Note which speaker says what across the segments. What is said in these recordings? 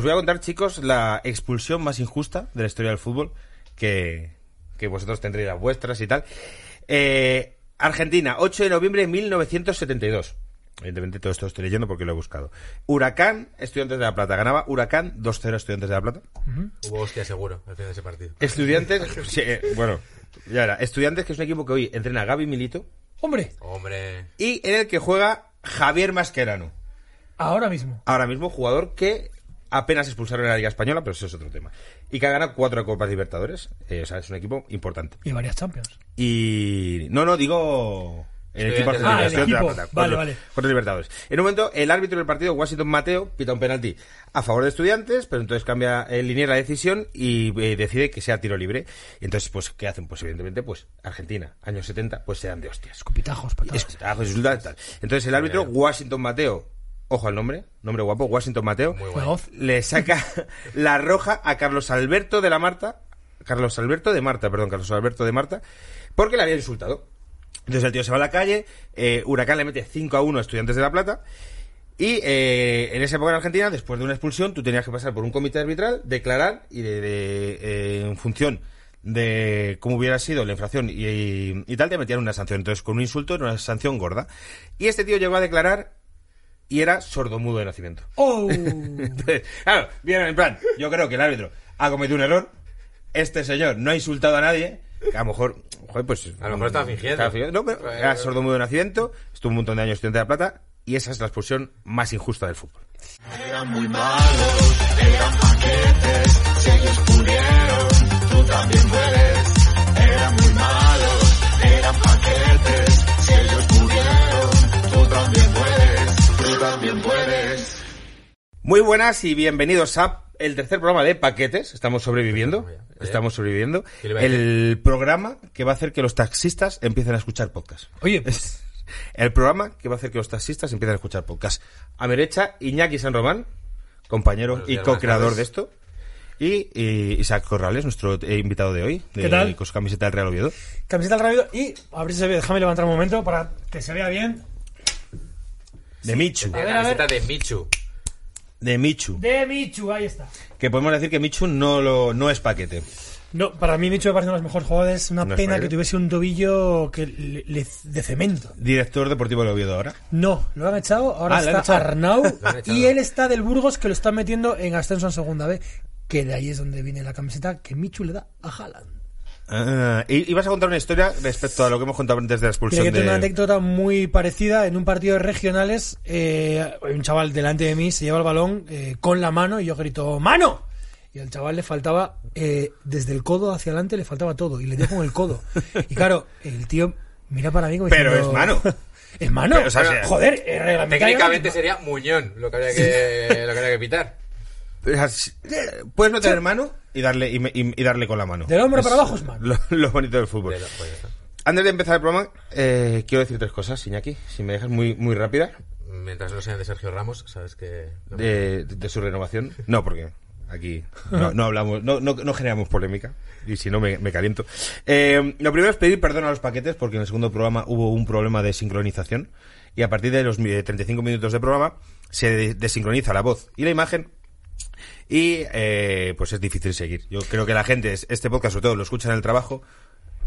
Speaker 1: Os voy a contar, chicos, la expulsión más injusta de la historia del fútbol que, que vosotros tendréis las vuestras y tal. Eh, Argentina, 8 de noviembre de 1972. Evidentemente todo esto lo estoy leyendo porque lo he buscado. Huracán, Estudiantes de la Plata. Ganaba Huracán 2-0 Estudiantes de la Plata.
Speaker 2: Hubo hostia seguro al final de ese partido.
Speaker 1: Estudiantes, sí, eh, bueno, ya era. Estudiantes que es un equipo que hoy entrena Gaby Milito
Speaker 3: Hombre,
Speaker 2: Hombre.
Speaker 1: y en el que juega Javier Mascherano.
Speaker 3: ahora mismo.
Speaker 1: Ahora mismo jugador que apenas expulsaron en la Liga Española, pero eso es otro tema. Y que ha ganado cuatro Copas Libertadores. Eh, o sea, es un equipo importante.
Speaker 3: Y varias Champions.
Speaker 1: Y. No, no, digo. El equipo
Speaker 2: Estudiantes.
Speaker 1: argentino,
Speaker 2: Ah, el
Speaker 1: Estudiantes de la
Speaker 3: equipo.
Speaker 1: Plata,
Speaker 3: Vale,
Speaker 1: cuatro-
Speaker 3: vale.
Speaker 1: cuatro Libertadores. En un momento, el árbitro del partido, Washington Mateo, pita un penalti a favor de Estudiantes, pero entonces cambia eh, en línea la decisión y eh, decide que sea tiro libre. Y entonces, pues, ¿qué hacen? Pues, evidentemente, pues, Argentina, años 70, pues se dan de hostias.
Speaker 3: Escupitajos, patadas.
Speaker 1: Ah, pues, resulta tal. Entonces, el árbitro, Washington Mateo, ojo al nombre, nombre guapo, Washington Mateo,
Speaker 2: Muy guay.
Speaker 3: Juegoz.
Speaker 1: le saca la roja a Carlos Alberto de la Marta. Carlos Alberto de Marta, perdón, Carlos Alberto de Marta, porque le había insultado. Entonces el tío se va a la calle, eh, Huracán le mete 5 a 1 a Estudiantes de La Plata. Y eh, en esa época en Argentina, después de una expulsión, tú tenías que pasar por un comité arbitral, declarar y de, de, eh, en función de cómo hubiera sido la infracción y, y- y tal, te metían una sanción. Entonces, con un insulto era una sanción gorda. Y este tío llegó a declarar y era sordomudo de nacimiento.
Speaker 3: ¡Oh!
Speaker 1: Entonces, claro, vieron en plan, yo creo que el árbitro ha cometido un error, este señor no ha insultado a nadie, que a lo mejor, joder, pues...
Speaker 2: A lo mejor estaba fingiendo.
Speaker 1: no, pero era sordo mudo en accidente, estuvo un montón de años estudiante de La Plata, y esa es la expulsión más injusta del fútbol. Muy buenas y bienvenidos a el tercer programa de Paquetes. Estamos sobreviviendo. Estamos sobreviviendo.
Speaker 2: ¿Qué le iba a decir?
Speaker 1: El programa que va a hacer que los taxistas empiecen a escuchar podcast.
Speaker 3: Oye, pues,
Speaker 1: El programa que va a hacer que los taxistas empiecen a escuchar podcast. A mi derecha, Iñaki San Román, compañero
Speaker 2: Buenos
Speaker 1: y
Speaker 2: días,
Speaker 1: co-creador
Speaker 2: buenas
Speaker 1: de esto. Y, y Isaac Corrales, nuestro eh, invitado de hoy, de,
Speaker 3: ¿Qué tal?
Speaker 1: con su camiseta del Real Oviedo.
Speaker 3: camiseta al rápido y a ver si se ve. Déjame levantar un momento para que se vea bien.
Speaker 1: De Michu.
Speaker 2: La
Speaker 3: ver, a ver.
Speaker 2: camiseta de Michu.
Speaker 1: De Michu.
Speaker 3: De Michu, ahí está.
Speaker 1: Que podemos decir que Michu no, lo, no es paquete.
Speaker 3: No, para mí Michu me parece uno de los mejores jugadores. Es una
Speaker 1: ¿No es ¿eh?
Speaker 3: pena
Speaker 1: fallo?
Speaker 3: que tuviese un tobillo que le- le- de cemento.
Speaker 1: Director deportivo del Oviedo ahora.
Speaker 3: No, lo han echado. Ahora
Speaker 1: Ah, lo han
Speaker 3: está
Speaker 1: echado.
Speaker 3: Arnau
Speaker 2: Lo han echado.
Speaker 3: y él está del Burgos que lo están metiendo en ascenso en segunda B. Que de ahí es donde viene la camiseta que Michu le da a Haaland.
Speaker 1: Ah, y, y vas a contar una historia respecto a lo que hemos contado antes de la
Speaker 3: Mira,
Speaker 1: expulsión
Speaker 3: que tengo una
Speaker 1: Pues de...
Speaker 3: anécdota muy parecida. En un partido de regionales, eh, hay un chaval delante de mí se lleva el balón eh, con la mano y yo grito ¡Mano! Y al chaval le faltaba, eh, desde el codo hacia adelante, le faltaba todo. Y le dio con el codo. Y claro, el tío mira para mí como
Speaker 1: Pero
Speaker 3: diciendo,
Speaker 1: es mano.
Speaker 3: ¿Es mano?
Speaker 1: Pero, o sea,
Speaker 3: Joder, eh, reglamentario.
Speaker 2: Técnicamente sería Muñón lo que habría que, lo que, habría que pitar.
Speaker 1: Puedes meter el mano y darle, y, me- y- y darle con la mano.
Speaker 3: Del hombro
Speaker 1: Es
Speaker 3: para abajo es mano.
Speaker 1: Lo, lo bonito del fútbol.
Speaker 2: Pero, pues, ya está.
Speaker 1: Antes de empezar el programa, eh, quiero decir tres cosas, Iñaki, si me dejas muy, muy rápida,
Speaker 2: Mientras no sean de Sergio Ramos, sabes que... no.
Speaker 1: de, de su renovación. No, porque aquí no, no hablamos, no, no, no generamos polémica, y si no me, me caliento. Eh, lo primero es pedir perdón a los paquetes, porque en el segundo programa hubo un problema de sincronización, y a partir de los mi- 35 minutos de programa se de- desincroniza la voz y la imagen, y eh, pues es difícil seguir. Yo creo que la gente, es- este podcast sobre todo, lo escucha en el trabajo,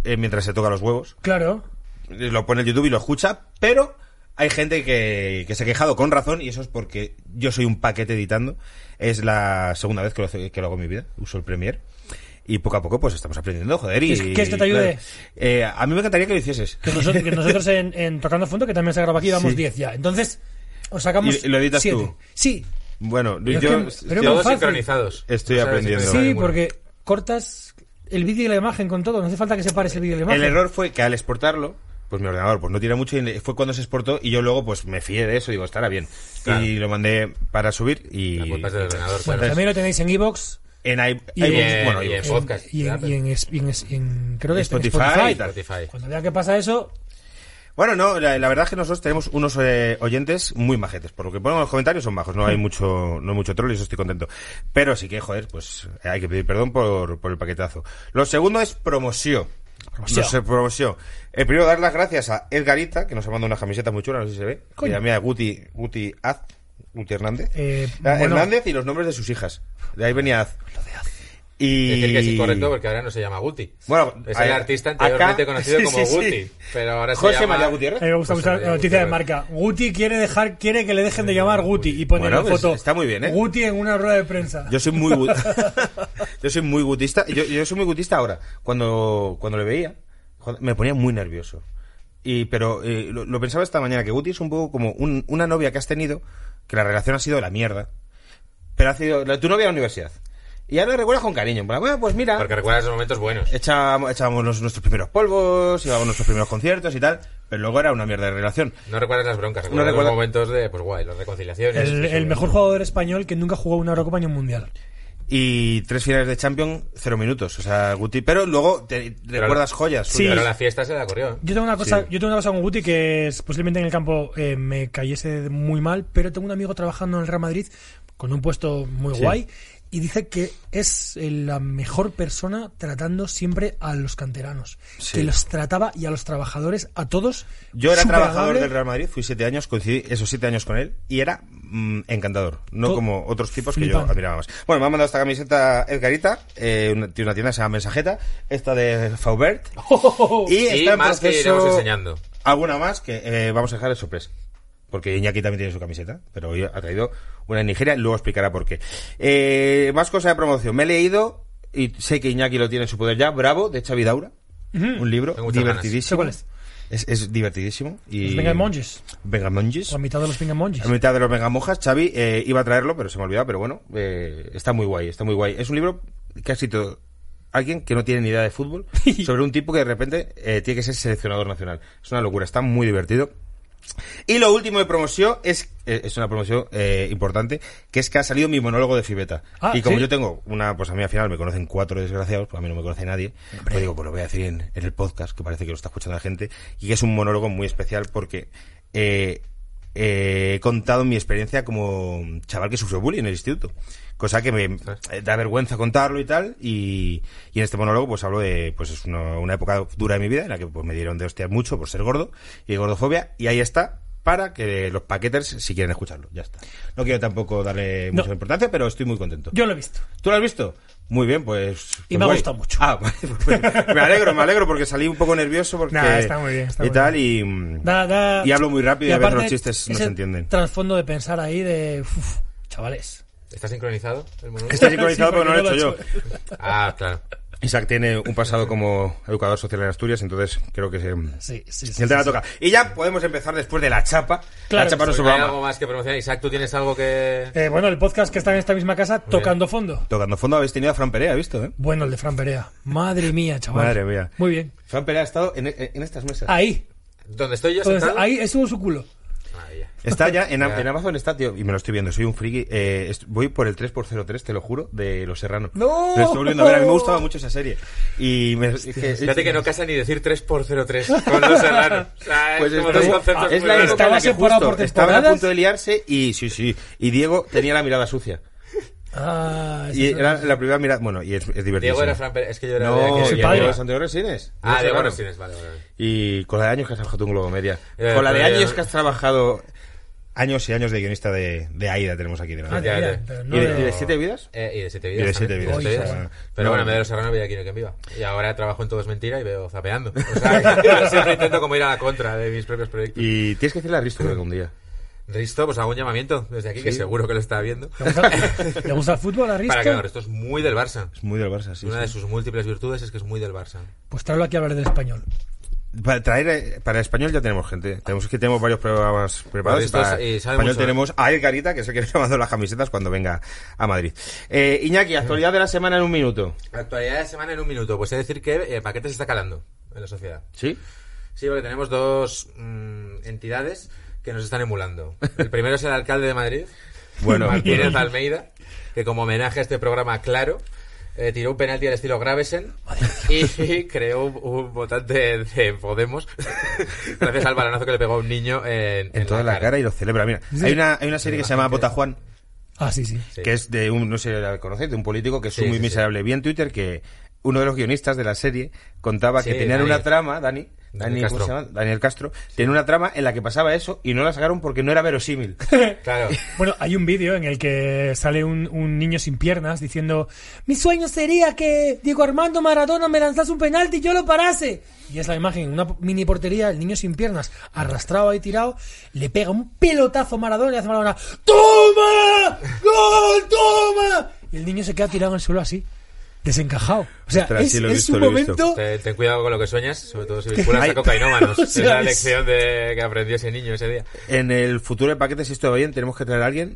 Speaker 1: eh, mientras se toca los huevos.
Speaker 3: Claro.
Speaker 1: lo pone en YouTube y lo escucha, pero hay gente que, que se ha quejado con razón y eso es porque yo soy un paquete editando. Es la segunda vez que lo, hace- que lo hago en mi vida, uso el Premiere. Y poco a poco pues estamos aprendiendo, joder. Y,
Speaker 3: ¿Quieres- quieres que te ayude?
Speaker 1: claro. Eh, a mí me encantaría que lo hicieses.
Speaker 3: Que nosotros, que nosotros en, en Tocando Fondo, que también se graba aquí, vamos
Speaker 1: Sí.
Speaker 3: 10 ya. Entonces, os sacamos
Speaker 1: ¿Y lo editas
Speaker 3: siete.
Speaker 1: tú?
Speaker 3: Sí.
Speaker 1: Bueno,
Speaker 3: Pero es
Speaker 1: yo...
Speaker 3: que- pero
Speaker 1: yo-
Speaker 3: muy
Speaker 2: Todos
Speaker 3: fácil.
Speaker 2: sincronizados.
Speaker 1: Estoy
Speaker 2: No sabes
Speaker 1: aprendiendo.
Speaker 2: sincronizar
Speaker 3: Sí,
Speaker 2: ninguno.
Speaker 3: porque cortas el vídeo y la imagen con todo. No hace falta que separes el vídeo y la imagen.
Speaker 1: el error fue que al exportarlo Pues mi ordenador, pues no tira mucho y fue cuando se exportó y yo luego pues me fié de eso, digo, estará bien.
Speaker 2: Claro.
Speaker 1: Y lo mandé para subir y...
Speaker 2: La culpa es del ordenador,
Speaker 3: Bueno,
Speaker 2: claro.
Speaker 3: también lo tenéis en Evox.
Speaker 1: En i-
Speaker 3: Y
Speaker 1: iVoox,
Speaker 3: en-
Speaker 1: bueno,
Speaker 2: y en
Speaker 1: iVoox.
Speaker 3: en-
Speaker 2: podcast,
Speaker 3: y en,
Speaker 2: claro.
Speaker 3: y en es- y en es- y en- creo que
Speaker 1: Y
Speaker 3: está en
Speaker 1: Spotify
Speaker 3: Spotify.
Speaker 1: y tal.
Speaker 2: Spotify.
Speaker 3: Cuando vea que pasa eso,
Speaker 1: Bueno, no, la, la verdad es que nosotros tenemos unos eh, oyentes muy majetes. Por lo que ponemos en los comentarios son bajos, no hay mucho, no hay mucho troll y eso estoy contento. Pero sí que, joder, pues eh, hay que pedir perdón por, por el paquetazo. Lo segundo es promoción. Promoción. promoción. El primero, dar las gracias a Edgarita, que nos ha mandado una camiseta muy chula, no sé si se ve.
Speaker 3: Coño.
Speaker 1: Mira, mira, Guti, Guti Az, Guti Hernández.
Speaker 3: Eh,
Speaker 1: Ah,
Speaker 3: bueno.
Speaker 1: Hernández y los nombres de sus hijas. De ahí venía Az. Y...
Speaker 2: Decir que es incorrecto porque ahora no se llama Guti.
Speaker 1: Bueno,
Speaker 2: es
Speaker 1: ahí-
Speaker 2: el artista anteriormente
Speaker 1: acá-
Speaker 2: conocido
Speaker 1: sí,
Speaker 2: como
Speaker 1: sí, sí.
Speaker 2: Guti. Pero ahora se
Speaker 1: José
Speaker 2: llama...
Speaker 1: María Gutiérrez.
Speaker 3: a mí me gusta
Speaker 2: Pues
Speaker 3: usar
Speaker 2: María
Speaker 3: la noticia de
Speaker 2: Gutiérrez.
Speaker 3: marca. Guti quiere dejar, quiere que le dejen de llamar Guti y pone
Speaker 1: Bueno,
Speaker 3: la
Speaker 1: pues,
Speaker 3: foto.
Speaker 1: está muy bien, ¿eh?
Speaker 3: Guti en una rueda de prensa.
Speaker 1: Yo soy muy gut- yo soy muy gutista. Yo, yo soy muy gutista ahora. Cuando, cuando le veía, joder, me ponía muy nervioso. Y, pero eh, lo, lo pensaba esta mañana, que Guti es un poco como un- una novia que has tenido, que la relación ha sido de la mierda. Pero ha sido la- tu novia de la universidad. Y ahora le recuerdas con cariño. en plan, Bueno, pues mira,
Speaker 2: Porque recuerda esos momentos buenos.
Speaker 1: echábamos, echábamos los- nuestros primeros polvos, íbamos a nuestros primeros conciertos y tal. Pero luego era una mierda de relación.
Speaker 2: No recuerdas las broncas,
Speaker 1: No
Speaker 2: recuerdas los
Speaker 1: recuerdo-
Speaker 2: momentos de, pues guay, las reconciliaciones.
Speaker 3: el, el mejor jugador español que nunca jugó una Eurocopa ni un Mundial.
Speaker 1: Y tres finales de Champions, cero minutos. O sea, Guti. Pero luego te recuerdas joyas.
Speaker 3: Sí.
Speaker 1: suyas.
Speaker 2: Pero la fiesta se la corrió. ¿eh?
Speaker 3: Yo tengo una cosa,
Speaker 1: Sí.
Speaker 3: yo tengo una cosa con Guti que es, posiblemente en el campo eh, me cayese muy mal, pero tengo un amigo trabajando en el Real Madrid con un puesto muy
Speaker 1: Sí.
Speaker 3: guay y dice que es eh, la mejor persona tratando siempre a los canteranos,
Speaker 1: Sí.
Speaker 3: que los trataba y a los trabajadores a todos.
Speaker 1: Yo era
Speaker 3: súper
Speaker 1: trabajador
Speaker 3: agradable.
Speaker 1: del Real Madrid, fui siete años, coincidí esos siete años con él y era mm, encantador, no
Speaker 3: Todo
Speaker 1: como otros tipos que yo
Speaker 3: flipante.
Speaker 1: admiraba más. Bueno, me ha mandado esta camiseta Edgarita, eh, una, tiene una tienda que se llama Mensajeta, esta de Faubert y,
Speaker 2: Y
Speaker 1: está en
Speaker 2: Oh, más que
Speaker 1: proceso
Speaker 2: iremos enseñando.
Speaker 1: alguna más que eh, vamos a dejar de sorpresa. Porque Iñaki también tiene su camiseta, pero hoy ha traído una en Nigeria, luego explicará por qué. Eh, más cosas de promoción. Me he leído, y sé que Iñaki lo tiene en su poder ya, Bravo, de Xavi Daura. Un libro
Speaker 2: Tengo muchas ganas.
Speaker 1: divertidísimo.
Speaker 3: ¿Sé cuál es?
Speaker 1: Es, es divertidísimo. Y...
Speaker 3: Los Vengamonjes.
Speaker 1: Vengamonjes.
Speaker 3: La mitad de los Vengamonjes.
Speaker 1: La mitad de los Vengamonjas. Xavi eh, iba a traerlo, pero se me ha olvidado. Pero bueno, eh, está muy guay, está muy guay. Es un libro casi todo. Alguien que no tiene ni idea de fútbol sobre un tipo que de repente eh, tiene que ser seleccionador nacional. Es una locura, está muy divertido. Y lo último de promoción es, eh, es una promoción eh, importante, que es que ha salido mi monólogo de Fibeta.
Speaker 3: Ah,
Speaker 1: y como
Speaker 3: ¿sí?
Speaker 1: yo tengo una, pues a mí al final me conocen cuatro desgraciados, pues a mí no me conoce nadie, pues digo, pues lo voy a decir en, en el podcast, que parece que lo está escuchando la gente, y que es un monólogo muy especial porque eh, eh, he contado mi experiencia como chaval que sufrió bullying en el instituto, cosa que me eh, da vergüenza contarlo y tal, y, y en este monólogo pues hablo de, pues es una, una época dura de mi vida en la que pues me dieron de hostias mucho por ser gordo y de gordofobia, y ahí está para que los paqueters, si quieren escucharlo, ya está. No quiero tampoco darle
Speaker 3: No.
Speaker 1: mucha importancia, pero estoy muy contento.
Speaker 3: Yo lo he visto.
Speaker 1: ¿Tú lo has visto? Muy bien, pues. pues
Speaker 3: Y me ha
Speaker 1: guay.
Speaker 3: gustado mucho.
Speaker 1: Ah, vale, pues, me alegro, me alegro porque salí un poco nervioso porque.
Speaker 3: Nah, está muy bien, está
Speaker 1: y
Speaker 3: muy
Speaker 1: tal,
Speaker 3: bien.
Speaker 1: y. mm,
Speaker 3: Da- da-
Speaker 1: Y hablo muy rápido y a veces
Speaker 3: aparte,
Speaker 1: los chistes no
Speaker 3: ese
Speaker 1: se entienden.
Speaker 3: Trasfondo de pensar ahí de. uf, chavales.
Speaker 2: ¿Está sincronizado el monólogo?
Speaker 1: Está sincronizado,
Speaker 3: Sí,
Speaker 1: pero no
Speaker 3: porque
Speaker 1: lo he
Speaker 3: no
Speaker 1: hecho
Speaker 3: lo
Speaker 1: yo.
Speaker 3: he
Speaker 2: Ah, claro.
Speaker 1: Isaac tiene un pasado como educador social en Asturias, entonces creo que se.
Speaker 3: Sí, sí, sí.
Speaker 1: El tema
Speaker 3: sí,
Speaker 1: toca. Y ya podemos empezar después de la chapa.
Speaker 3: Claro,
Speaker 1: la chapa no es
Speaker 2: ¿Hay
Speaker 3: pues,
Speaker 1: un programa.
Speaker 2: algo más que promocionar? Isaac, ¿tú tienes algo que...?
Speaker 3: sí. Eh, bueno, el podcast que está en esta misma casa, tocando fondo.
Speaker 1: Tocando fondo habéis tenido a Fran Perea, ¿visto? Eh?
Speaker 3: Bueno, el de Fran Perea. Madre mía, chaval.
Speaker 1: Madre mía.
Speaker 3: Muy bien.
Speaker 1: Fran Perea ha estado en, en- en estas mesas.
Speaker 3: Ahí.
Speaker 2: ¿Dónde estoy yo
Speaker 3: Donde
Speaker 1: Pues
Speaker 2: sentado?
Speaker 3: está- ahí estuvo su culo.
Speaker 2: Ah, ya.
Speaker 1: Está ya en,
Speaker 2: Ya.
Speaker 1: en Amazon está, tío, y me lo estoy viendo, soy un friki. eh, est- voy por el 3x03, te lo juro, de Los Serranos.
Speaker 3: ¡No!
Speaker 1: Lo estoy volviendo a ver, a mí me gustaba mucho esa serie. Y me es que-
Speaker 2: Fíjate que no casa ni decir 3x03 con los serranos. O sea,
Speaker 1: Pues
Speaker 2: es como
Speaker 1: estoy-
Speaker 2: dos conceptos
Speaker 1: es
Speaker 2: muy
Speaker 1: la época en
Speaker 2: raros.
Speaker 1: la que
Speaker 3: Estaba separado
Speaker 1: justo
Speaker 3: por
Speaker 1: estaban a
Speaker 3: temporadas.
Speaker 1: punto de liarse y sí, sí. Y Diego tenía la mirada sucia.
Speaker 3: Ah,
Speaker 1: Y
Speaker 3: ese-
Speaker 1: era la primera mirada. Bueno, y es, es divertido.
Speaker 2: Diego era Fran Pérez. Es que yo era... de
Speaker 1: No,
Speaker 2: aquel
Speaker 3: su
Speaker 2: día,
Speaker 3: padre.
Speaker 1: Diego
Speaker 2: Diego.
Speaker 1: de Santiago Resines.
Speaker 2: Ah,
Speaker 1: Los
Speaker 2: Diego
Speaker 1: Serrano.
Speaker 2: Resines, vale, vale. vale.
Speaker 1: Y con la de años que has trabajado tú en Globo Media.
Speaker 2: Eh,
Speaker 1: Con la de
Speaker 2: pero-
Speaker 1: años que has trabajado. Años y años de guionista de, de Aida tenemos aquí delante.
Speaker 3: Madre
Speaker 2: ya,
Speaker 3: mía,
Speaker 2: ya.
Speaker 3: Ah, pero no
Speaker 1: ¿Y de,
Speaker 3: de-
Speaker 1: y de siete vidas?
Speaker 2: Eh, y de siete
Speaker 1: Y
Speaker 2: vidas.
Speaker 1: de siete
Speaker 2: también,
Speaker 1: vidas.
Speaker 3: Oye,
Speaker 2: siete
Speaker 3: o sea,
Speaker 2: Pero bueno,
Speaker 1: no.
Speaker 2: me de los serranos veía aquí en viva. Y ahora trabajo en Todo es Mentira y veo zapeando. O sea, que siempre intento como ir a la contra de mis propios proyectos.
Speaker 1: Y tienes que decirle a Risto que venga un día.
Speaker 2: Risto, pues hago un llamamiento desde aquí, que seguro que lo está viendo.
Speaker 3: ¿Le gusta, le gusta el fútbol a Risto?
Speaker 2: Para que no, Risto es muy del Barça.
Speaker 1: Es muy del Barça, sí.
Speaker 2: Una
Speaker 1: sí.
Speaker 2: de sus múltiples virtudes es que es muy del Barça.
Speaker 3: Pues tráelo aquí a hablar del español.
Speaker 1: Para traer eh, para español ya tenemos gente. Tenemos que tenemos varios programas preparados.
Speaker 2: Para
Speaker 1: Para,
Speaker 2: estos, eh, sabe
Speaker 1: español
Speaker 2: mucho,
Speaker 1: tenemos a Edgarita, que es el que nos ha mandado las camisetas cuando venga a Madrid. Eh, Iñaki, actualidad de la semana en un minuto.
Speaker 2: Actualidad de semana en un minuto. Pues he de decir que eh, Paquetes está calando en la sociedad.
Speaker 1: ¿Sí?
Speaker 2: Sí, porque tenemos dos mm, entidades que nos están emulando. El primero es el alcalde de Madrid,
Speaker 1: Bueno,
Speaker 2: Martínez Almeida, que como homenaje a este programa, claro, eh, tiró un penalti al estilo Gravesen y creó un, un votante de Podemos gracias al balonazo que le pegó a un niño en,
Speaker 1: en
Speaker 2: en
Speaker 1: toda la cara y lo celebra. Mira, hay una, hay una serie que se llama Bota Juan,
Speaker 3: Ah, sí, sí.
Speaker 2: Sí.
Speaker 1: que es de un, no sé si la conocéis, de un político que es
Speaker 2: Sí,
Speaker 1: un muy
Speaker 2: sí, sí.
Speaker 1: miserable. Vi en Twitter que uno de los guionistas de la serie contaba que
Speaker 2: Sí,
Speaker 1: tenían
Speaker 2: Dani.
Speaker 1: una trama, Dani. Dani,
Speaker 2: Daniel
Speaker 1: ¿cómo se
Speaker 2: Castro.
Speaker 1: llama? Daniel Castro tenía una trama en la que pasaba eso y no la sacaron porque no era verosímil.
Speaker 2: Claro.
Speaker 4: Bueno, hay un vídeo en el que sale un, un niño sin piernas diciendo mi sueño sería que Diego Armando Maradona me lanzase un penalti y yo lo parase.
Speaker 3: Y es la imagen, una mini portería, el niño sin piernas, arrastrado ahí tirado, le pega un pelotazo a Maradona y le hace Maradona ¡Toma! ¡Gol! ¡Toma! Y el niño se queda tirado en el suelo así, desencajado. O sea,
Speaker 1: Ostras,
Speaker 3: es,
Speaker 1: sí, lo he
Speaker 3: es
Speaker 1: visto,
Speaker 3: un
Speaker 1: lo he visto.
Speaker 3: momento...
Speaker 2: Ten, ten cuidado con lo que sueñas, sobre todo si vinculas
Speaker 1: Ay.
Speaker 2: a cocainómanos.
Speaker 3: O
Speaker 2: es
Speaker 3: sea,
Speaker 2: la
Speaker 3: es-
Speaker 2: lección de, que aprendió ese niño ese día.
Speaker 1: En el futuro de paquetes, si esto va bien, tenemos que traer a alguien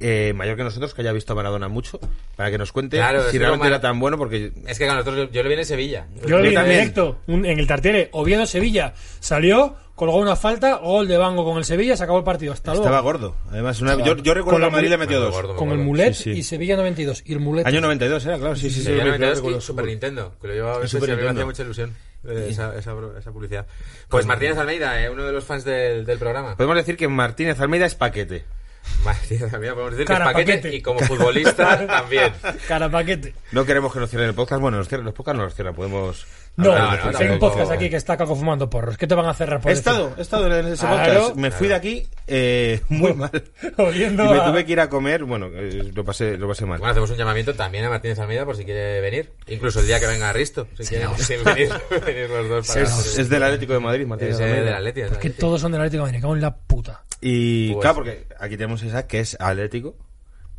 Speaker 1: eh, mayor que nosotros que haya visto a Maradona mucho para que nos cuente
Speaker 2: Claro, es
Speaker 1: si
Speaker 2: que
Speaker 1: realmente
Speaker 2: Mar-
Speaker 1: era tan bueno porque
Speaker 2: Es que con nosotros yo lo vi en Sevilla.
Speaker 3: Yo lo vi en
Speaker 1: también.
Speaker 3: directo, un- en el Tartiere, Oviedo Sevilla. Salió, colgó una falta, gol de Bango con el Sevilla, se acabó el partido. Hasta luego.
Speaker 1: estaba gordo. Además, una- yo, yo recuerdo
Speaker 3: Con
Speaker 1: que
Speaker 3: la
Speaker 1: a Madrid le metió
Speaker 2: Bueno,
Speaker 1: dos.
Speaker 2: gordo, me
Speaker 3: con el
Speaker 2: acuerdo.
Speaker 3: Mulet
Speaker 1: Sí, sí.
Speaker 3: y Sevilla 92. Y el Mulet.
Speaker 1: Año 92 era, ¿eh? claro, sí, sí, sí.
Speaker 2: Sevilla
Speaker 1: yo
Speaker 2: 92
Speaker 1: recuerdo.
Speaker 2: y Super Nintendo, que lo llevaba a veces
Speaker 1: Super
Speaker 2: y a mí me
Speaker 1: Nintendo.
Speaker 2: hacía mucha ilusión eh, esa, esa, esa publicidad. Pues Martínez Almeida, eh, uno de los fans del, del programa.
Speaker 1: Podemos decir que Martínez Almeida es paquete.
Speaker 2: Martínez Almeida, podemos decir
Speaker 3: Cara,
Speaker 2: que es paquete,
Speaker 3: paquete.
Speaker 2: y como futbolista también.
Speaker 3: Carapaquete.
Speaker 1: No queremos que nos cierren el podcast. Bueno, nos cierren, los podcasts no nos cierran. Podemos.
Speaker 3: No,
Speaker 2: No, no,
Speaker 3: hay
Speaker 2: no,
Speaker 3: un
Speaker 2: tampoco.
Speaker 3: podcast aquí que está caco fumando porros. ¿Qué te van a cerrar por
Speaker 1: He
Speaker 3: eso?
Speaker 1: estado, he estado en ese
Speaker 3: Claro.
Speaker 1: podcast. Me fui de aquí eh, muy mal.
Speaker 3: Oliendo
Speaker 1: Y me
Speaker 3: a-
Speaker 1: tuve que ir a comer. Bueno, eh, lo pasé, lo pasé mal.
Speaker 2: Bueno, hacemos un llamamiento también a Martínez Almeida por si quiere venir. Incluso el día que venga Risto, si quiere sin venir, venir los dos para...
Speaker 1: Es, es del Atlético de Madrid, Martínez
Speaker 2: Es, eh,
Speaker 1: Almeida. Pues
Speaker 2: del Atleti, del
Speaker 3: Que
Speaker 2: Atleti.
Speaker 3: todos son del Atlético de Madrid, cago en la puta.
Speaker 1: Y
Speaker 2: Pues-
Speaker 1: claro, porque aquí tenemos a Isaac que es atlético.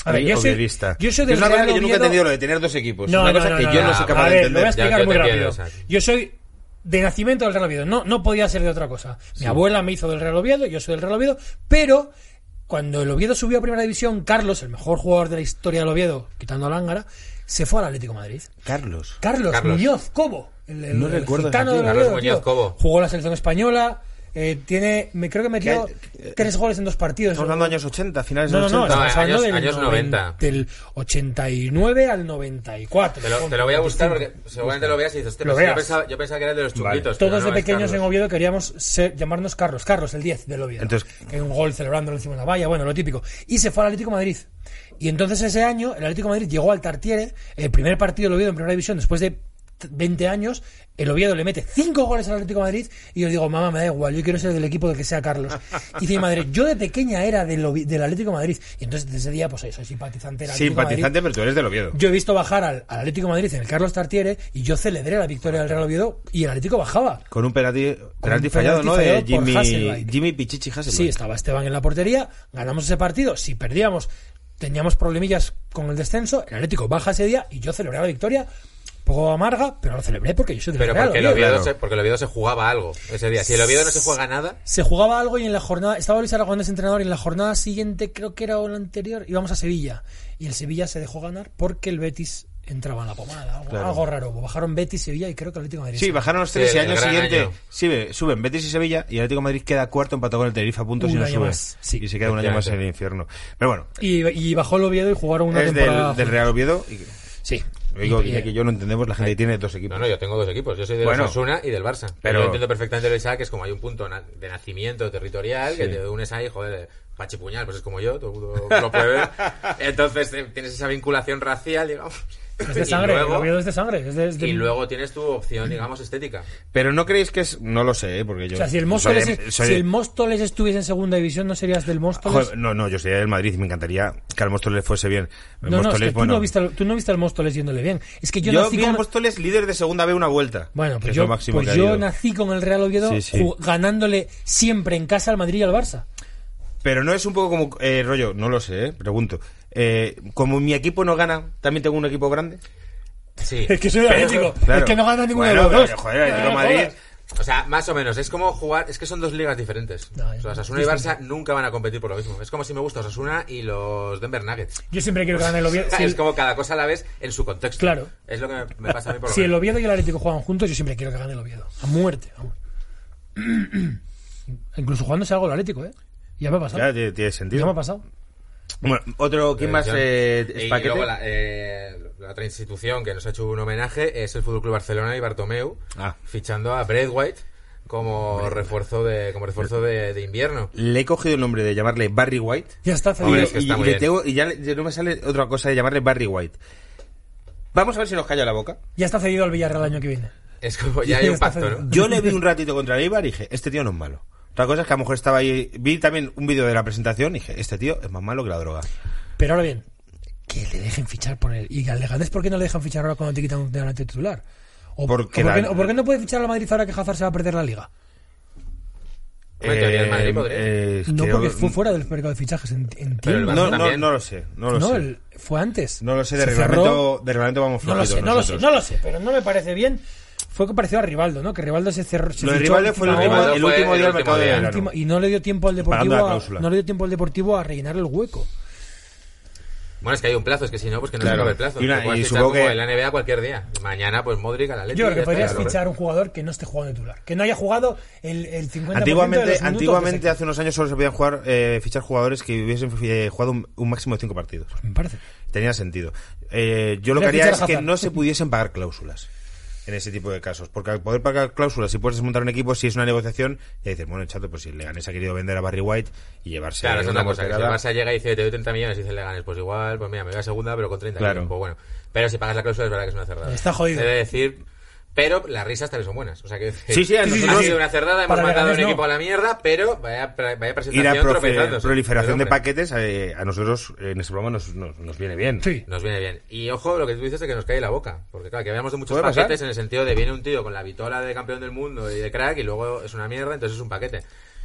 Speaker 3: A ver,
Speaker 1: y
Speaker 3: yo soy-
Speaker 1: oviedista.
Speaker 3: yo soy
Speaker 1: Que es
Speaker 3: del
Speaker 1: una cosa
Speaker 3: Real
Speaker 1: que yo nunca he
Speaker 3: Oviedo.
Speaker 1: entendido lo de tener dos equipos. es Pues una cosa que yo no, soy capaz de
Speaker 3: a ver, Lo voy a
Speaker 1: entender.
Speaker 2: Ya,
Speaker 3: explicar
Speaker 2: yo te
Speaker 3: muy rápido.
Speaker 2: entiendo, exacto.
Speaker 3: Yo soy de nacimiento del Real Oviedo. No, no podía ser de otra cosa. Mi abuela me hizo del Real Oviedo, yo soy del Real Oviedo, pero cuando el Oviedo subió a Primera División, Carlos, el mejor jugador de la historia del Oviedo, quitando a Lángara, se fue al Atlético de Madrid.
Speaker 1: Carlos.
Speaker 3: Carlos,
Speaker 2: Carlos.
Speaker 3: Muñoz Cobo. El, el-
Speaker 1: No
Speaker 3: el
Speaker 1: recuerdo
Speaker 3: gitano
Speaker 1: ese
Speaker 3: del
Speaker 2: tío.
Speaker 3: Oviedo,
Speaker 2: Carlos Muñoz
Speaker 3: tío.
Speaker 2: Cobo.
Speaker 3: Jugó la selección española. eh, tiene, me creo que metió tres goles en dos partidos.
Speaker 1: eh, Estamos hablando de años 80, finales de
Speaker 3: No, no,
Speaker 1: los
Speaker 3: no,
Speaker 1: 80.
Speaker 2: No,
Speaker 3: estamos hablando
Speaker 2: años-
Speaker 3: del,
Speaker 2: años
Speaker 3: 90,
Speaker 2: 90.
Speaker 3: del 89 al 94.
Speaker 2: Te lo, te lo voy a buscar porque seguramente lo veas y dices, "Hostia,
Speaker 3: Lo
Speaker 2: pues yo
Speaker 3: veas.
Speaker 2: pensaba, yo pensaba que era el de los chunguitos. pero
Speaker 3: Todos
Speaker 2: no,
Speaker 3: de
Speaker 2: Pues es
Speaker 3: pequeños
Speaker 2: Carlos.
Speaker 3: en Oviedo queríamos ser- llamarnos Carlos, Carlos el 10 del Oviedo.
Speaker 1: Entonces-
Speaker 3: que hay un gol celebrándolo encima de la valla, bueno, lo típico. Y se fue al Atlético de Madrid. Y entonces ese año el Atlético de Madrid llegó al Tartiere, el primer partido del Oviedo en primera división después de t- 20 años, el Oviedo le mete 5 goles al Atlético de Madrid y yo digo, mamá, me da igual, yo quiero ser del equipo del que sea Carlos. Y dice mi madre, yo de pequeña era del, Ovi- del Atlético de Madrid. Y entonces desde ese día, pues eso, soy simpatizante del Atlético de Madrid.
Speaker 1: Simpatizante, pero tú eres del Oviedo.
Speaker 3: Yo he visto bajar al, al Atlético de Madrid en el Carlos Tartiere y yo celebré la victoria del Real Oviedo y el Atlético bajaba.
Speaker 1: Con un penalti, penalti
Speaker 3: un penalti
Speaker 1: fallado, ¿no?
Speaker 3: fallado
Speaker 1: De
Speaker 3: por
Speaker 1: Jimmy,
Speaker 3: Hasselbaink.
Speaker 1: Jimmy Pichichi Hasselbaink.
Speaker 3: Sí, estaba Esteban en la portería, ganamos ese partido, si perdíamos, teníamos problemillas con el descenso, el Atlético baja ese día y yo celebré la victoria, un poco amarga, pero lo celebré porque yo soy del
Speaker 2: Pero
Speaker 3: Real
Speaker 2: porque el,
Speaker 3: Oviedo.
Speaker 2: Oviedo
Speaker 1: claro.
Speaker 2: se, porque el Oviedo se jugaba algo ese día. Si el Oviedo no se juega nada,
Speaker 3: Se jugaba algo y en la jornada, estaba Luis Aragonés entrenador y en la jornada siguiente, creo que era o la anterior, íbamos a Sevilla y el Sevilla se dejó ganar porque el Betis entraba en la pomada, algo,
Speaker 1: Claro.
Speaker 3: algo raro, bajaron Betis, Sevilla y creo que el Atlético de Madrid.
Speaker 1: Sí, bajaron los tres
Speaker 2: Sí,
Speaker 1: y
Speaker 2: el
Speaker 1: año
Speaker 2: gran
Speaker 1: siguiente
Speaker 2: año.
Speaker 1: sube- suben Betis y Sevilla y el Atlético de Madrid queda cuarto empatado con el Tenerife a puntos
Speaker 3: Un
Speaker 1: y no
Speaker 3: año
Speaker 1: sube.
Speaker 3: más, sí.
Speaker 1: Y se queda un año más en el infierno. Pero bueno,
Speaker 3: Y, y bajó el Oviedo y jugaron una
Speaker 1: es
Speaker 3: temporada.
Speaker 1: del, del Real Oviedo. Y,
Speaker 3: Sí.
Speaker 1: digo,
Speaker 3: Y- eh,
Speaker 1: Guille, que yo no entendemos, la gente que tiene dos equipos.
Speaker 2: no, no, yo tengo dos equipos. Yo soy del
Speaker 1: Bueno.
Speaker 2: Osasuna y del Barça.
Speaker 1: Pero-
Speaker 2: Pero yo entiendo perfectamente lo Isaac, que es como hay un punto na- de nacimiento territorial que te unes ahí, joder, pachipuñal, pues es como yo, todo el mundo lo puede ver. Entonces eh, tienes esa vinculación racial, digamos.
Speaker 3: Es de sangre,
Speaker 2: y
Speaker 3: el Oviedo
Speaker 2: luego,
Speaker 3: es de sangre. Es de- es de-
Speaker 2: y luego tienes tu opción, digamos, estética.
Speaker 1: Pero no creéis que es. No lo sé, ¿eh? porque yo.
Speaker 3: O sea, si el,
Speaker 1: soy
Speaker 3: Móstoles,
Speaker 1: de- soy
Speaker 3: si
Speaker 1: de-
Speaker 3: el Móstoles estuviese en segunda división, ¿no serías del Móstoles?
Speaker 1: Joder, no, no, yo sería del Madrid y me encantaría que al Móstoles le fuese bien. El
Speaker 3: no, no, es
Speaker 1: Móstoles,
Speaker 3: que tú,
Speaker 1: bueno,
Speaker 3: no viste, al- tú no viste al Móstoles yéndole bien. Es que yo,
Speaker 1: Yo,
Speaker 3: nací
Speaker 1: vi al
Speaker 3: con...
Speaker 1: Móstoles líder de segunda B una vuelta.
Speaker 3: Bueno,
Speaker 1: que
Speaker 3: pues
Speaker 1: es lo
Speaker 3: yo,
Speaker 1: máximo
Speaker 3: pues
Speaker 1: que ha
Speaker 3: yo
Speaker 1: habido.
Speaker 3: nací con el Real Oviedo
Speaker 1: Sí, sí.
Speaker 3: ju- ganándole siempre en casa al Madrid y al Barça.
Speaker 1: Pero no es un poco como. eh, rollo, no lo sé, eh, pregunto. Eh, como mi equipo no gana, ¿también tengo un equipo grande.
Speaker 2: Sí.
Speaker 3: Es que soy del
Speaker 2: Pero-
Speaker 3: Atlético. Es que no gana ninguno
Speaker 1: Bueno,
Speaker 3: de los dos.
Speaker 1: pero, joder, el Atlético de Madrid.
Speaker 2: O sea, más o menos, es como jugar, es que son dos ligas diferentes.
Speaker 3: No, es
Speaker 2: o sea, Osasuna y Barça nunca van a competir por lo mismo. Es como si me gusta Osasuna y los Denver Nuggets.
Speaker 3: Yo siempre quiero que gane el Oviedo. Si
Speaker 2: es
Speaker 3: el,
Speaker 2: como cada cosa a la vez en su contexto.
Speaker 3: Claro.
Speaker 2: Es lo que me, me pasa a mí por lo
Speaker 3: si el
Speaker 2: menos.
Speaker 3: Oviedo y el Atlético juegan juntos, yo siempre quiero que gane el Oviedo. A muerte, vamos. Incluso jugándose algo el Atlético, ¿eh? Ya me ha pasado.
Speaker 1: Ya tiene, tiene
Speaker 3: Ya me ha
Speaker 1: sentido.
Speaker 3: pasado.
Speaker 1: Bueno, otro, ¿quién más? eh,
Speaker 2: y
Speaker 1: paquete?
Speaker 2: luego la, eh, la otra institución que nos ha hecho un homenaje es el Fútbol Club Barcelona y Bartomeu,
Speaker 1: Ah.
Speaker 2: fichando a Breadwhite como refuerzo de como refuerzo de, de invierno.
Speaker 1: Le he cogido el nombre de llamarle Barry White.
Speaker 3: Ya está,
Speaker 1: Y,
Speaker 2: Hombre,
Speaker 3: Felipe.
Speaker 2: es que está
Speaker 1: y
Speaker 2: muy
Speaker 1: le
Speaker 2: bien.
Speaker 1: tengo- y ya, le- ya no me sale otra cosa de llamarle Barry White. Vamos a ver si nos calla la boca.
Speaker 3: Ya está cedido al Villarreal el año que viene.
Speaker 2: Es como ya hay un
Speaker 3: Está
Speaker 2: pacto, ¿no?
Speaker 3: feliz.
Speaker 1: Yo le vi un ratito contra el Eibar y dije, este tío no es malo. Otra cosa es que a lo mejor estaba ahí. Vi también un vídeo de la presentación y dije, este tío es más malo que la droga.
Speaker 3: Pero ahora bien, que le dejen fichar por él. ¿Y al Leganés por qué no le dejan fichar ahora cuando te quitan un delante titular? ¿O,
Speaker 1: Porque
Speaker 3: o por
Speaker 1: la-
Speaker 3: qué, no- o por qué no puede fichar al Madrid ahora que Hazard se va a perder la Liga?
Speaker 2: Bueno, en teoría el Madrid podría.
Speaker 1: eh,
Speaker 3: No,
Speaker 1: creo-
Speaker 3: porque fue fuera del mercado de fichajes, en-
Speaker 2: Pero el
Speaker 3: entiendo.
Speaker 2: Barça
Speaker 1: No, no,
Speaker 2: también.
Speaker 1: no lo sé. No lo
Speaker 3: No,
Speaker 1: sé.
Speaker 3: el- fue antes.
Speaker 1: No lo sé. De
Speaker 3: Se cerró.
Speaker 1: reglamento, de reglamento vamos
Speaker 3: No lo
Speaker 1: flojitos
Speaker 3: sé, no lo sé,
Speaker 1: nosotros.
Speaker 3: no lo sé, pero no me parece bien. Fue que pareció a Rivaldo, ¿no? Que Rivaldo se cerró. se
Speaker 1: Lo de
Speaker 3: fichó
Speaker 1: Rivaldo fue el
Speaker 3: una
Speaker 1: último,
Speaker 3: hora,
Speaker 1: el
Speaker 2: fue
Speaker 1: último
Speaker 2: el
Speaker 1: día del
Speaker 2: último
Speaker 1: mercado de
Speaker 2: día.
Speaker 1: verano.
Speaker 3: última- y no le dio tiempo al deportivo.
Speaker 1: Pagando la
Speaker 3: A,
Speaker 1: cláusula.
Speaker 3: no le dio tiempo al deportivo a rellenar el hueco.
Speaker 2: Bueno, es que hay un plazo, es que si no, pues que no
Speaker 1: Claro.
Speaker 2: se acabe el plazo.
Speaker 1: Y una-
Speaker 2: Te puedes
Speaker 1: y
Speaker 2: fichar
Speaker 1: supongo
Speaker 2: como
Speaker 1: que-
Speaker 2: en la NBA cualquier día. Mañana, pues Modric a la
Speaker 3: Yo creo que podrías fichar un jugador que no esté jugando titular, que no haya jugado el, el 50% de los
Speaker 1: Antiguamente,
Speaker 3: minutos
Speaker 1: antiguamente
Speaker 3: que
Speaker 1: hace unos años solo se podían jugar, eh, fichar jugadores que hubiesen eh, jugado un, un máximo de cinco partidos.
Speaker 3: se- me parece.
Speaker 1: Tenía sentido. Eh, yo lo que
Speaker 3: Podrías
Speaker 1: haría
Speaker 3: fichar
Speaker 1: es
Speaker 3: a
Speaker 1: que
Speaker 3: Hazard.
Speaker 1: no se pudiesen pagar cláusulas en ese tipo de casos. Porque al poder pagar cláusulas, si puedes montar un equipo, si es una negociación, ya dices, bueno, chato, pues si Leganés ha querido vender a Barry White y llevarse
Speaker 2: Claro, es
Speaker 1: una
Speaker 2: una cosa. Que si el
Speaker 1: morterada-
Speaker 2: Barça llega y dice, te doy 30 millones, y dice, le ganes, pues igual, pues mira, me voy a segunda, pero con 30
Speaker 1: Claro.
Speaker 2: millones, pues bueno. Pero si pagas la cláusula, es verdad que es una cerrada.
Speaker 3: Está jodido.
Speaker 2: He de decir... Pero las risas también son buenas. O sea que
Speaker 1: Sí, sí, a
Speaker 2: ha
Speaker 1: nosotros-
Speaker 2: sido una cerrada, hemos
Speaker 3: Para
Speaker 2: mandado un
Speaker 3: Leganés no.
Speaker 2: equipo a la mierda, pero vaya, vaya
Speaker 1: Y
Speaker 2: presentación
Speaker 1: la profe-
Speaker 2: tropezando.
Speaker 1: proliferación de
Speaker 2: paquetes
Speaker 1: paquetes eh, a nosotros eh, en este programa nos, nos- nos viene bien.
Speaker 3: Sí.
Speaker 2: Nos viene bien. Y ojo lo que tú dices de que nos cae la boca. Porque claro, que hablamos de muchos
Speaker 1: ¿Puede pasar?
Speaker 2: paquetes en el sentido de viene un tío con la vitola de campeón del mundo y de crack y luego es una mierda, entonces es un paquete.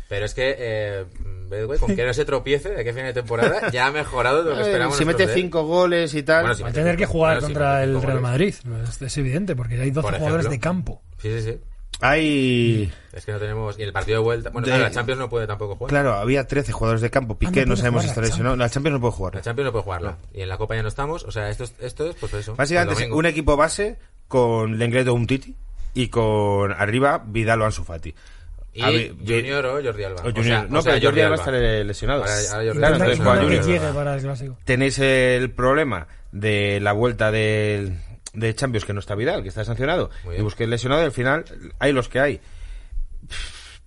Speaker 2: Pero es que, eh, Bedway, con que no se tropiece de que final de temporada, ya ha mejorado de lo que
Speaker 1: Eh,
Speaker 2: esperamos.
Speaker 1: si mete
Speaker 2: nosotros de él.
Speaker 1: cinco goles y tal.
Speaker 2: Bueno, sí.
Speaker 3: Al tener que jugar
Speaker 2: Bueno, sí,
Speaker 3: contra
Speaker 2: pero
Speaker 3: el
Speaker 2: cinco
Speaker 3: Real
Speaker 2: goles.
Speaker 3: Madrid, es, es evidente, porque hay 12
Speaker 2: Por
Speaker 3: jugadores
Speaker 2: ejemplo.
Speaker 3: de campo.
Speaker 2: Sí, sí, sí.
Speaker 1: Hay.
Speaker 2: Es que no tenemos. Y el partido de vuelta. Bueno,
Speaker 1: De-
Speaker 2: claro, la Champions no puede tampoco jugar.
Speaker 1: Claro, había 13 jugadores de campo. Piqué,
Speaker 3: Ah, no
Speaker 1: no,
Speaker 3: puede
Speaker 1: sabemos si
Speaker 3: jugar
Speaker 1: está
Speaker 3: la
Speaker 1: lesionado. La Champions no puede jugar.
Speaker 2: La Champions no puede jugarla. Y en la Copa ya no estamos. O sea, esto es, esto es pues eso.
Speaker 1: Básicamente
Speaker 2: el
Speaker 1: es
Speaker 2: domingo.
Speaker 1: un equipo base con Lenglet o un Titi y con arriba Vidal o Ansu Fati.
Speaker 2: Y
Speaker 1: A ver,
Speaker 2: Junior o Jordi Alba.
Speaker 1: o
Speaker 2: O sea-
Speaker 1: Junior.
Speaker 2: o
Speaker 1: no,
Speaker 2: sea,
Speaker 1: pero Jordi Alba
Speaker 2: Alba.
Speaker 1: estará lesionado.
Speaker 2: Ahora- ahora Jordi
Speaker 1: Claro,
Speaker 2: Alba.
Speaker 3: Intentar-
Speaker 1: entonces juega
Speaker 3: intentar que
Speaker 1: Junior.
Speaker 3: llegue para el clásico.
Speaker 1: Tenéis el problema de la vuelta del, de Champions que no está Vidal, que está sancionado.
Speaker 2: Muy
Speaker 1: Y
Speaker 2: bien.
Speaker 1: busqué el lesionado y al final hay los que hay.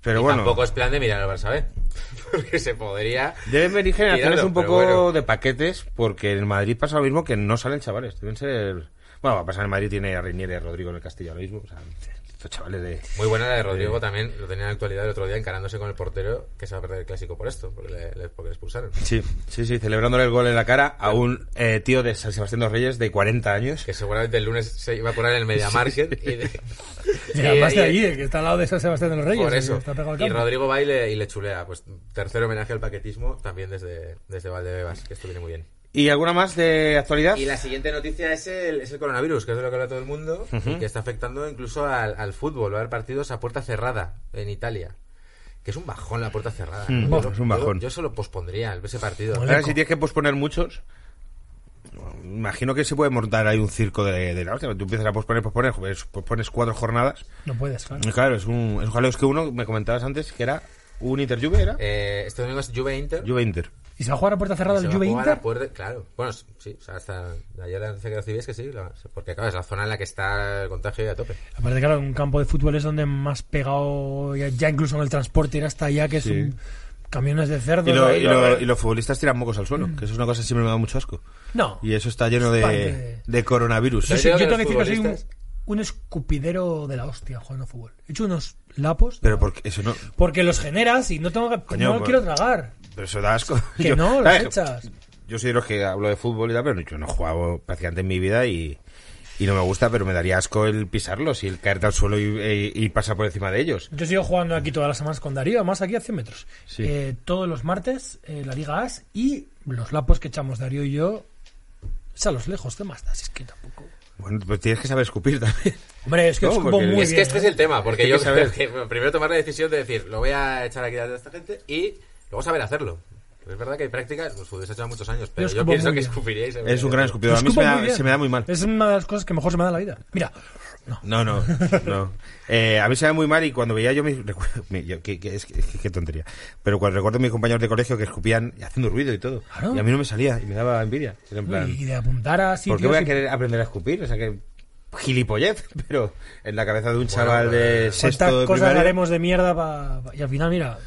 Speaker 1: Pero
Speaker 2: Y
Speaker 1: bueno,
Speaker 2: Tampoco es plan de mirar al Barça B. Porque se podría.
Speaker 1: deben venir generaciones
Speaker 2: Tirado,
Speaker 1: un
Speaker 2: pero
Speaker 1: poco
Speaker 2: bueno.
Speaker 1: de paquetes porque en Madrid pasa lo mismo que no salen chavales. Deben ser... Bueno, va a pasar en Madrid, tiene a Reinier y a Rodrigo en el Castillo ahora mismo. O sea, estos chavales de...
Speaker 2: Muy buena la de Rodrigo también, lo tenía en la actualidad el otro día encarándose con el portero que se va a perder el clásico por esto, porque le, le- porque le expulsaron.
Speaker 1: Sí, sí, sí, celebrándole el gol en la cara a un eh, tío de San Sebastián de los Reyes de 40 años.
Speaker 2: Que seguramente el lunes se iba a curar en el Media Market. Y de-
Speaker 3: Y
Speaker 2: y-
Speaker 3: además de
Speaker 2: y-
Speaker 3: allí, el que está al lado de San Sebastián de los Reyes.
Speaker 2: Por
Speaker 3: el
Speaker 2: eso.
Speaker 3: que está pegado al
Speaker 2: Y
Speaker 3: campo.
Speaker 2: Rodrigo va y le, y le chulea. Pues tercer homenaje al paquetismo también desde, desde Valdebebas, que esto viene muy bien.
Speaker 1: ¿Y alguna más de actualidad?
Speaker 2: Y la siguiente noticia es el, es el coronavirus, que es de lo que habla todo el mundo, y que está afectando incluso al, al fútbol. Va a haber partidos a puerta cerrada en Italia. Que es un bajón la puerta cerrada.
Speaker 1: Mm,
Speaker 2: Yo
Speaker 1: es
Speaker 2: lo-
Speaker 1: un
Speaker 2: yo-
Speaker 1: bajón.
Speaker 2: Yo, solo pospondría ese partido. Eh,
Speaker 3: Moleco.
Speaker 1: Ahora, si tienes que posponer muchos, imagino que se puede montar ahí un circo de, de la hostia. Tú empiezas a posponer, posponer, pues, pospones cuatro jornadas.
Speaker 3: No puedes, claro.
Speaker 1: Y claro, es un, es un jaleo. Es que uno, me comentabas antes, que era un Inter-Juve, ¿era?
Speaker 2: Eh, este domingo es Juve Inter.
Speaker 1: Juve-Inter.
Speaker 3: ¿Y se va a jugar a puerta cerrada
Speaker 2: Se
Speaker 3: el
Speaker 2: va a
Speaker 3: Juve
Speaker 2: jugar
Speaker 3: Inter?
Speaker 2: a puerta- claro. Bueno, s- sí, o sea, hasta ayer la noticia que recibí es que sí, la- porque claro, es la zona en la que está el contagio a tope.
Speaker 3: Aparte, claro, un campo de fútbol es donde más pegado, ya, ya incluso en el transporte, ir hasta allá, que es
Speaker 1: Sí.
Speaker 3: un- camiones de cerdo.
Speaker 1: Y, lo- y
Speaker 3: ¿no?
Speaker 1: lo- y los futbolistas tiran mocos al suelo, que eso es una cosa que siempre me da mucho asco.
Speaker 3: No.
Speaker 1: Y eso está lleno de,
Speaker 3: Parte-
Speaker 1: de coronavirus.
Speaker 3: Yo,
Speaker 2: Pero
Speaker 3: soy-
Speaker 2: creo
Speaker 3: yo
Speaker 2: que
Speaker 3: tengo que
Speaker 2: los
Speaker 3: decir que soy un,
Speaker 2: futbolistas-
Speaker 3: un escupidero de la hostia jugando a fútbol. He hecho unos lapos
Speaker 1: Pero porque eso no...
Speaker 3: porque los generas y no tengo que,
Speaker 1: Coño,
Speaker 3: no
Speaker 1: pues-
Speaker 3: quiero tragar.
Speaker 1: Pero eso da asco.
Speaker 3: Que no, los
Speaker 1: ¿sabes?
Speaker 3: echas.
Speaker 1: Yo soy de los que hablo de fútbol y tal, pero yo no he jugado prácticamente en mi vida y, y no me gusta, pero me daría asco el pisarlos y el caerte al suelo y, e, y- y pasar por encima de ellos.
Speaker 3: Yo sigo jugando aquí todas las semanas con Darío, además aquí a 100 metros.
Speaker 1: Sí.
Speaker 3: Eh, todos los martes, eh, la Liga AS y los lapos que echamos Darío y yo. Es a los lejos, ¿qué más da? Si es que tampoco.
Speaker 1: Bueno, pues tienes que saber escupir también.
Speaker 3: Hombre, es que
Speaker 1: No,
Speaker 3: escupo
Speaker 1: porque-
Speaker 3: muy
Speaker 2: es
Speaker 3: bien.
Speaker 2: que este
Speaker 3: ¿eh?
Speaker 2: es el tema, porque
Speaker 1: Es que
Speaker 2: yo
Speaker 1: hay que saber.
Speaker 2: creo que primero tomar la decisión de decir, lo voy a echar aquí a esta gente y luego saber hacerlo. Es verdad que hay prácticas, los futbolistas llevan muchos años, pero
Speaker 3: Yo
Speaker 2: yo
Speaker 3: escupo
Speaker 2: pienso
Speaker 3: muy
Speaker 2: que
Speaker 3: bien.
Speaker 2: escupiríais.
Speaker 1: Es un gran escupidor. A mí se
Speaker 3: Escupo
Speaker 1: me,
Speaker 3: muy
Speaker 1: da,
Speaker 3: bien.
Speaker 1: se me da muy mal.
Speaker 3: Es una de las cosas que mejor se me da en la vida. Mira,
Speaker 1: No, no, no. Eh, a mí se me da muy mal y cuando veía yo mis. recuerdo- me- yo- que- que- es que- qué tontería. Pero cuando recuerdo a mis compañeros de colegio que escupían haciendo ruido y todo.
Speaker 3: Claro.
Speaker 1: Y a mí no me salía y me daba envidia. Era en plan,
Speaker 3: y de apuntar a
Speaker 1: ¿Por
Speaker 3: sitios
Speaker 1: qué voy a
Speaker 3: y-
Speaker 1: querer aprender a escupir? O sea que. Gilipollez, pero en la cabeza de un chaval de
Speaker 2: pues,
Speaker 1: sexto
Speaker 3: eh, cuántas
Speaker 1: de
Speaker 3: cosas
Speaker 1: primaria-
Speaker 3: haremos de mierda pa- pa- y al final, mira,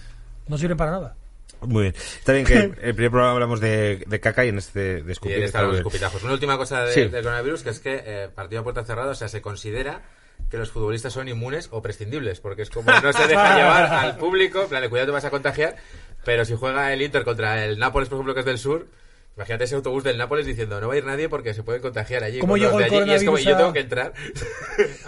Speaker 3: no sirven para nada.
Speaker 1: Muy bien. Está bien que el primer programa hablamos de, de caca y en este de
Speaker 2: Y
Speaker 1: escupir.
Speaker 2: en
Speaker 1: está
Speaker 2: esta los
Speaker 1: bien.
Speaker 2: escupitajos. Una última cosa de-
Speaker 1: Sí.
Speaker 2: del coronavirus, que es que eh, partido a puerta cerrada, o sea, se considera que los futbolistas son inmunes o prescindibles, porque es como no se deja llevar al público, en plan, de cuidado te vas a contagiar, pero si juega el Inter contra el Nápoles, por ejemplo, que es del sur, imagínate ese autobús del Nápoles diciendo, no va a ir nadie porque se puede contagiar allí.
Speaker 3: ¿Cómo
Speaker 2: con los
Speaker 3: llegó
Speaker 2: de
Speaker 3: el
Speaker 2: allí", Y es como,
Speaker 3: coronavirus
Speaker 2: yo
Speaker 3: a-
Speaker 2: tengo que entrar.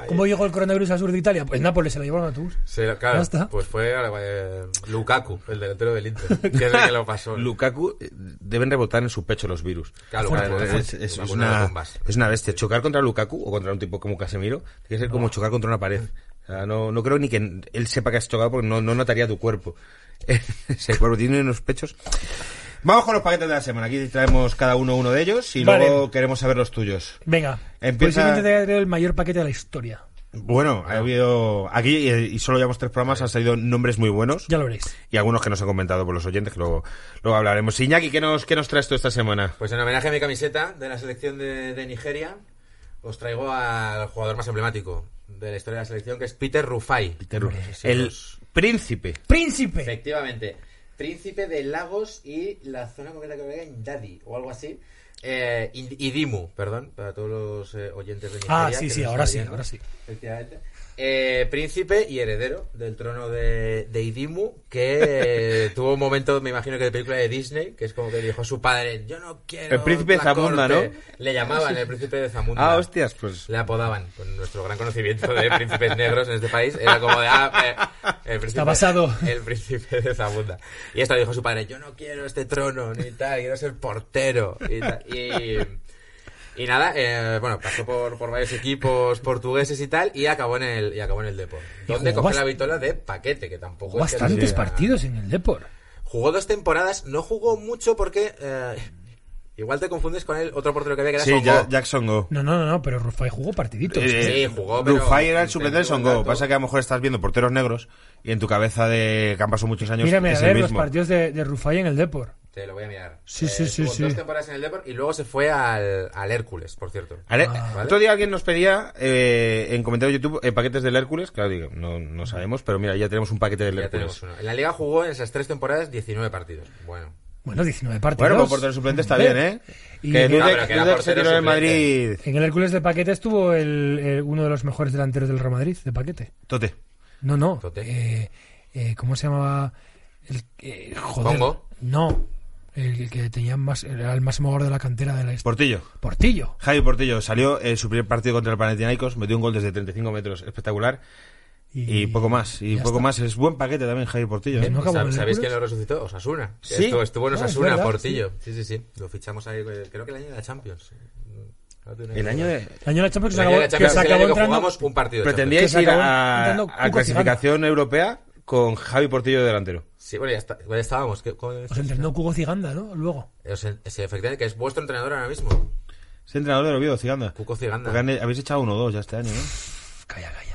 Speaker 3: ¿Cómo llegó el coronavirus al sur de Italia? Pues Nápoles se lo llevaron a autobús.
Speaker 2: Se lo- claro,
Speaker 3: Ya está.
Speaker 2: pues fue eh, Lukaku, el delantero del Inter, que es el que lo pasó.
Speaker 1: Lukaku eh, deben rebotar en su pecho los virus.
Speaker 2: Claro,
Speaker 1: Porque
Speaker 2: claro,
Speaker 1: es-
Speaker 2: claro.
Speaker 1: es, es
Speaker 2: Lukaku no da
Speaker 1: una,
Speaker 2: bombas.
Speaker 1: es una bestia. Chocar contra Lukaku o contra un tipo como Casemiro tiene que ser como chocar contra una pared. O sea, no, no creo ni que él sepa que has chocado porque no, no notaría tu cuerpo. Ese cuerpo tiene unos pechos. Vamos con los paquetes de la semana. Aquí traemos cada uno uno de ellos y
Speaker 3: Vale.
Speaker 1: luego queremos saber los tuyos.
Speaker 3: Venga,
Speaker 1: Empieza-
Speaker 3: posiblemente te haya traído el mayor paquete de la historia.
Speaker 1: Bueno, ha habido. Aquí, eh, y solo llevamos tres programas, han salido nombres muy buenos.
Speaker 3: Ya lo veréis.
Speaker 1: Y algunos que nos han comentado por los oyentes, que luego, luego hablaremos. Iñaki, ¿qué nos, ¿qué nos traes tú esta semana?
Speaker 2: Pues en homenaje a mi camiseta de la selección de, de Nigeria, os traigo al jugador más emblemático de la historia de la selección, que es Peter Rufai. Sí,
Speaker 1: El
Speaker 2: pues,
Speaker 1: príncipe.
Speaker 3: ¡Príncipe!
Speaker 2: Efectivamente. Príncipe de Lagos y la zona concreta que era Indadi, o algo así. Eh, Ind- Idimu, perdón, para todos los eh, oyentes de Nigeria.
Speaker 3: Ah, sí,
Speaker 2: que
Speaker 3: sí,
Speaker 2: nos
Speaker 3: ahora
Speaker 2: están
Speaker 3: sí,
Speaker 2: oyendo.
Speaker 3: ahora sí.
Speaker 2: Efectivamente. Eh, príncipe y heredero del trono de, de Idimu, que eh, tuvo un momento, me imagino que de película de Disney, que es como que dijo a su padre, yo no quiero...
Speaker 1: El príncipe de
Speaker 2: la
Speaker 1: Zamunda,
Speaker 2: corte".
Speaker 1: ¿no?
Speaker 2: Le llamaban el príncipe de Zamunda.
Speaker 1: Ah, hostias, pues.
Speaker 2: Le apodaban, con nuestro gran conocimiento de príncipes negros en este país, era como de, ah, eh, el príncipe,
Speaker 3: Está basado.
Speaker 2: El príncipe de Zamunda. Y esto le dijo su padre, yo no quiero este trono, ni tal, quiero ser portero, y tal. Y... Y nada, eh, bueno, pasó por, por varios equipos portugueses y tal, y acabó en el, y acabó en el Depor. Donde
Speaker 3: jugó
Speaker 2: cogió
Speaker 3: bast-
Speaker 2: la vitola de paquete, que tampoco
Speaker 3: Jugó
Speaker 2: es que
Speaker 3: bastantes
Speaker 2: tuviera-
Speaker 3: partidos en el Depor.
Speaker 2: Jugó dos temporadas, no jugó mucho porque, eh, igual te confundes con el otro portero que había que era
Speaker 1: Sí,
Speaker 2: Songo.
Speaker 1: Ja- Jackson Go.
Speaker 3: No, no, no, no, pero Rufai jugó partiditos.
Speaker 1: Eh,
Speaker 2: Sí, jugó, pero-
Speaker 1: Rufai era el suplente de Son
Speaker 2: Tengo el
Speaker 1: Go.
Speaker 2: dato.
Speaker 1: Pasa que a lo mejor estás viendo porteros negros y en tu cabeza de que han pasado muchos años
Speaker 3: Mírame
Speaker 1: es
Speaker 3: a ver
Speaker 1: el
Speaker 3: los
Speaker 1: mismo.
Speaker 3: partidos de, de Rufai en el Depor.
Speaker 2: Te lo voy a mirar. Eh,
Speaker 3: Sí, sí, sí,
Speaker 2: estuvo
Speaker 3: sí.
Speaker 2: Dos temporadas en el Depor y luego se fue al, al Hércules, por cierto.
Speaker 1: Ale-
Speaker 2: Ah, ¿Vale?
Speaker 1: Otro día alguien nos pedía eh, en comentarios de YouTube eh, paquetes del Hércules. Claro, digo, no, no sabemos, pero mira, ya tenemos un paquete del
Speaker 2: Ya
Speaker 1: Hércules.
Speaker 2: tenemos uno. En la liga jugó en esas tres temporadas 19 partidos. Bueno.
Speaker 3: Bueno, 19 partidos.
Speaker 1: Bueno, pues por portero suplente está bien, ¿eh?
Speaker 3: Y-
Speaker 1: que
Speaker 2: No,
Speaker 1: dude,
Speaker 2: pero que era
Speaker 1: dude que se
Speaker 2: portero
Speaker 1: tiró en
Speaker 2: suplente.
Speaker 1: Madrid.
Speaker 3: En el Hércules de Paquete estuvo el, el- uno de los mejores delanteros del Real Madrid, de Paquete.
Speaker 1: Tote.
Speaker 3: No, no.
Speaker 2: Tote.
Speaker 3: eh, eh, ¿Cómo se llamaba? El, eh, joder.
Speaker 2: Pongo.
Speaker 3: No. El, el que tenía más, era el máximo jugador de la cantera de la historia.
Speaker 1: Portillo.
Speaker 3: Portillo.
Speaker 1: Javi Portillo salió en su primer partido contra el Panathinaikos, metió un gol desde 35 metros, espectacular. Y, poco más, y
Speaker 3: ya
Speaker 1: poco
Speaker 3: está.
Speaker 1: más. Es buen paquete también Javi Portillo. ¿eh?
Speaker 3: No acabó en
Speaker 2: ¿Sab-
Speaker 3: el
Speaker 2: ¿Sabéis
Speaker 3: Hércules?
Speaker 2: quién lo resucitó? Osasuna. Que
Speaker 1: Sí.
Speaker 2: Estuvo, estuvo en
Speaker 3: Ah, es
Speaker 2: Osasuna,
Speaker 3: verdad,
Speaker 2: Portillo. Sí. sí, sí, Lo fichamos ahí, eh, creo que el año de la Champions. Ahora tengo
Speaker 1: El
Speaker 2: que-
Speaker 1: año de...
Speaker 3: El año de la Champions que
Speaker 2: El
Speaker 3: se
Speaker 2: año de
Speaker 3: acabó,
Speaker 2: la Champions
Speaker 3: que se
Speaker 2: es el
Speaker 3: acabó
Speaker 2: año que
Speaker 3: entrando.
Speaker 2: jugamos un partido. de Champions.
Speaker 1: Pretendíais
Speaker 3: Que se
Speaker 1: ir
Speaker 3: acabó
Speaker 1: a,
Speaker 3: entrando
Speaker 1: a
Speaker 3: un
Speaker 1: clasificación europea con Javi Portillo delantero.
Speaker 2: Sí, bueno, ya, está, bueno, ya estábamos. ¿Qué- cómo-
Speaker 3: Os entrenó Cugo Ciganda, ¿no? Luego.
Speaker 2: Os en- sí, efectivamente, que es vuestro entrenador ahora mismo.
Speaker 1: Es entrenador de Oviedo, Ciganda.
Speaker 2: Cuco Ciganda.
Speaker 1: Porque han- habéis echado uno o dos ya este año, ¿no?
Speaker 3: Pff, Calla, calla.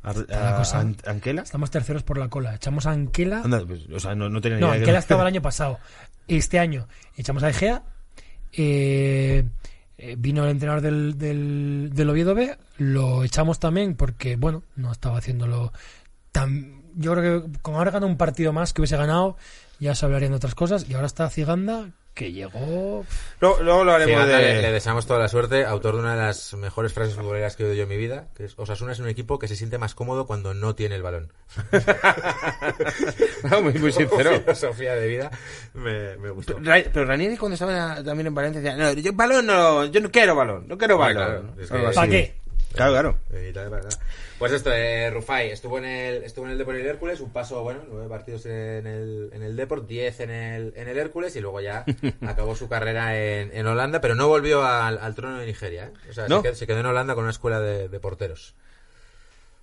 Speaker 1: A,
Speaker 3: la
Speaker 1: a-
Speaker 3: cosa.
Speaker 1: An- ¿Anquela?
Speaker 3: Estamos terceros por la cola. Echamos a Anquela.
Speaker 1: Anda, pues, o sea, no, no tenía ni
Speaker 3: No,
Speaker 1: idea que-
Speaker 3: Anquela estaba el año pasado. Este año echamos a Egea. eh, eh, vino el entrenador del, del, del Oviedo B. Lo echamos también porque, bueno, no estaba haciéndolo tan. Yo creo que con haber ganado un partido más que hubiese ganado, ya se hablarían de otras cosas. Y ahora está Ciganda, que llegó.
Speaker 1: Luego, luego lo haremos
Speaker 2: Ciganda,
Speaker 1: de...
Speaker 2: le, le deseamos toda la suerte, autor de una de las mejores frases futboleras que he oído yo en mi vida, que es Osasuna es un equipo que se siente más cómodo cuando no tiene el balón.
Speaker 1: No, muy, muy sincero.
Speaker 2: filosofía de vida me, me gustó.
Speaker 1: Ra- Pero Ranieri cuando estaba también en Valencia decía, no, yo balón no, yo no quiero balón, no quiero
Speaker 2: Hombre,
Speaker 1: balón.
Speaker 2: claro, es
Speaker 1: Algo
Speaker 2: que-
Speaker 1: así.
Speaker 3: ¿Para qué?
Speaker 1: Claro, claro.
Speaker 2: Eh, y tal, tal, tal. Pues esto, eh, Rufai estuvo en el estuvo en el Depor y el Hércules, un paso bueno, nueve partidos en el, en el Depor, diez en el, en el Hércules y luego ya acabó su carrera en, en Holanda, pero no volvió al, al trono de Nigeria. ¿eh? O sea,
Speaker 1: No.
Speaker 2: se, quedó, se quedó en Holanda con una escuela de, de porteros.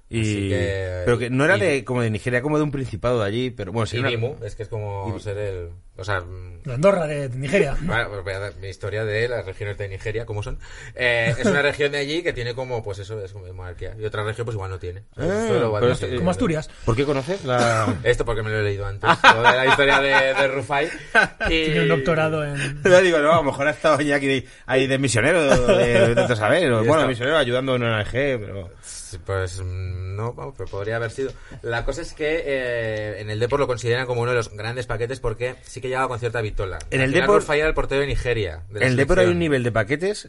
Speaker 1: Y,
Speaker 2: Así que-
Speaker 1: pero que no era
Speaker 2: y-
Speaker 1: de como de Nigeria, como de un principado de allí, pero bueno, sí,
Speaker 2: y
Speaker 1: era-
Speaker 2: Dimu, es que es como ser el, O sea, mm,
Speaker 3: De Andorra, de, de Nigeria.
Speaker 2: Bueno, pues voy a dar mi historia de las regiones de Nigeria, ¿cómo son? Eh, es una región de allí que tiene como, pues eso, es como monarquía. Y otra región, pues igual no tiene. O sea,
Speaker 1: Ah,
Speaker 2: solo va a
Speaker 1: pero
Speaker 2: tener-
Speaker 1: esto-
Speaker 3: Como Asturias.
Speaker 1: ¿Por qué conoces la.?
Speaker 2: Esto porque me lo he leído antes, lo de la historia de, de Rufai. Y-
Speaker 3: Tiene un doctorado en.
Speaker 1: Yo digo, no, a lo mejor ha estado ya aquí de, ahí de misionero, de, de, de saber. o-
Speaker 2: Y
Speaker 1: Bueno,
Speaker 2: está.
Speaker 1: misionero ayudando en una ONG, pero.
Speaker 2: Sí, Pues mm, no, vamos, pero podría haber sido. La cosa es que eh, en el Depor lo consideran como uno de los grandes paquetes porque sí que llegaba con cierta vitola.
Speaker 1: En el
Speaker 2: Al final
Speaker 1: Depor-
Speaker 2: Rufai era el portero de Nigeria. de la
Speaker 1: En el Depor hay
Speaker 2: selección.
Speaker 1: un nivel de paquetes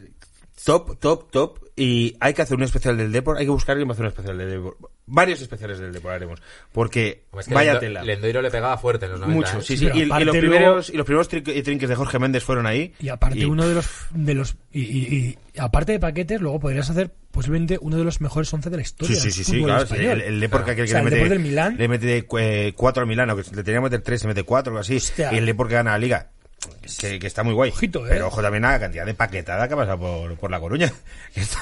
Speaker 1: top, top, top. Y hay que hacer un especial del Depor. Hay que buscar alguien para hacer un especial del Depor. Varios especiales del Depor haremos. Porque
Speaker 2: Hombre, es que
Speaker 1: vaya
Speaker 2: Lendo-
Speaker 1: tela.
Speaker 2: Lendoiro le pegaba fuerte en los 90.
Speaker 1: Mucho,
Speaker 2: ¿eh?
Speaker 1: sí, sí.
Speaker 3: Sí, pero
Speaker 1: Y, y
Speaker 3: aparte
Speaker 1: los
Speaker 3: luego-
Speaker 1: primeros, y los primeros tri- trinques de Jorge Méndez fueron ahí.
Speaker 3: Y aparte, uno de los. De los y, y- y aparte de paquetes, luego podrías hacer posiblemente uno de los mejores 11 de la historia.
Speaker 1: Sí, sí,
Speaker 3: del
Speaker 1: sí, sí,
Speaker 3: fútbol
Speaker 1: claro. sí,
Speaker 3: español.
Speaker 1: el, el Depor que aquel
Speaker 3: O sea,
Speaker 1: que
Speaker 3: el
Speaker 1: le mete,
Speaker 3: Depor del Milán.
Speaker 1: le mete eh, cuatro al Milán, o que le tenía que meter tres, se mete cuatro, algo así.
Speaker 3: Hostia.
Speaker 1: Y el Depor que gana la Liga. Que, que está muy guay.
Speaker 3: Ojito, ¿eh?
Speaker 1: Pero ojo también a la cantidad de paquetada que ha pasado por, por La Coruña. Esto,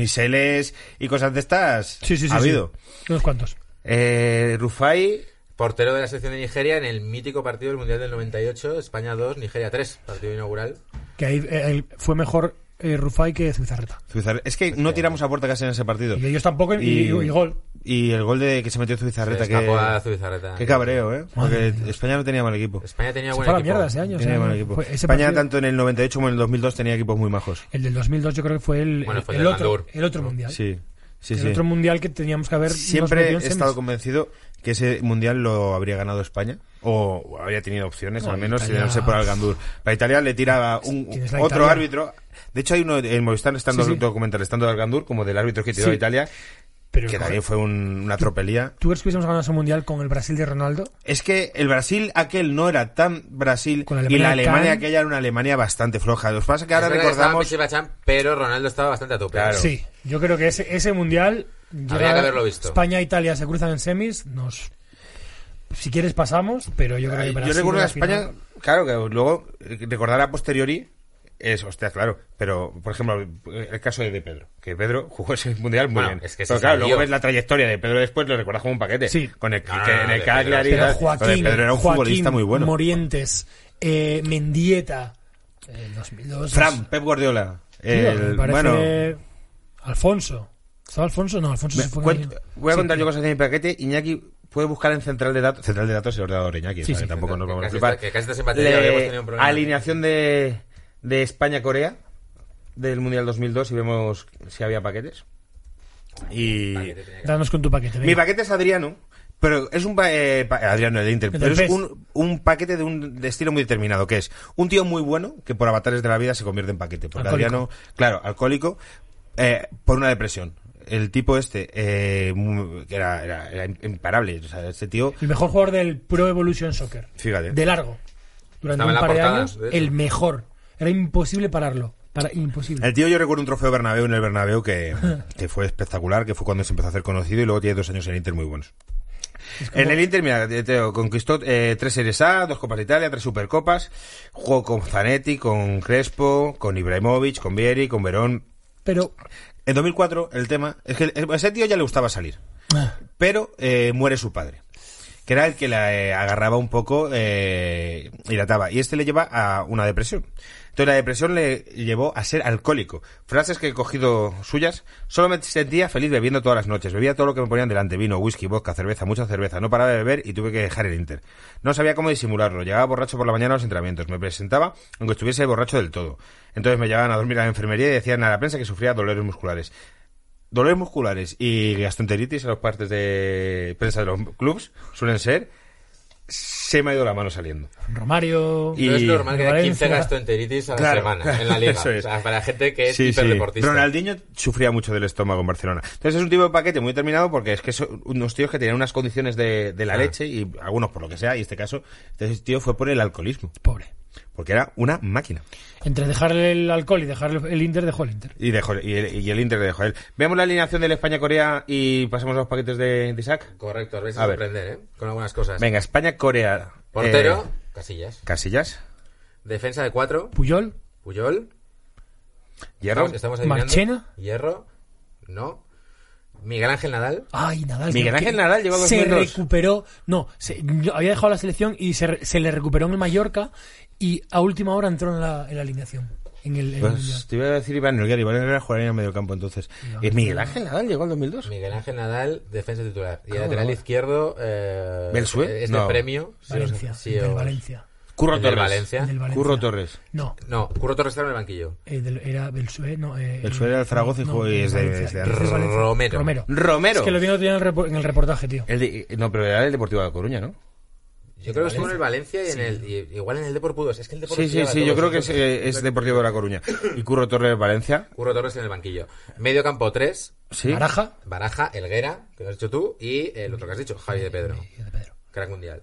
Speaker 1: boniseles y cosas de estas.
Speaker 3: Sí, sí, sí.
Speaker 1: Ha
Speaker 3: sí.
Speaker 1: habido.
Speaker 3: Unos cuantos.
Speaker 1: Eh, Rufai,
Speaker 2: Portero de la selección de Nigeria en el mítico partido del Mundial del 98, España 2, Nigeria 3, partido inaugural.
Speaker 3: Que ahí eh, él- fue mejor eh, Rufai que Zubizarreta.
Speaker 1: Zubizarreta. Es que no tiramos a puerta casi en ese partido.
Speaker 3: Y ellos tampoco, eh, y, y gol.
Speaker 1: Y el gol de que se metió Zubizarreta.
Speaker 2: Se escapó a
Speaker 1: Que,
Speaker 2: Zubizarreta.
Speaker 1: qué cabreo, ¿eh? Porque España no tenía mal equipo.
Speaker 2: España tenía
Speaker 3: Se
Speaker 2: buen
Speaker 3: fue a la
Speaker 2: equipo.
Speaker 3: mierda ese año. o sea,
Speaker 1: Tenía mal equipo.
Speaker 3: fue- ese
Speaker 1: España,
Speaker 3: partido-
Speaker 1: tanto en el 98 como en el 2002, tenía equipos muy majos.
Speaker 3: El del 2002 yo creo que fue el,
Speaker 2: Bueno, fue
Speaker 3: el,
Speaker 2: el de
Speaker 3: otro,
Speaker 2: Mandor.
Speaker 3: el otro mundial.
Speaker 1: Sí, sí,
Speaker 3: el
Speaker 1: sí.
Speaker 3: otro mundial que teníamos que haber... nos
Speaker 1: Siempre
Speaker 3: metido
Speaker 1: he
Speaker 3: en
Speaker 1: estado
Speaker 3: semis.
Speaker 1: convencido que ese mundial lo habría ganado España. O habría tenido opciones,
Speaker 3: No,
Speaker 1: al menos,
Speaker 3: Italia-
Speaker 1: si no sé por Algandur. Para Italia le tiraba un,
Speaker 3: Tienes la
Speaker 1: otro
Speaker 3: Italia.
Speaker 1: árbitro. De hecho, hay uno en Movistar, estando
Speaker 3: Sí, sí.
Speaker 1: documental, estando de Algandur, como del árbitro que tiró
Speaker 3: Sí.
Speaker 1: a Italia,
Speaker 3: Pero
Speaker 1: que
Speaker 3: coge-
Speaker 1: también fue un- una tropelía.
Speaker 3: ¿Tú crees que hubiésemos ganado ese mundial con el Brasil de Ronaldo?
Speaker 1: Es que el Brasil aquel no era tan Brasil
Speaker 3: Con la
Speaker 1: y la
Speaker 3: Alemania
Speaker 1: Alemania
Speaker 3: Can.
Speaker 1: aquella era una Alemania bastante floja. Lo que pasa es que ahora
Speaker 2: Es verdad que estaba
Speaker 1: recordamos...
Speaker 2: Pichi Bachán, pero Ronaldo estaba bastante a tope.
Speaker 1: Claro.
Speaker 3: Sí, yo creo que ese, ese mundial... llega-
Speaker 2: que haberlo visto.
Speaker 3: España e Italia se cruzan en semis, nos... Si quieres pasamos, pero yo creo que
Speaker 1: Eh, Yo
Speaker 3: Brasil
Speaker 1: recuerdo que
Speaker 3: la
Speaker 1: España,
Speaker 3: final-
Speaker 1: claro, que luego eh, recordar a posteriori es, hostia, claro, pero por ejemplo, el caso de, De Pedro, que Pedro jugó ese mundial muy
Speaker 2: Bueno,
Speaker 1: bien.
Speaker 2: es que
Speaker 1: pero
Speaker 2: se
Speaker 1: claro,
Speaker 2: salió.
Speaker 1: luego ves la trayectoria de Pedro después, lo recuerdas como un paquete.
Speaker 3: Sí.
Speaker 1: Con el,
Speaker 2: No, no,
Speaker 1: que
Speaker 2: no,
Speaker 1: en
Speaker 2: de
Speaker 1: el
Speaker 2: Pedro.
Speaker 1: Cagliari y
Speaker 3: Pero
Speaker 1: tal. Lo de
Speaker 3: Joaquín,
Speaker 1: Pedro era un
Speaker 3: Joaquín,
Speaker 1: futbolista muy bueno.
Speaker 3: Morientes, eh, Mendieta, eh, 2002...
Speaker 1: Fran, Pep Guardiola.
Speaker 3: Tío,
Speaker 1: el-
Speaker 3: me parece-
Speaker 1: bueno,
Speaker 3: Alfonso. ¿Estaba Alfonso? No, Alfonso
Speaker 1: me-
Speaker 3: se fue.
Speaker 1: cuen-
Speaker 3: engañado.
Speaker 1: voy a
Speaker 3: Sí.
Speaker 1: contar yo cosas de mi paquete. Iñaki puede buscar en central de datos, central de datos el ordenador Iñaki, o
Speaker 3: Sí,
Speaker 1: sea, que
Speaker 3: sí.
Speaker 1: tampoco nos
Speaker 2: Que
Speaker 1: vamos a
Speaker 2: casi
Speaker 1: flipar.
Speaker 2: está- que casi está sin batería,
Speaker 1: Le-
Speaker 2: habríamos tenido un problema.
Speaker 1: alineación de, de España-Corea del Mundial 2002 y vemos si había paquetes. Y
Speaker 2: Paquete tenía que-
Speaker 3: Danos con tu paquete. venga.
Speaker 1: mi paquete es Adriano, pero es un pa- eh, pa- Adriano del Inter,
Speaker 3: Del
Speaker 1: pero es
Speaker 3: PES.
Speaker 1: un, un paquete de un de estilo muy determinado, que es un tío muy bueno que por avatares de la vida se convierte en paquete, porque
Speaker 3: Alcohólico.
Speaker 1: Adriano, claro, alcohólico eh, por una depresión. El tipo este, eh, mu- que era, era- era imparable, o sea, este tío,
Speaker 3: El mejor jugador del Pro Evolution Soccer.
Speaker 1: Fíjate.
Speaker 3: De largo. Durante
Speaker 2: Estaba en
Speaker 3: un
Speaker 2: la
Speaker 3: par de
Speaker 2: portada,
Speaker 3: años,
Speaker 2: de hecho.
Speaker 3: el mejor. Era imposible pararlo. Para, imposible.
Speaker 1: El tío yo recuerdo un trofeo Bernabéu en el Bernabéu que, que fue espectacular, que fue cuando se empezó a hacer conocido y luego tiene dos años en Inter muy buenos. En el Inter, mira, te- te- conquistó eh, tres Series A, dos Copas de Italia, tres Supercopas, jugó con Zanetti, con Crespo, con Ibrahimovic, con Vieri, con Verón.
Speaker 3: Pero.
Speaker 1: En 2004 el tema es que a ese tío ya le gustaba salir,
Speaker 3: ah,
Speaker 1: pero eh, muere su padre, que era el que la eh, agarraba un poco eh, y la ataba. Y este le lleva a una depresión. Entonces la depresión le llevó a ser alcohólico. Frases que he cogido suyas. Solo me sentía feliz bebiendo todas las noches. Bebía todo lo que me ponían delante. Vino, whisky, vodka, cerveza, mucha cerveza. No paraba de beber y tuve que dejar el Inter. No sabía cómo disimularlo. Llegaba borracho por la mañana a los entrenamientos. Me presentaba aunque estuviese borracho del todo. Entonces me llevaban a dormir a la enfermería y decían a la prensa que sufría dolores musculares dolores musculares y gastroenteritis en las partes de prensa de los clubs suelen ser se me ha ido la mano saliendo
Speaker 3: Romario.
Speaker 1: Y-
Speaker 2: No es normal que haya 15
Speaker 3: Valencia.
Speaker 2: gastroenteritis a la
Speaker 1: Claro,
Speaker 2: semana en la liga.
Speaker 1: eso es.
Speaker 2: O sea, para gente que es
Speaker 1: Sí, sí.
Speaker 2: hiperdeportista.
Speaker 1: Ronaldinho sufría mucho del estómago en Barcelona entonces es un tipo de paquete muy determinado porque es que son unos tíos que tenían unas condiciones de, de la
Speaker 2: Ah.
Speaker 1: leche y algunos por lo que sea y este caso este tío fue por el alcoholismo
Speaker 3: Pobre.
Speaker 1: porque era una máquina
Speaker 3: Entre dejar el alcohol y dejar el, el Inter, dejó el Inter.
Speaker 1: y, dejó- y, el, y el Inter le dejó a él veamos la alineación del España-Corea y pasamos a los paquetes de, de Isaac
Speaker 2: Correcto, os vais
Speaker 1: A
Speaker 2: a
Speaker 1: ver.
Speaker 2: sorprender, ¿eh? Con algunas cosas.
Speaker 1: venga España-Corea eh,
Speaker 2: Portero, Casillas.
Speaker 1: Casillas
Speaker 2: Defensa de 4,
Speaker 3: Puyol.
Speaker 2: Puyol.
Speaker 1: Hierro
Speaker 2: Estamos- estamos adivinando.
Speaker 3: Marchena.
Speaker 2: Hierro. No. Miguel Ángel Nadal.
Speaker 3: Ay, Nadal.
Speaker 1: Miguel
Speaker 3: creo
Speaker 1: Ángel
Speaker 3: que
Speaker 1: Nadal llegó a
Speaker 3: Se
Speaker 1: 2002.
Speaker 3: recuperó. No, se- yo había dejado la selección y se, re- se le recuperó en el Mallorca y a última hora entró en la, en la alineación. En el, en el Mundial.
Speaker 1: Pues te iba a decir Iván Noguera, Iván Noguera jugaría en el medio campo entonces. Eh, Miguel Ángel Nadal llegó al 2002.
Speaker 2: Miguel Ángel Nadal, defensa titular. Y
Speaker 1: Cago en
Speaker 2: el
Speaker 1: la
Speaker 2: lateral
Speaker 1: mar.
Speaker 2: izquierdo. Eh,
Speaker 1: ¿Belsué?
Speaker 2: Este
Speaker 1: No.
Speaker 2: premio. sí,
Speaker 3: Valencia.
Speaker 2: o- sí,
Speaker 3: del
Speaker 2: o-
Speaker 3: Valencia.
Speaker 1: Curro
Speaker 2: el del
Speaker 1: Torres.
Speaker 2: Valencia.
Speaker 3: Del Valencia.
Speaker 1: Curro Torres.
Speaker 3: No,
Speaker 2: No, Curro Torres estaba en el banquillo.
Speaker 3: eh, del- era Belsué. No, eh,
Speaker 1: Belsué era del Zaragoza y jugó- y
Speaker 3: del
Speaker 1: es de-
Speaker 3: Valencia,
Speaker 1: es de
Speaker 3: es del Valencia.
Speaker 2: Romero.
Speaker 3: Romero.
Speaker 1: Romero.
Speaker 3: Es que lo vi el otro día en el, repo- en el reportaje, tío.
Speaker 1: El de- eh, no, pero era el Deportivo de La Coruña, ¿no?
Speaker 2: Yo creo que estuvo en el Valencia y en el. y- igual en el Depor Pudos. Es que el Depor
Speaker 1: Sí, sí,
Speaker 2: lleva
Speaker 1: sí,
Speaker 2: todo,
Speaker 1: yo creo que es,
Speaker 2: entonces-
Speaker 1: eh, es Deportivo de La Coruña. Y Curro Torres Valencia.
Speaker 2: Curro Torres en el banquillo. Medio campo 3.
Speaker 1: Sí.
Speaker 3: Baraja.
Speaker 2: Baraja, Elguera, que lo has dicho tú. Y el otro que has dicho, Javi de Pedro.
Speaker 3: y de Pedro.
Speaker 2: Crack mundial.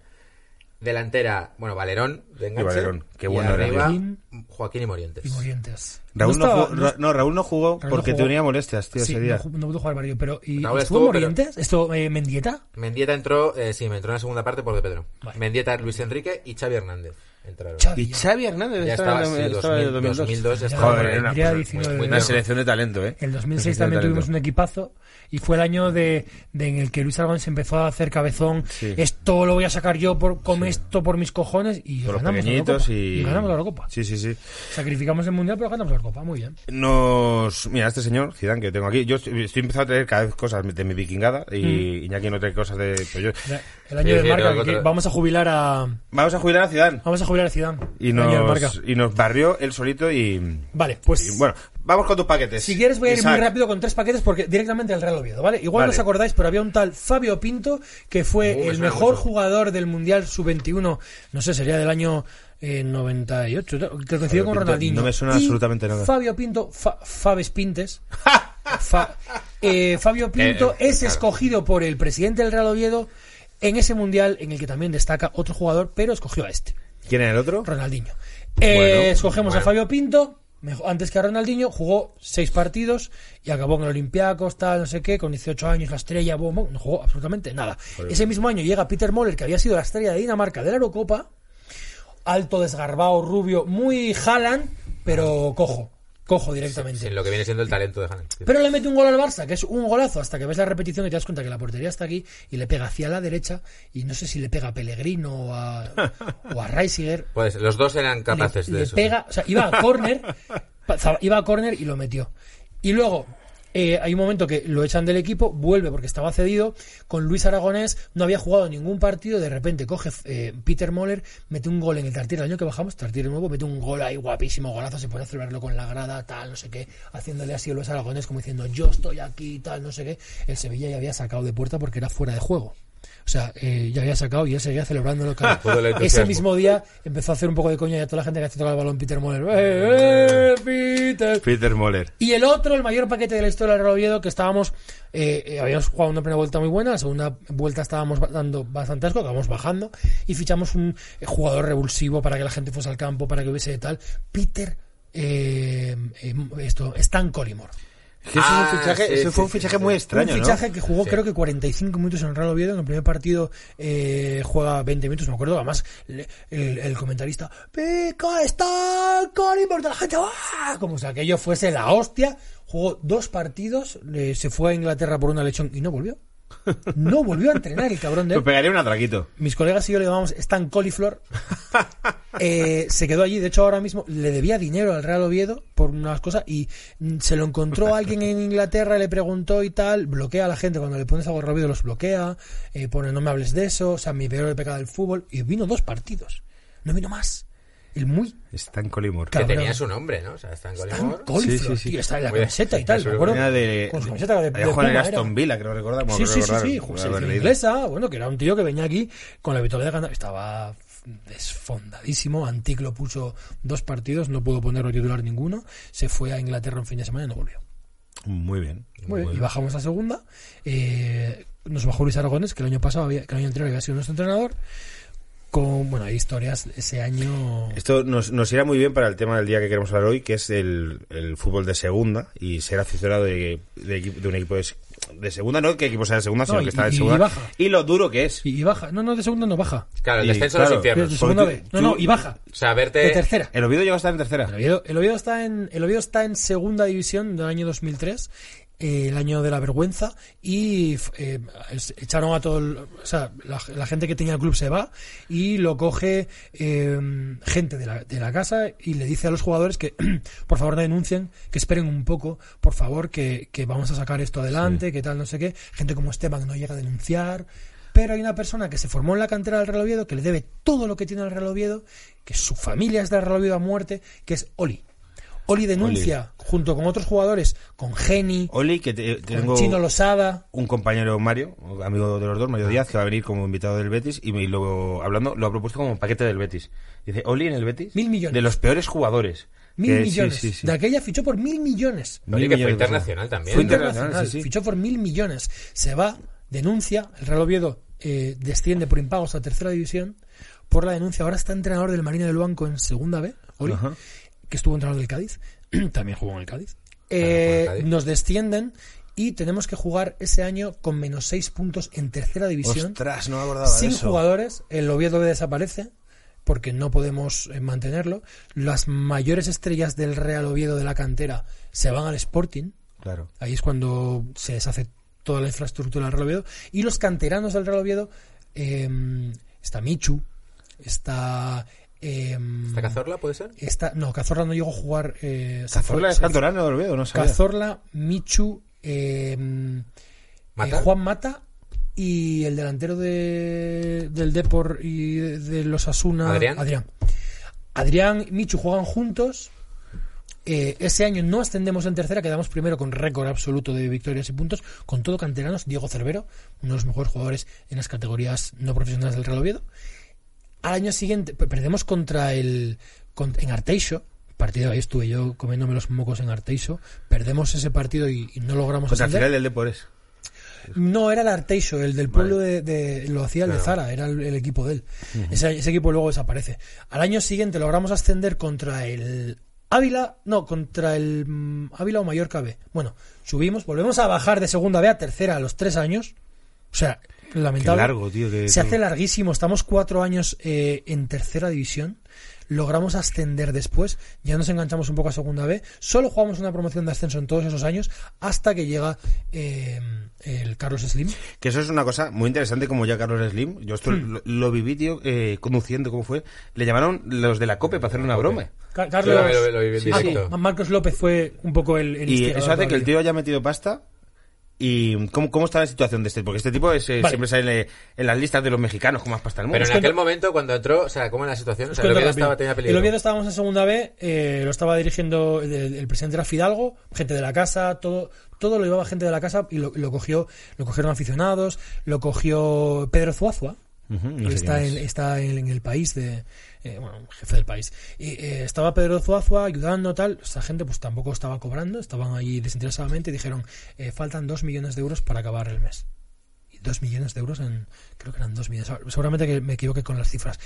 Speaker 2: Delantera, bueno, Valerón. De enganche,
Speaker 1: Y Valerón, qué bueno era.
Speaker 2: arriba,
Speaker 3: Joaquín.
Speaker 2: Joaquín y Morientes.
Speaker 3: Y Corrientes.
Speaker 1: Raúl no,
Speaker 3: estaba-
Speaker 1: jugó, Ra- no, Raúl no jugó
Speaker 3: Raúl no
Speaker 1: porque
Speaker 3: jugó.
Speaker 1: tenía molestias, tío,
Speaker 3: sí,
Speaker 1: ese día.
Speaker 3: No, ju- no pudo jugar varios, pero. ¿Y
Speaker 2: Raúl
Speaker 3: estuvo
Speaker 2: estuvo,
Speaker 3: Morientes? ¿Esto eh, Mendieta?
Speaker 2: Mendieta entró, eh, sí, me entró en la segunda parte por de Pedro.
Speaker 3: Vale.
Speaker 2: Mendieta, Luis Enrique y Xavi Hernández entraron.
Speaker 3: Xavi.
Speaker 1: Y Xavi Hernández
Speaker 2: Ya
Speaker 1: estaba,
Speaker 2: estaba, sí,
Speaker 1: en- estaba en el
Speaker 2: 2000,
Speaker 1: 2002.
Speaker 2: 2002
Speaker 3: Ya,
Speaker 2: estaba
Speaker 1: Joder,
Speaker 2: por ahí.
Speaker 1: era
Speaker 3: tendría
Speaker 1: una-
Speaker 3: 19
Speaker 2: muy-
Speaker 1: Una
Speaker 2: muy-
Speaker 1: selección de talento, ¿eh?
Speaker 3: En 2006
Speaker 1: Una selección de
Speaker 3: también tuvimos un
Speaker 1: talento.
Speaker 3: equipazo y fue el año de, de en el que Luis Aragón se empezó a hacer cabezón.
Speaker 1: Sí.
Speaker 3: Esto lo voy a sacar yo por, con esto por mis cojones y
Speaker 1: Con los
Speaker 3: ganamos la
Speaker 1: pequeñitos
Speaker 3: Eurocopa.
Speaker 1: y...
Speaker 3: ganamos la Eurocopa.
Speaker 1: Sí, sí, sí.
Speaker 3: Sacrificamos el mundial, pero ganamos la Eurocopa. Muy bien.
Speaker 1: Nos. Mira, este señor, Zidane, que tengo aquí. Yo estoy, estoy empezando a traer cada vez cosas de mi vikingada y
Speaker 3: Mm.
Speaker 1: Iñaki no trae cosas de. pues yo-
Speaker 3: Era El
Speaker 2: Sí, sí,
Speaker 3: año de marca.
Speaker 2: tengo
Speaker 3: que-
Speaker 2: otra-
Speaker 3: que vamos a jubilar a.
Speaker 1: Vamos a jubilar a Zidane.
Speaker 3: Vamos a jubilar a Zidane.
Speaker 1: Y
Speaker 3: El año de marca.
Speaker 1: nos, y nos barrió él solito y.
Speaker 3: Vale, pues.
Speaker 1: y bueno, vamos con tus paquetes.
Speaker 3: Si quieres voy a ir
Speaker 1: Isaac.
Speaker 3: muy rápido con tres paquetes porque directamente al Real Oviedo, ¿vale? Igual
Speaker 1: Vale.
Speaker 3: no os acordáis, pero había un tal Fabio Pinto que fue
Speaker 2: Uh, me
Speaker 3: el
Speaker 2: suena
Speaker 3: mejor
Speaker 2: mucho.
Speaker 3: jugador del Mundial Sub-21, no sé, sería del año eh, 98, ¿no? que coincidió con
Speaker 1: Pinto,
Speaker 3: Ronaldinho.
Speaker 1: no me suena
Speaker 3: Y
Speaker 1: absolutamente nada.
Speaker 3: Fabio Pinto, Fa- Fabes Pintes. Fa- eh, Fabio Pinto
Speaker 2: Eh,
Speaker 3: es
Speaker 2: claro.
Speaker 3: escogido por el presidente del Real Oviedo en ese Mundial en el que también destaca otro jugador, pero escogió a este.
Speaker 1: ¿Quién era el otro?
Speaker 3: Ronaldinho. Eh,
Speaker 1: Bueno,
Speaker 3: escogemos
Speaker 2: bueno.
Speaker 3: a Fabio Pinto, mejor- antes que a Ronaldinho, jugó seis partidos y acabó en el Olympiacos, tal, no sé qué, con 18 años, la estrella, boom, boom, no jugó absolutamente nada. Ese mismo año llega Peter Moller, que había sido la estrella de Dinamarca de la Eurocopa, alto, desgarbado, rubio, muy Haaland, pero cojo, cojo directamente.
Speaker 2: Sí, lo que viene siendo el talento de Hanan.
Speaker 3: Pero le mete un gol al Barça, que es un golazo, hasta que ves la repetición y te das cuenta que la portería está aquí y le pega hacia la derecha y no sé si le pega a Pellegrino o a, o a Reisiger,
Speaker 2: Pues los dos eran
Speaker 3: le-
Speaker 2: capaces
Speaker 3: le,
Speaker 2: de eso.
Speaker 3: pega, o sea, iba a córner, pasaba- iba a córner y lo metió. Y luego eh, hay un momento que lo echan del equipo, vuelve porque estaba cedido, con Luis Aragonés no había jugado ningún partido, de repente coge eh, Peter Moller, mete un gol en el Tartier, el año que bajamos, Tartier nuevo, mete un gol ahí guapísimo, golazo, se pone a celebrarlo con la grada, tal, no sé qué, haciéndole así a Luis Aragonés como diciendo yo estoy aquí, tal, no sé qué. El Sevilla ya había sacado de puerta porque era fuera de juego. O sea, eh, ya había sacado y él seguía celebrándolo. claro.
Speaker 2: Todo el
Speaker 3: Ese
Speaker 2: entusiasmo.
Speaker 3: mismo día empezó a hacer un poco de coña y a toda la gente que hace tocar el balón Peter Moller. ¡Eh, eh, Peter!
Speaker 1: Peter Moller.
Speaker 3: Y el otro, el mayor paquete de la historia del Real Oviedo, que estábamos, eh, eh, habíamos jugado una primera vuelta muy buena, la segunda vuelta estábamos ba- dando bastante asco, acabamos bajando, y fichamos un eh, jugador revulsivo para que la gente fuese al campo, para que hubiese tal, Peter, eh, eh, esto, Stan Collymore.
Speaker 1: Que ese es
Speaker 2: Ah,
Speaker 1: un fichaje,
Speaker 2: sí,
Speaker 1: ese
Speaker 2: sí,
Speaker 1: fue un
Speaker 2: sí,
Speaker 1: fichaje
Speaker 2: sí.
Speaker 1: muy extraño,
Speaker 3: un fichaje
Speaker 1: ¿no?
Speaker 3: que jugó
Speaker 2: Sí.
Speaker 3: creo que 45 minutos en el Real Oviedo, en el primer partido eh, juega 20 minutos, me acuerdo, además le- el, el comentarista, pica, está Collymore de la gente, ¡ah! como si aquello fuese la hostia, jugó dos partidos, eh, se fue a Inglaterra por una lechón y no volvió, no volvió a entrenar el cabrón de
Speaker 1: Pues
Speaker 3: él.
Speaker 1: pegaría un atraquito.
Speaker 3: Mis colegas y yo le llamamos Stan Coliflor. Eh, se quedó allí. De hecho, ahora mismo le debía dinero al Real Oviedo por unas cosas y mm, se lo encontró alguien en Inglaterra, le preguntó y tal. Bloquea a la gente cuando le pones algo Oviedo, los bloquea. Eh, pone no me hables de eso. O sea, mi peor pecado del fútbol. Y vino dos partidos. No vino más. El muy
Speaker 1: Stan Collymore.
Speaker 2: Que
Speaker 3: cabrón.
Speaker 2: tenía su nombre, ¿no? O sea, Stan
Speaker 3: Stan
Speaker 2: Collymore.
Speaker 3: Coliflor,
Speaker 1: Sí, sí, sí.
Speaker 3: tío. Está en la
Speaker 2: Voy a-
Speaker 3: camiseta y tal.
Speaker 2: eso
Speaker 3: Me
Speaker 2: lo
Speaker 3: acuerdo.
Speaker 1: Era de.
Speaker 3: Con su camiseta de-
Speaker 1: había
Speaker 3: de
Speaker 1: jugado en el
Speaker 3: Puma, era.
Speaker 1: Aston Villa, creo recordar. como
Speaker 3: Sí, sí, sí,
Speaker 1: recordar,
Speaker 3: sí,
Speaker 1: como
Speaker 3: ju-
Speaker 1: haber
Speaker 3: selección
Speaker 1: leído.
Speaker 3: inglesa, bueno, que era un tío que venía aquí con la victoria de ganar, estaba desfondadísimo, Antic lo puso dos partidos, no pudo ponerlo titular ninguno, se fue a Inglaterra un fin de semana y no volvió.
Speaker 1: Muy bien.
Speaker 3: Muy bien, Y bajamos a segunda, eh, nos bajó Luis Aragones, que el año pasado, había- que el año anterior había sido nuestro entrenador, con, bueno, hay historias ese año...
Speaker 1: Esto nos, nos irá muy bien para el tema del día que queremos hablar hoy, que es el, el fútbol de segunda y ser aficionado de, de, equi- de un equipo de, se- de segunda, no que equipo sea de segunda, sino
Speaker 3: y-
Speaker 1: que está de
Speaker 3: y- y
Speaker 1: segunda.
Speaker 3: baja.
Speaker 1: Y, lo duro que es.
Speaker 3: Y, y baja, no, no, de segunda no baja,
Speaker 2: Claro, el
Speaker 1: Y,
Speaker 2: descenso
Speaker 1: claro.
Speaker 2: de
Speaker 3: de,
Speaker 2: los
Speaker 3: de
Speaker 2: infiernos.
Speaker 3: segunda
Speaker 1: tú-
Speaker 3: B, no, no,
Speaker 1: tú-
Speaker 3: y baja,
Speaker 2: O sea, verte.
Speaker 3: de tercera.
Speaker 1: El Oviedo llegó a estar en tercera.
Speaker 3: El Oviedo, el Oviedo está en el Oviedo está en segunda división del año 2003 eh, el año de la vergüenza y f- eh, es- echaron a todo, el- o sea, la, la gente que tenía el club se va y lo coge eh, gente de la, de la casa y le dice a los jugadores que por favor no denuncien, que esperen un poco, por favor, que, que vamos a sacar esto adelante, que tal, no sé qué. Gente como Esteban no llega a denunciar. Pero hay una persona que se formó en la cantera del Real Oviedo, que le debe todo lo que tiene el Real Oviedo, que su familia es del Real Oviedo a muerte, que es Oli. Oli denuncia, junto con otros jugadores, con Geni,
Speaker 1: Oli, que te- tengo
Speaker 3: con Chino Losada.
Speaker 1: un compañero Mario, amigo de los dos, Mario Díaz, que va a venir como invitado del Betis y me- luego hablando lo ha propuesto como un paquete del Betis. Dice, Oli en el Betis,
Speaker 3: Mil millones.
Speaker 1: de los peores jugadores.
Speaker 3: Mil
Speaker 1: Que- sí,
Speaker 3: millones.
Speaker 1: sí, sí.
Speaker 3: De aquella fichó por mil millones.
Speaker 1: Mil
Speaker 2: Oli, que fue
Speaker 1: millones de personas.
Speaker 2: internacional también.
Speaker 1: Fue
Speaker 2: ¿no?
Speaker 1: internacional, sí, sí.
Speaker 3: Fichó por mil millones. Se va, denuncia, el Real Oviedo eh, desciende por impagos a tercera división por la denuncia. Ahora está entrenador del Marina del Banco en segunda B, Oli,
Speaker 1: Ajá.
Speaker 3: que estuvo entrenador del Cádiz. También jugó en el Cádiz. Eh,
Speaker 2: Cádiz.
Speaker 3: nos descienden y tenemos que jugar ese año con menos seis puntos en tercera división.
Speaker 5: Ostras, no me acordaba
Speaker 3: sin
Speaker 5: de eso.
Speaker 3: jugadores, el Oviedo desaparece porque no podemos eh, mantenerlo. Las mayores estrellas del Real Oviedo de la cantera se van al Sporting.
Speaker 1: Claro.
Speaker 3: Ahí es cuando se deshace toda la infraestructura del Real Oviedo. Y los canteranos del Real Oviedo eh, está Michu, está. eh,
Speaker 2: ¿Hasta Cazorla puede ser?
Speaker 3: está- no, Cazorla no llegó a jugar. eh, se
Speaker 1: Cazorla
Speaker 3: fue-
Speaker 1: es
Speaker 3: se-
Speaker 1: cantorano del Oviedo, no sabía.
Speaker 3: Cazorla, Michu, eh,
Speaker 2: ¿Mata?
Speaker 3: eh, Juan Mata y el delantero de, del Depor y de, de los Asuna,
Speaker 2: Adrián.
Speaker 3: Adrián. Adrián y Michu juegan juntos. Eh, ese año no ascendemos en tercera, quedamos primero con récord absoluto de victorias y puntos, con todo canteranos, Diego Cervero, uno de los mejores jugadores en las categorías no profesionales del Real Oviedo. Al año siguiente pe- perdemos contra el con- en Arteixo, partido ahí estuve yo comiéndome los mocos en Arteixo, perdemos ese partido y, y no logramos
Speaker 1: Contra el
Speaker 3: ascender.
Speaker 1: Pues final del Depores.
Speaker 3: No, era el Arteixo, el del pueblo de, de- Lo hacía el de Zara, era el, el equipo de él. ese, ese equipo luego desaparece. Al año siguiente logramos ascender contra el Ávila, no, contra el mm, Ávila o Mallorca B. Bueno, subimos, volvemos a bajar de segunda B a tercera a los tres años. O sea, lamentable.
Speaker 1: largo, tío,
Speaker 2: Eh,
Speaker 1: que-
Speaker 3: Se hace larguísimo. Estamos cuatro años eh, en tercera división. Logramos ascender después. Ya nos enganchamos un poco a segunda B. Solo jugamos una promoción de ascenso en todos esos años hasta que llega eh, el Carlos Slim.
Speaker 1: Que eso es una cosa muy interesante, como ya Carlos Slim. Yo esto
Speaker 3: Hmm.
Speaker 1: lo, lo viví, tío, eh, conduciendo, ¿cómo fue? Le llamaron los de la COPE para hacer una broma.
Speaker 3: Ca-
Speaker 2: Yo
Speaker 3: Carlos.
Speaker 2: lo, lo- lo viví en
Speaker 1: Sí,
Speaker 3: Ah,
Speaker 1: sí.
Speaker 2: directo.
Speaker 3: Ma- Marcos López fue un poco el, el
Speaker 1: Y
Speaker 3: instigador
Speaker 1: eso hace que el
Speaker 3: todavía.
Speaker 1: tío haya metido pasta. ¿Y cómo, cómo está la situación de este? Porque este tipo es, eh,
Speaker 3: Vale.
Speaker 1: siempre sale en las listas de los mexicanos con más pasta del mundo.
Speaker 2: Pero
Speaker 3: Os
Speaker 2: en
Speaker 3: cuento-
Speaker 2: aquel momento, cuando entró, o sea, ¿cómo era la situación? O
Speaker 3: Os
Speaker 2: sea, el
Speaker 3: cuento
Speaker 2: Oviedo
Speaker 3: rápido.
Speaker 2: estaba, tenía peligro.
Speaker 3: El Oviedo estábamos en segunda B, eh, lo estaba dirigiendo el, el presidente era Fidalgo, gente de la casa, todo, todo lo llevaba gente de la casa y lo, lo cogió, lo cogieron aficionados, lo cogió Pedro Zuazua,
Speaker 1: Ujú, no
Speaker 3: que
Speaker 1: sé
Speaker 3: está,
Speaker 1: quién
Speaker 3: en,
Speaker 1: es.
Speaker 3: está en, en el país de eh, bueno, jefe del país. Y eh, estaba Pedro Zuazua ayudando tal, esa gente pues tampoco estaba cobrando, estaban ahí desinteresadamente y dijeron eh, faltan dos millones de euros para acabar el mes. 2 millones de euros en creo que eran 2 millones Ah, seguramente que me equivoqué con las cifras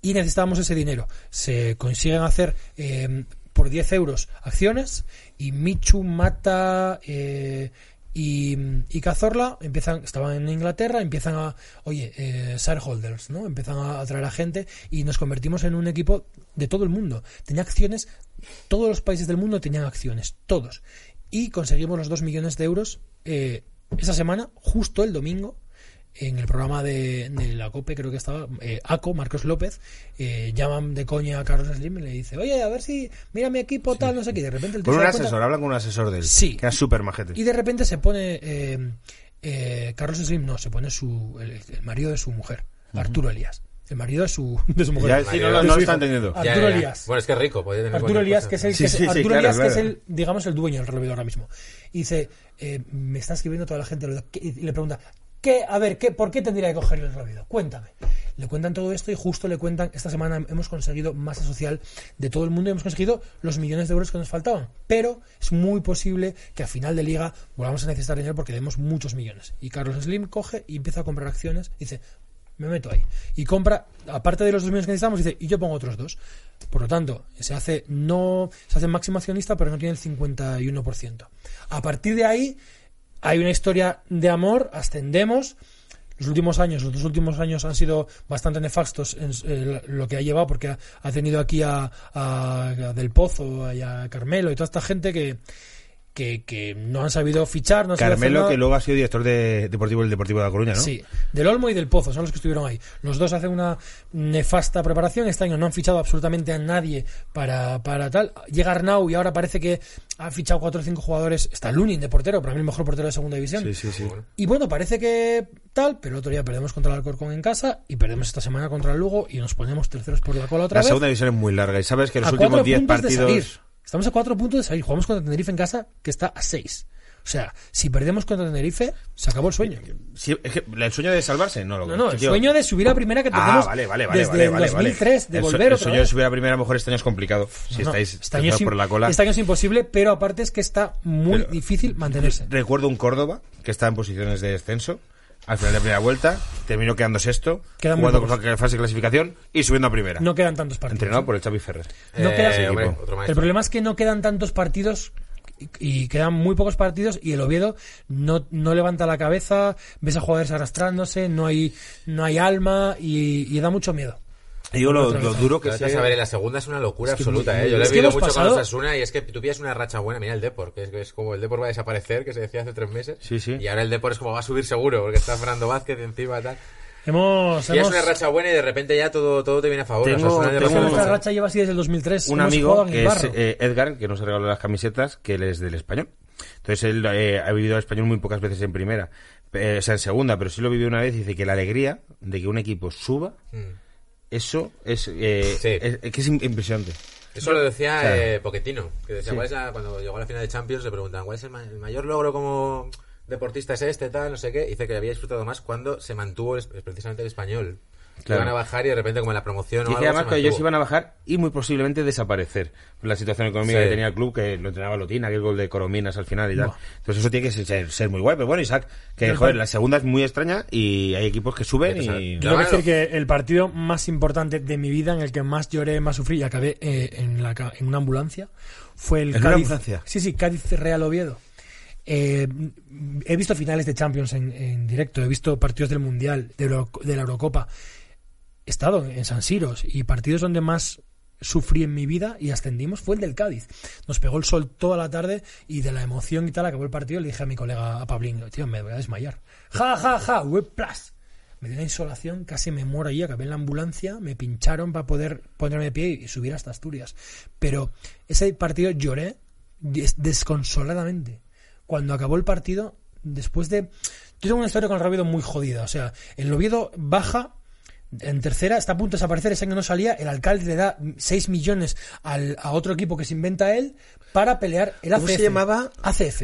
Speaker 3: y necesitábamos ese dinero se consiguen hacer eh, por 10 euros acciones y Michu Mata eh, y, y Cazorla empiezan estaban en Inglaterra empiezan a oye eh, shareholders no empiezan a atraer a gente y nos convertimos en un equipo de todo el mundo tenía acciones todos los países del mundo tenían acciones todos y conseguimos los 2 millones de euros eh, esa semana, justo el domingo, en el programa de, de la COPE, creo que estaba eh, ACO, Marcos López, eh, llaman de coña a Carlos Slim y le dice, oye, a ver si, mira mi equipo, tal, no sé qué. Y de repente el tío
Speaker 1: Con
Speaker 3: se
Speaker 1: un
Speaker 3: da cuenta-
Speaker 1: asesor, hablan con un asesor de él.
Speaker 3: Sí.
Speaker 1: Que era súper majete.
Speaker 3: y de repente se pone eh, eh, Carlos Slim, no, se pone su, el, el marido de su mujer, Arturo Elías. El marido de su, de su mujer.
Speaker 1: Ya, sí, no, no,
Speaker 3: De
Speaker 1: no
Speaker 3: su
Speaker 1: lo
Speaker 3: hijo.
Speaker 1: está entendiendo.
Speaker 3: Ah,
Speaker 2: Ya,
Speaker 3: Arturo
Speaker 2: ya, ya.
Speaker 3: Elías.
Speaker 2: Bueno, es que es rico, podía tener
Speaker 3: Arturo
Speaker 2: cualquier
Speaker 3: Elías,
Speaker 2: cosa.
Speaker 3: que es el,
Speaker 1: Sí,
Speaker 3: que es-
Speaker 1: sí, sí,
Speaker 3: Arturo
Speaker 1: claro,
Speaker 3: Elías, que
Speaker 1: claro.
Speaker 3: es el, digamos, el dueño del reloj ahora mismo. Y dice, eh, me está escribiendo toda la gente, lo- ¿qué? y le pregunta, ¿qué, a ver, ¿qué, ¿por qué tendría que coger el reloj? Cuéntame. Le cuentan todo esto y justo le cuentan, esta semana hemos conseguido masa social de todo el mundo y hemos conseguido los millones de euros que nos faltaban. Pero es muy posible que a final de liga volvamos a necesitar dinero porque debemos muchos millones. Y Carlos Slim coge y empieza a comprar acciones y dice, me meto ahí. Y compra, aparte de los dos millones que necesitamos, dice, y yo pongo otros dos. Por lo tanto, se hace no se hace máximo accionista, pero no tiene el 51%. A partir de ahí, hay una historia de amor, ascendemos. Los últimos años, los dos últimos años han sido bastante nefastos en s- eh, lo que ha llevado, porque ha, ha tenido aquí a, a- a Del Pozo y a Carmelo y toda esta gente que, que, que no han sabido fichar, no han sabido hacer
Speaker 1: Carmelo,
Speaker 3: nada.
Speaker 1: que luego ha sido director de deportivo del Deportivo de La Coruña, ¿no?
Speaker 3: Sí, del Olmo y del Pozo son los que estuvieron ahí. Los dos hacen una nefasta preparación. Este año no han fichado absolutamente a nadie para, para tal. Llega Arnau y ahora parece que ha fichado cuatro o cinco jugadores. Está Lunin de portero, para mí el mejor portero de segunda división.
Speaker 1: Sí, sí, sí.
Speaker 3: Y bueno, parece que tal, pero el otro día perdemos contra el Alcorcón en casa y perdemos esta semana contra el Lugo y nos ponemos terceros por la cola otra
Speaker 1: La
Speaker 3: vez.
Speaker 1: segunda división es muy larga y sabes que los
Speaker 3: a
Speaker 1: últimos
Speaker 3: cuatro
Speaker 1: 10
Speaker 3: puntos de salir.
Speaker 1: partidos.
Speaker 3: Estamos a cuatro puntos de salir. Jugamos contra Tenerife en casa, que está a seis. O sea, si perdemos contra Tenerife, se acabó el sueño.
Speaker 1: Sí, es que el sueño de salvarse, no lo
Speaker 3: No, no, el
Speaker 1: tío.
Speaker 3: sueño de subir a primera que
Speaker 1: Ah,
Speaker 3: tenemos
Speaker 1: vale, vale, vale.
Speaker 3: desde
Speaker 1: vale,
Speaker 3: el
Speaker 1: vale,
Speaker 3: 2003, de
Speaker 1: El su-
Speaker 3: volver
Speaker 1: El
Speaker 3: otra
Speaker 1: sueño de
Speaker 3: vez.
Speaker 1: subir a primera, a lo mejor este año es complicado. Si
Speaker 3: No, no,
Speaker 1: estáis
Speaker 3: este año es
Speaker 1: terceros por
Speaker 3: im-
Speaker 1: la cola.
Speaker 3: Este año es imposible, pero aparte es que está muy
Speaker 1: Pero-
Speaker 3: difícil mantenerse.
Speaker 1: Recuerdo un Córdoba que estaba en posiciones de descenso. Al final de primera vuelta, terminó quedando sexto,
Speaker 3: Queda muy
Speaker 1: jugando
Speaker 3: pocos.
Speaker 1: con la fase de clasificación y subiendo a primera.
Speaker 3: No quedan tantos partidos.
Speaker 1: Entrenado por el Xavi Ferrer.
Speaker 3: No queda-
Speaker 2: Eh, hombre,
Speaker 1: eh, equipo.
Speaker 2: otro
Speaker 3: El
Speaker 2: maestro.
Speaker 3: problema es que no quedan tantos partidos y- y quedan muy pocos partidos y el Oviedo no, no levanta la cabeza, ves a jugadores arrastrándose, no hay, no hay alma y, y da mucho miedo.
Speaker 1: Y digo lo,
Speaker 3: Otra
Speaker 1: lo
Speaker 3: vez.
Speaker 1: duro que
Speaker 2: Pero es
Speaker 1: se
Speaker 2: que, a ver, la segunda es una locura
Speaker 3: Es que
Speaker 2: absoluta,
Speaker 3: muy-
Speaker 2: ¿eh? Yo
Speaker 3: es
Speaker 2: lo he
Speaker 3: que
Speaker 2: vivido
Speaker 3: hemos
Speaker 2: mucho
Speaker 3: pasado-
Speaker 2: con Osasuna y es que tú pillas una racha buena. Mira el Depor, que es, que es como el Depor va a desaparecer, que se decía hace tres meses.
Speaker 1: Sí, sí.
Speaker 2: Y ahora el Depor es como va a subir seguro, porque está Fernando Vázquez encima tal.
Speaker 3: Hemos,
Speaker 2: Y es
Speaker 3: hemos-
Speaker 2: una racha buena y de repente ya todo, todo te viene a favor.
Speaker 1: Tengo-
Speaker 2: Osasuna le
Speaker 1: tengo
Speaker 2: pasa
Speaker 3: nuestra
Speaker 2: mucho.
Speaker 3: racha lleva así desde el 2003.
Speaker 1: un
Speaker 3: hemos
Speaker 1: amigo
Speaker 3: jugado en el
Speaker 1: que es
Speaker 3: barro.
Speaker 1: eh, Edgar, que nos regaló las camisetas, que él es del español. Entonces él eh, ha vivido el español muy pocas veces en primera, eh, o sea, en segunda, pero sí lo vivió una vez y dice que la alegría de que un equipo suba,
Speaker 3: Mm.
Speaker 1: eso es, eh,
Speaker 2: Sí.
Speaker 1: es- es que es im- impresionante.
Speaker 2: Eso lo decía
Speaker 1: Claro.
Speaker 2: eh, Pochettino, que decía,
Speaker 1: Sí.
Speaker 2: ¿cuál es la- cuando llegó a la final de Champions le preguntaban, ¿cuál es el, ma- el mayor logro como deportista es este, tal, no sé qué? Y dice que había disfrutado más cuando se mantuvo el- precisamente el español. Que
Speaker 1: Claro.
Speaker 2: Iban a bajar y de repente como en la promoción
Speaker 1: Y
Speaker 2: o algo
Speaker 1: que además
Speaker 2: se
Speaker 1: que ellos
Speaker 2: mantuvo.
Speaker 1: iban a bajar y muy posiblemente desaparecer por la situación económica
Speaker 2: Sí.
Speaker 1: que tenía el club, que lo entrenaba Lotina, que el gol de Corominas al final y tal. Entonces eso tiene que ser, ser muy guay. Pero bueno, Isaac, que joder, la segunda es muy extraña y hay equipos que suben
Speaker 2: Hay que
Speaker 1: y...
Speaker 2: saber.
Speaker 3: Yo tengo que
Speaker 2: Claro.
Speaker 3: decir que el partido más importante de mi vida, en el que más lloré, más sufrí y acabé eh, en, la, ca- en una ambulancia, fue el
Speaker 1: ¿En una
Speaker 3: Cádiz.
Speaker 1: ambulancia?
Speaker 3: Sí, sí, Cádiz Real Oviedo. Eh, he visto finales de Champions en, en directo, he visto partidos del Mundial, de, Euro- de la Eurocopa. He estado en San Siros y partidos donde más sufrí en mi vida y ascendimos fue el del Cádiz. Nos pegó el sol toda la tarde y de la emoción y tal acabó el partido. Le dije a mi colega, a Pablín, tío, me voy a desmayar. Ja, ja, ja, web plus. Me dio una insolación, casi me muero allí, acabé en la ambulancia, me pincharon para poder ponerme de pie y subir hasta Asturias. Pero ese partido lloré des- desconsoladamente. Cuando acabó el partido, después de... Yo tengo una historia con el Oviedo muy jodida. O sea, el Oviedo baja en tercera, está a punto de desaparecer, ese año no salía, el alcalde le da 6 millones al- a otro equipo que se inventa él para pelear el ACF.
Speaker 1: ¿Cómo se llamaba? Eh,
Speaker 3: ACF.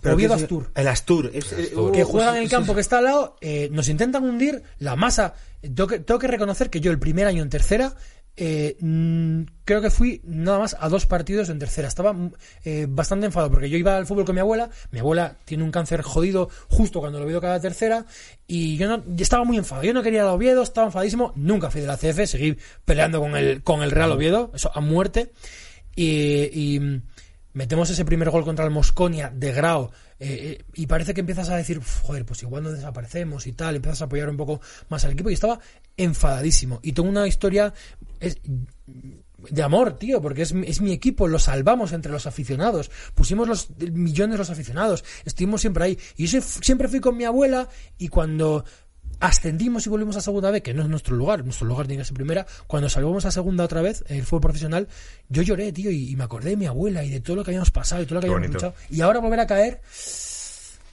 Speaker 1: Pero
Speaker 3: Oviedo
Speaker 1: que-
Speaker 3: Astur
Speaker 1: El Astur. es-
Speaker 2: Astur.
Speaker 3: que
Speaker 1: uh,
Speaker 3: juegan en
Speaker 1: sí,
Speaker 3: el
Speaker 1: sí,
Speaker 3: campo que está al lado, eh, nos intentan hundir, la masa. eh, Tengo que, tengo que reconocer que yo el primer año en tercera, eh, mm, creo que fui nada más a dos partidos en tercera. Estaba mm, eh, bastante enfadado porque yo iba al fútbol con mi abuela, mi abuela tiene un cáncer jodido justo cuando lo veo cada tercera, y yo no yo estaba muy enfadado. Yo no quería el Oviedo, estaba enfadísimo, nunca fui de la CF, seguí peleando con el, con el Real Oviedo, eso a muerte. Y, y, mm, metemos ese primer gol contra el Mosconia de Grau eh, eh, y parece que empiezas a decir, "Uf, joder, pues igual no desaparecemos y tal, empiezas a apoyar un poco más al equipo y estaba enfadadísimo. Y tengo una historia es, de amor, tío, porque es, mi- es mi equipo, lo salvamos entre los aficionados, pusimos los millones los aficionados, estuvimos siempre ahí. Y yo soy- siempre fui con mi abuela y cuando ascendimos y volvimos a segunda vez, que no es nuestro lugar, nuestro lugar tiene que ser primera, cuando salvamos a segunda otra vez, el fútbol profesional, yo lloré, tío, y, y me acordé de mi abuela y de todo lo que habíamos pasado y todo lo que
Speaker 1: Qué
Speaker 3: habíamos
Speaker 1: bonito.
Speaker 3: luchado. Y ahora volver a caer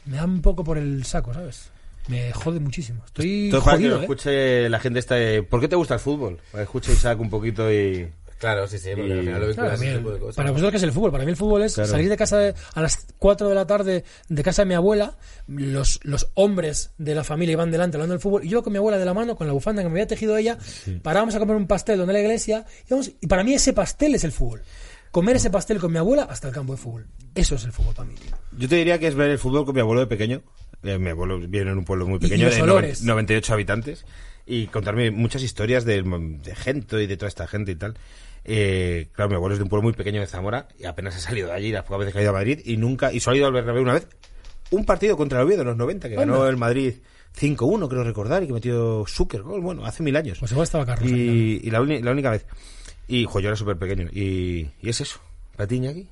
Speaker 3: me da un poco por el saco, ¿sabes? Me jode muchísimo. Estoy
Speaker 1: Entonces, para que
Speaker 3: jodido,
Speaker 1: lo
Speaker 3: ¿eh?
Speaker 1: escuche la gente esta de, ¿Por qué te gusta el fútbol? Escuche Isaac un poquito y...
Speaker 2: Claro, sí, sí, porque al final lo vinculas
Speaker 3: Claro,
Speaker 2: a ese
Speaker 3: también.
Speaker 2: tipo de cosas.
Speaker 3: para vosotros que es el fútbol, para mí el fútbol es salir de casa de- a las 4 de la tarde de casa de mi abuela, los, los hombres de la familia iban delante hablando del fútbol, y yo con mi abuela de la mano, con la bufanda que me había tejido ella, parábamos a comer un pastel donde la iglesia, íbamos- y para mí ese pastel es el fútbol. Comer ese pastel con mi abuela hasta el campo de fútbol. Eso es el fútbol para mí. tío.
Speaker 1: Yo te diría que es ver el fútbol con mi abuelo de pequeño. Eh, mi abuelo viene en un pueblo muy
Speaker 3: Y- y
Speaker 1: pequeño,
Speaker 3: los
Speaker 1: de
Speaker 3: olores.
Speaker 1: noven- 98 habitantes, y contarme muchas historias de, de gente y de toda esta gente y tal. Eh, claro, mi abuelo es de un pueblo muy pequeño de Zamora, y apenas ha salido de allí, las pocas veces que ha ido a Madrid, y nunca, y solo ha ido al Bernabéu una vez. Un partido contra el Oviedo en los 90, que ganó
Speaker 3: Anda.
Speaker 1: el Madrid 5-1, creo recordar, y que metió Zucker, gol, bueno, hace mil años.
Speaker 3: Pues igual estaba Carlos. ahí,
Speaker 1: Y, y la, uni- la única vez. Y jo, yo era súper pequeño. Y, y es eso. ¿Para ti, Iñaki?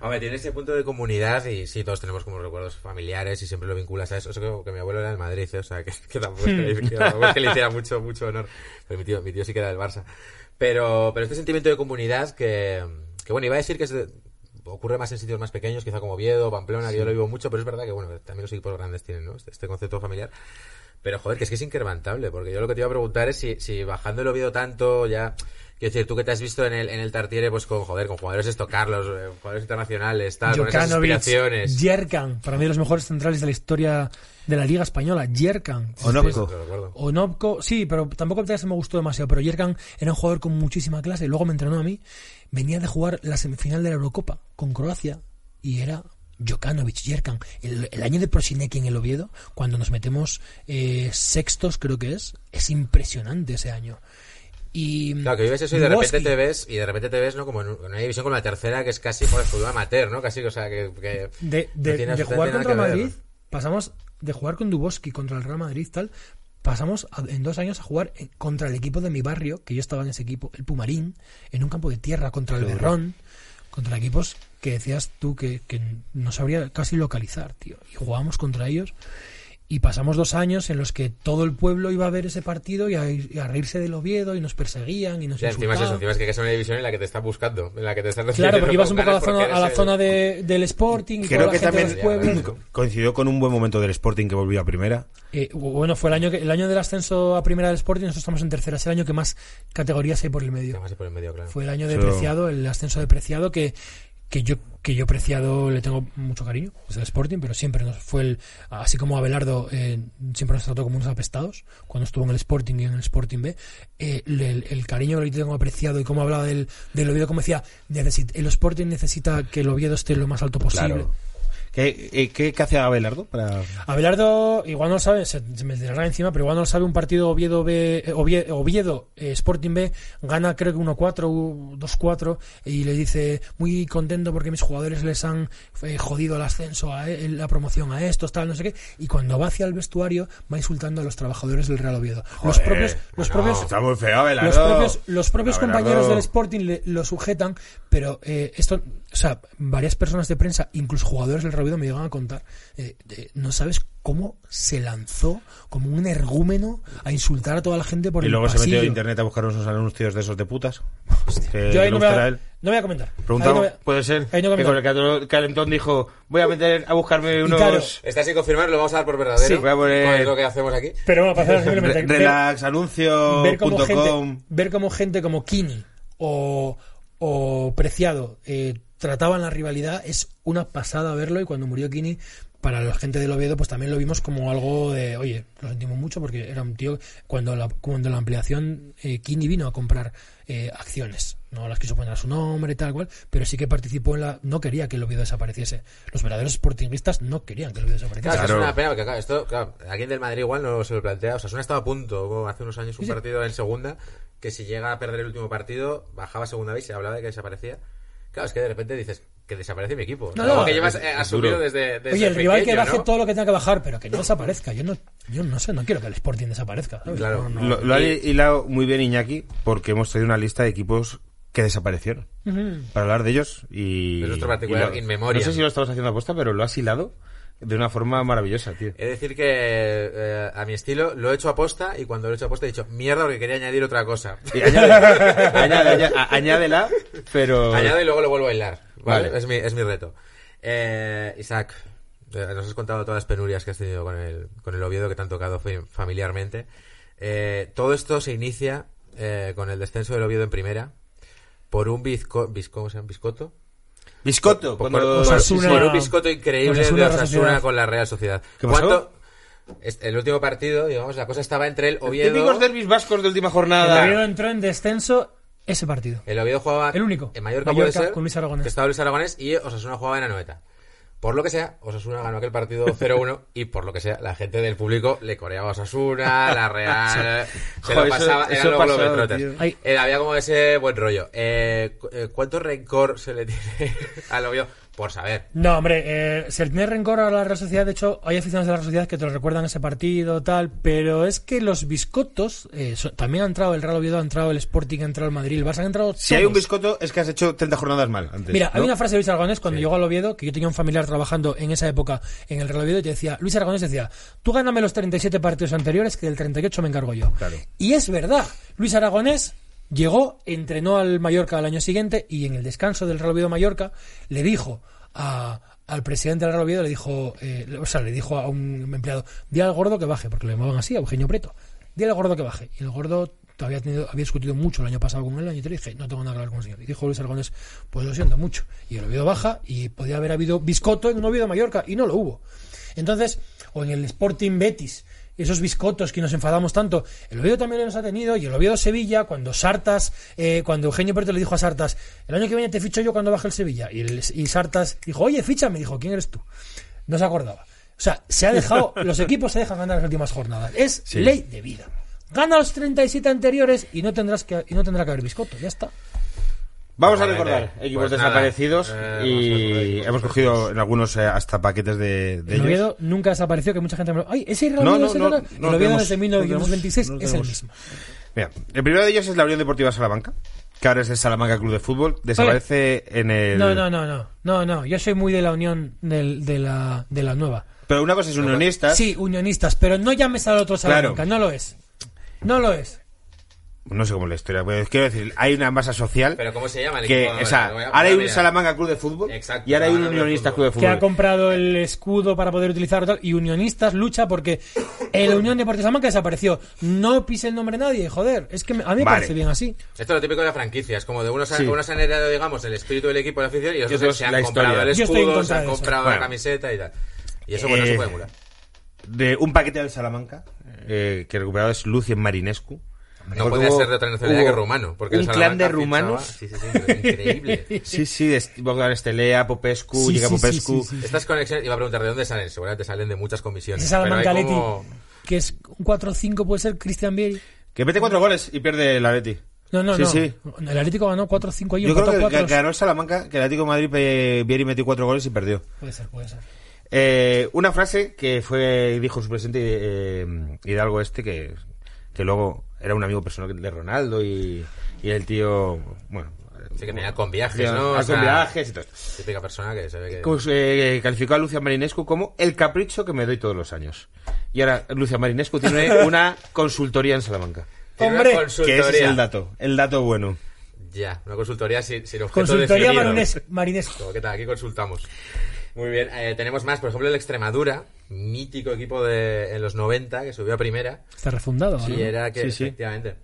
Speaker 2: Hombre, tiene ese punto de comunidad y sí, todos tenemos como recuerdos familiares y siempre lo vinculas a eso. Eso que, que mi abuelo era del Madrid, ¿eh? o sea, que, que tampoco, es que, le- que tampoco es que le hiciera mucho, mucho honor. Pero mi tío, mi tío sí que era del Barça. Pero, pero este sentimiento de comunidad que, que bueno, iba a decir que es de- ocurre más en sitios más pequeños, quizá como Oviedo, Pamplona, que yo lo vivo mucho, pero es verdad que, bueno, también los equipos grandes tienen, ¿no? Este- este concepto familiar. Pero joder, que es que es inquebrantable, porque yo lo que te iba a preguntar es si, si bajando el Oviedo tanto, ya. Quiero decir, tú que te has visto en el, en el Tartiere, pues con joder, con jugadores esto, Carlos, eh, jugadores internacionales, tal, con esas
Speaker 3: Jokanovic,
Speaker 2: inspiraciones.
Speaker 3: Jerkan, para mí de los mejores centrales de la historia de la Liga Española, Jerkan.
Speaker 1: Onopko.
Speaker 2: Te lo recuerdo.
Speaker 3: Onopko, sí, pero tampoco el se me gustó demasiado, pero Jerkan era un jugador con muchísima clase, y luego me entrenó a mí, venía de jugar la semifinal de la Eurocopa con Croacia y era Jokanovic, Jerkan. El, el año de Prosinecki en el Oviedo, cuando nos metemos eh, sextos creo que es, es impresionante ese año. Y,
Speaker 2: Claro, que vives eso y de repente
Speaker 3: Lubowski.
Speaker 2: te ves, y de repente te ves, ¿no? Como en, un- en una división como la tercera, que es casi por el fútbol amateur, ¿no? Casi, o sea, que. que
Speaker 3: de,
Speaker 2: no
Speaker 3: de-
Speaker 2: tiene
Speaker 3: de
Speaker 2: absolutamente
Speaker 3: jugar
Speaker 2: nada
Speaker 3: contra
Speaker 2: que ver.
Speaker 3: Madrid, pasamos de jugar con Duboski contra el Real Madrid, tal, pasamos a- en dos años a jugar en- contra el equipo de mi barrio, que yo estaba en ese equipo, el Pumarín, en un campo de tierra contra el Berrón, contra equipos que decías tú que, que no sabría casi localizar, tío. Y jugábamos contra ellos. Y pasamos dos años en los que todo el pueblo iba a ver ese partido y a, y a reírse del Oviedo y nos perseguían y nos
Speaker 2: Ya, encima es eso,
Speaker 3: insultaban.
Speaker 2: encima es que es una división en la que te están buscando, en la que te están
Speaker 3: Claro, porque
Speaker 2: recibiendo
Speaker 3: ibas un poco a la
Speaker 2: ganas porque
Speaker 3: zona, a la
Speaker 2: eres el-
Speaker 3: zona de- del Sporting, y toda
Speaker 1: Creo
Speaker 3: la
Speaker 1: que
Speaker 3: gente de los
Speaker 1: también
Speaker 3: pueblos.
Speaker 1: co- coincidió con un buen momento del Sporting que volvió a primera.
Speaker 3: Eh, bueno, fue el año que, el año del ascenso a primera del Sporting, nosotros estamos en tercera, es el año que más categorías hay por el medio.
Speaker 2: Además, por el medio, claro.
Speaker 3: Fue el año de
Speaker 1: Sí.
Speaker 3: Preciado, el ascenso de Preciado que, que yo que yo Preciado le tengo mucho cariño, es el Sporting, pero siempre nos fue el así como Abelardo eh, siempre nos trató como unos apestados cuando estuvo en el Sporting y en el Sporting B, eh, le- el, el cariño que le tengo apreciado y cómo hablaba del, del Oviedo, como decía, "Necesit- el Sporting necesita que el Oviedo esté lo más alto posible.
Speaker 1: Claro. ¿Qué, eh, qué, qué hacía Abelardo? Para...
Speaker 3: Abelardo, igual no lo sabe, se, se me tirará encima, pero igual no lo sabe un partido Oviedo, B, eh, Ovie- Oviedo eh, Sporting B, gana creo que 1-4, u- 2-4, y le dice muy contento porque mis jugadores les han eh, jodido el ascenso, a e- la promoción a estos, tal, no sé qué, y cuando va hacia el vestuario va insultando a los trabajadores del Real Oviedo. los
Speaker 1: Joder,
Speaker 3: propios, los
Speaker 2: no,
Speaker 3: propios,
Speaker 1: Está muy feo Abelardo.
Speaker 3: los propios, los propios
Speaker 1: Abelardo.
Speaker 3: compañeros del Sporting le- lo sujetan, pero eh, esto, o sea, varias personas de prensa, incluso jugadores del Real Oviedo me llegan a contar, eh, de- no sabes cómo se lanzó como un ergúmeno a insultar a toda la gente por
Speaker 1: Y
Speaker 3: el
Speaker 1: luego se metió
Speaker 3: pasillo.
Speaker 1: en internet a buscar unos anuncios de esos de putas. Que
Speaker 3: Yo ahí no
Speaker 1: le
Speaker 3: voy,
Speaker 1: gustará
Speaker 3: a,
Speaker 1: a él.
Speaker 3: no voy a comentar. Ahí
Speaker 1: Preguntamos,
Speaker 3: no voy a-
Speaker 1: puede ser
Speaker 3: ahí no voy
Speaker 1: que
Speaker 3: a
Speaker 1: con el
Speaker 3: comentar.
Speaker 1: cato- calentón dijo voy a meter a buscarme unos
Speaker 3: claro,
Speaker 2: Está sin confirmar, lo vamos a dar por verdadero.
Speaker 1: Sí, voy a poner-
Speaker 2: con lo que hacemos aquí.
Speaker 3: Pero bueno, pasar simplemente.
Speaker 1: re-
Speaker 3: ver como gente,
Speaker 1: relaxanuncio.com
Speaker 3: ver cómo gente como Kini o, o Preciado eh, trataban la rivalidad es una pasada verlo y cuando murió Kini para la gente del Oviedo pues también lo vimos como algo de oye lo sentimos mucho porque era un tío cuando la, cuando la ampliación eh, Kini vino a comprar eh, acciones no las quiso poner a su nombre y tal cual pero sí que participó en la no quería que el Oviedo desapareciese los verdaderos sportingistas no querían que el Oviedo desapareciese
Speaker 2: Claro, es que
Speaker 1: Claro.
Speaker 2: es una pena porque claro, esto, claro, alguien del Madrid igual no se lo plantea. O sea, Osasuna estaba a punto, hubo hace unos años, un partido en segunda, que si llega a perder el último partido, bajaba a segunda vez y se hablaba de que desaparecía. Claro, es que de repente dices que desaparece mi equipo.
Speaker 3: No,
Speaker 2: O sea, algo
Speaker 3: no,
Speaker 2: que llevas
Speaker 1: es-
Speaker 2: eh,
Speaker 1: es
Speaker 2: asumido
Speaker 1: duro.
Speaker 2: desde, desde
Speaker 3: Oye, el rival que
Speaker 2: pequeño,
Speaker 3: baje
Speaker 2: ¿no?
Speaker 3: todo lo que tenga que bajar, pero que no desaparezca. Yo no, yo no sé, no quiero que el Sporting desaparezca. ¿sabes?
Speaker 2: Claro.
Speaker 3: No, no.
Speaker 1: Lo, lo ha hilado muy bien Iñaki porque hemos traído una lista de equipos que desaparecieron para hablar de ellos y
Speaker 2: Es nuestro particular
Speaker 1: y lo-
Speaker 2: in memoriam.
Speaker 1: No sé si lo estamos haciendo apuesta, pero lo has hilado de una forma maravillosa, tío.
Speaker 2: He de decir que eh, a mi estilo lo he hecho aposta y cuando lo he hecho aposta he dicho mierda porque quería añadir otra cosa.
Speaker 1: Y añade- añade- añade- a- añádela, pero
Speaker 2: Añado y luego lo vuelvo a hilar. Vale.
Speaker 1: Vale.
Speaker 2: Es, mi, es mi reto. Eh, Isaac, eh, nos has contado todas las penurias que has tenido con el, con el Oviedo que te han tocado fi- familiarmente. Eh, todo esto se inicia eh, con el descenso del Oviedo en primera por un bizco, bizco- ¿cómo se llama? biscoto.
Speaker 1: Biscoto,
Speaker 2: Por-
Speaker 1: cuando
Speaker 2: por,
Speaker 3: Osasuna-
Speaker 2: por un biscoto increíble
Speaker 3: Osasuna,
Speaker 2: de
Speaker 3: Real
Speaker 2: Osasuna
Speaker 3: Sociedad.
Speaker 2: con la Real Sociedad.
Speaker 1: ¿Qué pasó?
Speaker 2: es- el último partido, digamos, la cosa estaba entre el Oviedo.
Speaker 1: típicos derbis vascos de última jornada.
Speaker 3: El Oviedo entró en descenso ese partido.
Speaker 2: El Oviedo jugaba.
Speaker 3: El único.
Speaker 2: En Mallorca,
Speaker 3: Mallorca,
Speaker 2: puede ser.
Speaker 3: con Luis Aragonés.
Speaker 2: Que estaba Luis Aragonés y Osasuna jugaba en Anoeta. Por lo que sea, Osasuna ganó aquel partido 0-1 y por lo que sea, la gente del público le coreaba a Osasuna, la Real. se
Speaker 1: Joder,
Speaker 2: lo
Speaker 1: eso-
Speaker 2: pasaba,
Speaker 1: eso
Speaker 2: eran los
Speaker 1: pasaba,
Speaker 2: globetrotters.
Speaker 1: tío.
Speaker 3: Ay.
Speaker 2: Eh, había como ese buen rollo. Eh, cu- eh, ¿Cuánto rencor se le tiene al Oviedo? Por saber.
Speaker 3: No, hombre, eh, se le tiene rencor a la Real Sociedad. De hecho, hay aficionados de la Real Sociedad que te lo recuerdan ese partido, tal. Pero es que los biscotos. eh, so- también ha entrado el Real Oviedo, ha entrado el Sporting, ha entrado el Madrid, el Barça, han entrado.
Speaker 1: Si hay un
Speaker 3: todos.
Speaker 1: biscoto, es que has hecho 30 jornadas mal antes.
Speaker 3: Mira, hay
Speaker 1: ¿no?
Speaker 3: una frase de Luis Aragonés cuando llegó al Oviedo, que yo tenía un familiar trabajando en esa época en el Real Oviedo, y te decía, Luis Aragonés decía, tú gáname los 37 partidos anteriores, que del 38 me encargo yo.
Speaker 1: Claro.
Speaker 3: Y es verdad, Luis Aragonés llegó, entrenó al Mallorca al año siguiente, y en el descanso del Real Oviedo Mallorca le dijo a- al presidente del Real Oviedo, le dijo, eh, o sea, le dijo a un empleado, di al gordo que baje, porque lo llamaban así, a Eugenio Preto, di al gordo que baje. Y el gordo te había, tenido, había discutido mucho el año pasado con él, y te dije, no tengo nada que ver con el señor. Y dijo Luis Aragonés, pues lo siento mucho. Y el Oviedo baja, y podía haber habido biscoto en un Oviedo Mallorca, y no lo hubo. Entonces, o en el Sporting Betis, esos biscotos que nos enfadamos tanto, el Oviedo también los ha tenido, y el Oviedo Sevilla, cuando Sartas, eh, cuando Eugenio Berto le dijo a Sartas, el año que viene te ficho yo cuando baje el Sevilla, y, el- y Sartas dijo, oye, fíchame, dijo, ¿quién eres tú? No se acordaba. O sea, se ha dejado, los equipos se dejan ganar las últimas jornadas. Es ley de vida. Gana los 37 anteriores y no tendrás que y no tendrá que haber biscoto, ya está.
Speaker 1: Vamos a
Speaker 2: Vale,
Speaker 1: recordar
Speaker 2: vale.
Speaker 1: equipos
Speaker 2: Pues nada,
Speaker 1: desaparecidos
Speaker 2: eh,
Speaker 1: y
Speaker 2: hemos
Speaker 1: hemos cogido en algunos eh, hasta paquetes de, de
Speaker 3: El
Speaker 1: ellos.
Speaker 3: Oviedo nunca desapareció, que mucha gente me lo... ¡Ay, ese Real
Speaker 1: No,
Speaker 3: Oviedo
Speaker 1: no,
Speaker 3: es el
Speaker 1: no,
Speaker 3: Real-
Speaker 1: no
Speaker 3: el
Speaker 1: lo
Speaker 3: Oviedo
Speaker 1: tenemos,
Speaker 3: desde
Speaker 1: no
Speaker 3: 1926
Speaker 1: lo
Speaker 3: es el
Speaker 1: tenemos.
Speaker 3: mismo.
Speaker 1: Mira, el primero de ellos es la Unión Deportiva Salamanca, que ahora es el Salamanca Club de Fútbol. Desaparece en el.
Speaker 3: No, no, no, no, no, no. Yo soy muy de la unión del- de, la, de la nueva.
Speaker 1: Pero una cosa es unionistas.
Speaker 3: Sí, unionistas, pero no llames al otro Salamanca,
Speaker 1: Claro.
Speaker 3: no lo es. No lo es.
Speaker 1: No sé cómo es la historia. pero quiero decir, hay una masa social.
Speaker 2: Pero ¿cómo se llama el
Speaker 1: que,
Speaker 2: equipo?
Speaker 1: o sea,
Speaker 2: Lo voy a-
Speaker 1: ahora hay
Speaker 2: voy a
Speaker 1: un
Speaker 2: mirar.
Speaker 1: Salamanca Club de Fútbol
Speaker 2: Exacto,
Speaker 1: y ahora hay un
Speaker 2: ahora Club de
Speaker 1: Unionistas Club
Speaker 2: Fútbol.
Speaker 1: de
Speaker 3: Que ha
Speaker 1: Fútbol.
Speaker 3: comprado el escudo para poder utilizarlo tal, y unionistas lucha porque el Unión Deportiva Salamanca desapareció. No pise el nombre de nadie, joder. Es que me- a mí me
Speaker 1: Vale.
Speaker 3: parece bien así.
Speaker 2: Esto es lo típico de la franquicia, es como de unos, han-
Speaker 1: Sí.
Speaker 2: unos han heredado, digamos, el espíritu del equipo de la afición y los
Speaker 1: Y
Speaker 2: otros
Speaker 1: otros
Speaker 2: se han
Speaker 1: la
Speaker 2: comprado
Speaker 1: historia.
Speaker 2: el
Speaker 3: Yo estoy en
Speaker 2: escudo, se
Speaker 3: contra
Speaker 2: han
Speaker 3: de eso.
Speaker 2: comprado
Speaker 1: Bueno.
Speaker 2: la camiseta y tal. Y eso, bueno, no
Speaker 1: Eh,
Speaker 2: se puede emular.
Speaker 1: De un paquete del Salamanca eh, que recuperado es Lucien Marinescu.
Speaker 2: No
Speaker 1: Porque
Speaker 2: podía
Speaker 1: hubo-
Speaker 2: ser de otra nacionalidad
Speaker 1: hubo
Speaker 2: que rumano. Porque el
Speaker 1: un clan de
Speaker 2: Salamanca
Speaker 1: rumanos.
Speaker 2: fichaba- Sí, sí, sí, pero increíble.
Speaker 1: Sí, sí, de Est- Bogdan Estelea, este Popescu,
Speaker 3: Sí,
Speaker 1: llega
Speaker 3: sí, sí,
Speaker 1: Popescu.
Speaker 3: sí, sí.
Speaker 2: Estas conexiones, iba a preguntar de dónde salen, seguramente salen de muchas comisiones.
Speaker 3: Ese
Speaker 2: pero hay
Speaker 3: Salamanca Leti,
Speaker 2: como-
Speaker 3: que es un 4-5, puede ser Cristian Vieri.
Speaker 1: Que mete cuatro goles y pierde el Atleti.
Speaker 3: No, no,
Speaker 1: Sí,
Speaker 3: no.
Speaker 1: sí.
Speaker 3: El Atlético ganó 4-5 y
Speaker 1: Yo
Speaker 3: un
Speaker 1: creo que
Speaker 3: 4-4.
Speaker 1: ga- ganó el Salamanca, que el Atlético de Madrid eh, Vieri metió cuatro goles y perdió.
Speaker 3: Puede ser, puede ser.
Speaker 1: Eh, una frase que fue dijo su presidente eh, Hidalgo este que, que luego era un amigo personal de Ronaldo y, y el tío bueno
Speaker 2: Sí, que tenía con viajes,
Speaker 1: tenía-
Speaker 2: ¿no?
Speaker 1: ah,
Speaker 2: O
Speaker 1: con
Speaker 2: sea,
Speaker 1: viajes y todo esto.
Speaker 2: Típica persona que se ve que...
Speaker 1: Cos- eh, calificó a Lucia Marinescu como el capricho que me doy todos los años y ahora Lucia Marinescu tiene una consultoría en Salamanca
Speaker 2: Tiene una
Speaker 3: Hombre, que
Speaker 1: que ese es
Speaker 2: consultoría.
Speaker 1: el dato el dato bueno
Speaker 2: Ya, una consultoría sin, sin objeto
Speaker 3: Consultoría
Speaker 2: definido.
Speaker 3: Marines, Marinesco.
Speaker 2: Como, ¿Qué tal? Aquí consultamos. Muy bien, eh, tenemos más. Por ejemplo, el Extremadura, mítico equipo de, en los 90 que subió a primera.
Speaker 3: Está refundado,
Speaker 2: Y era que,
Speaker 1: Sí, sí.
Speaker 2: efectivamente,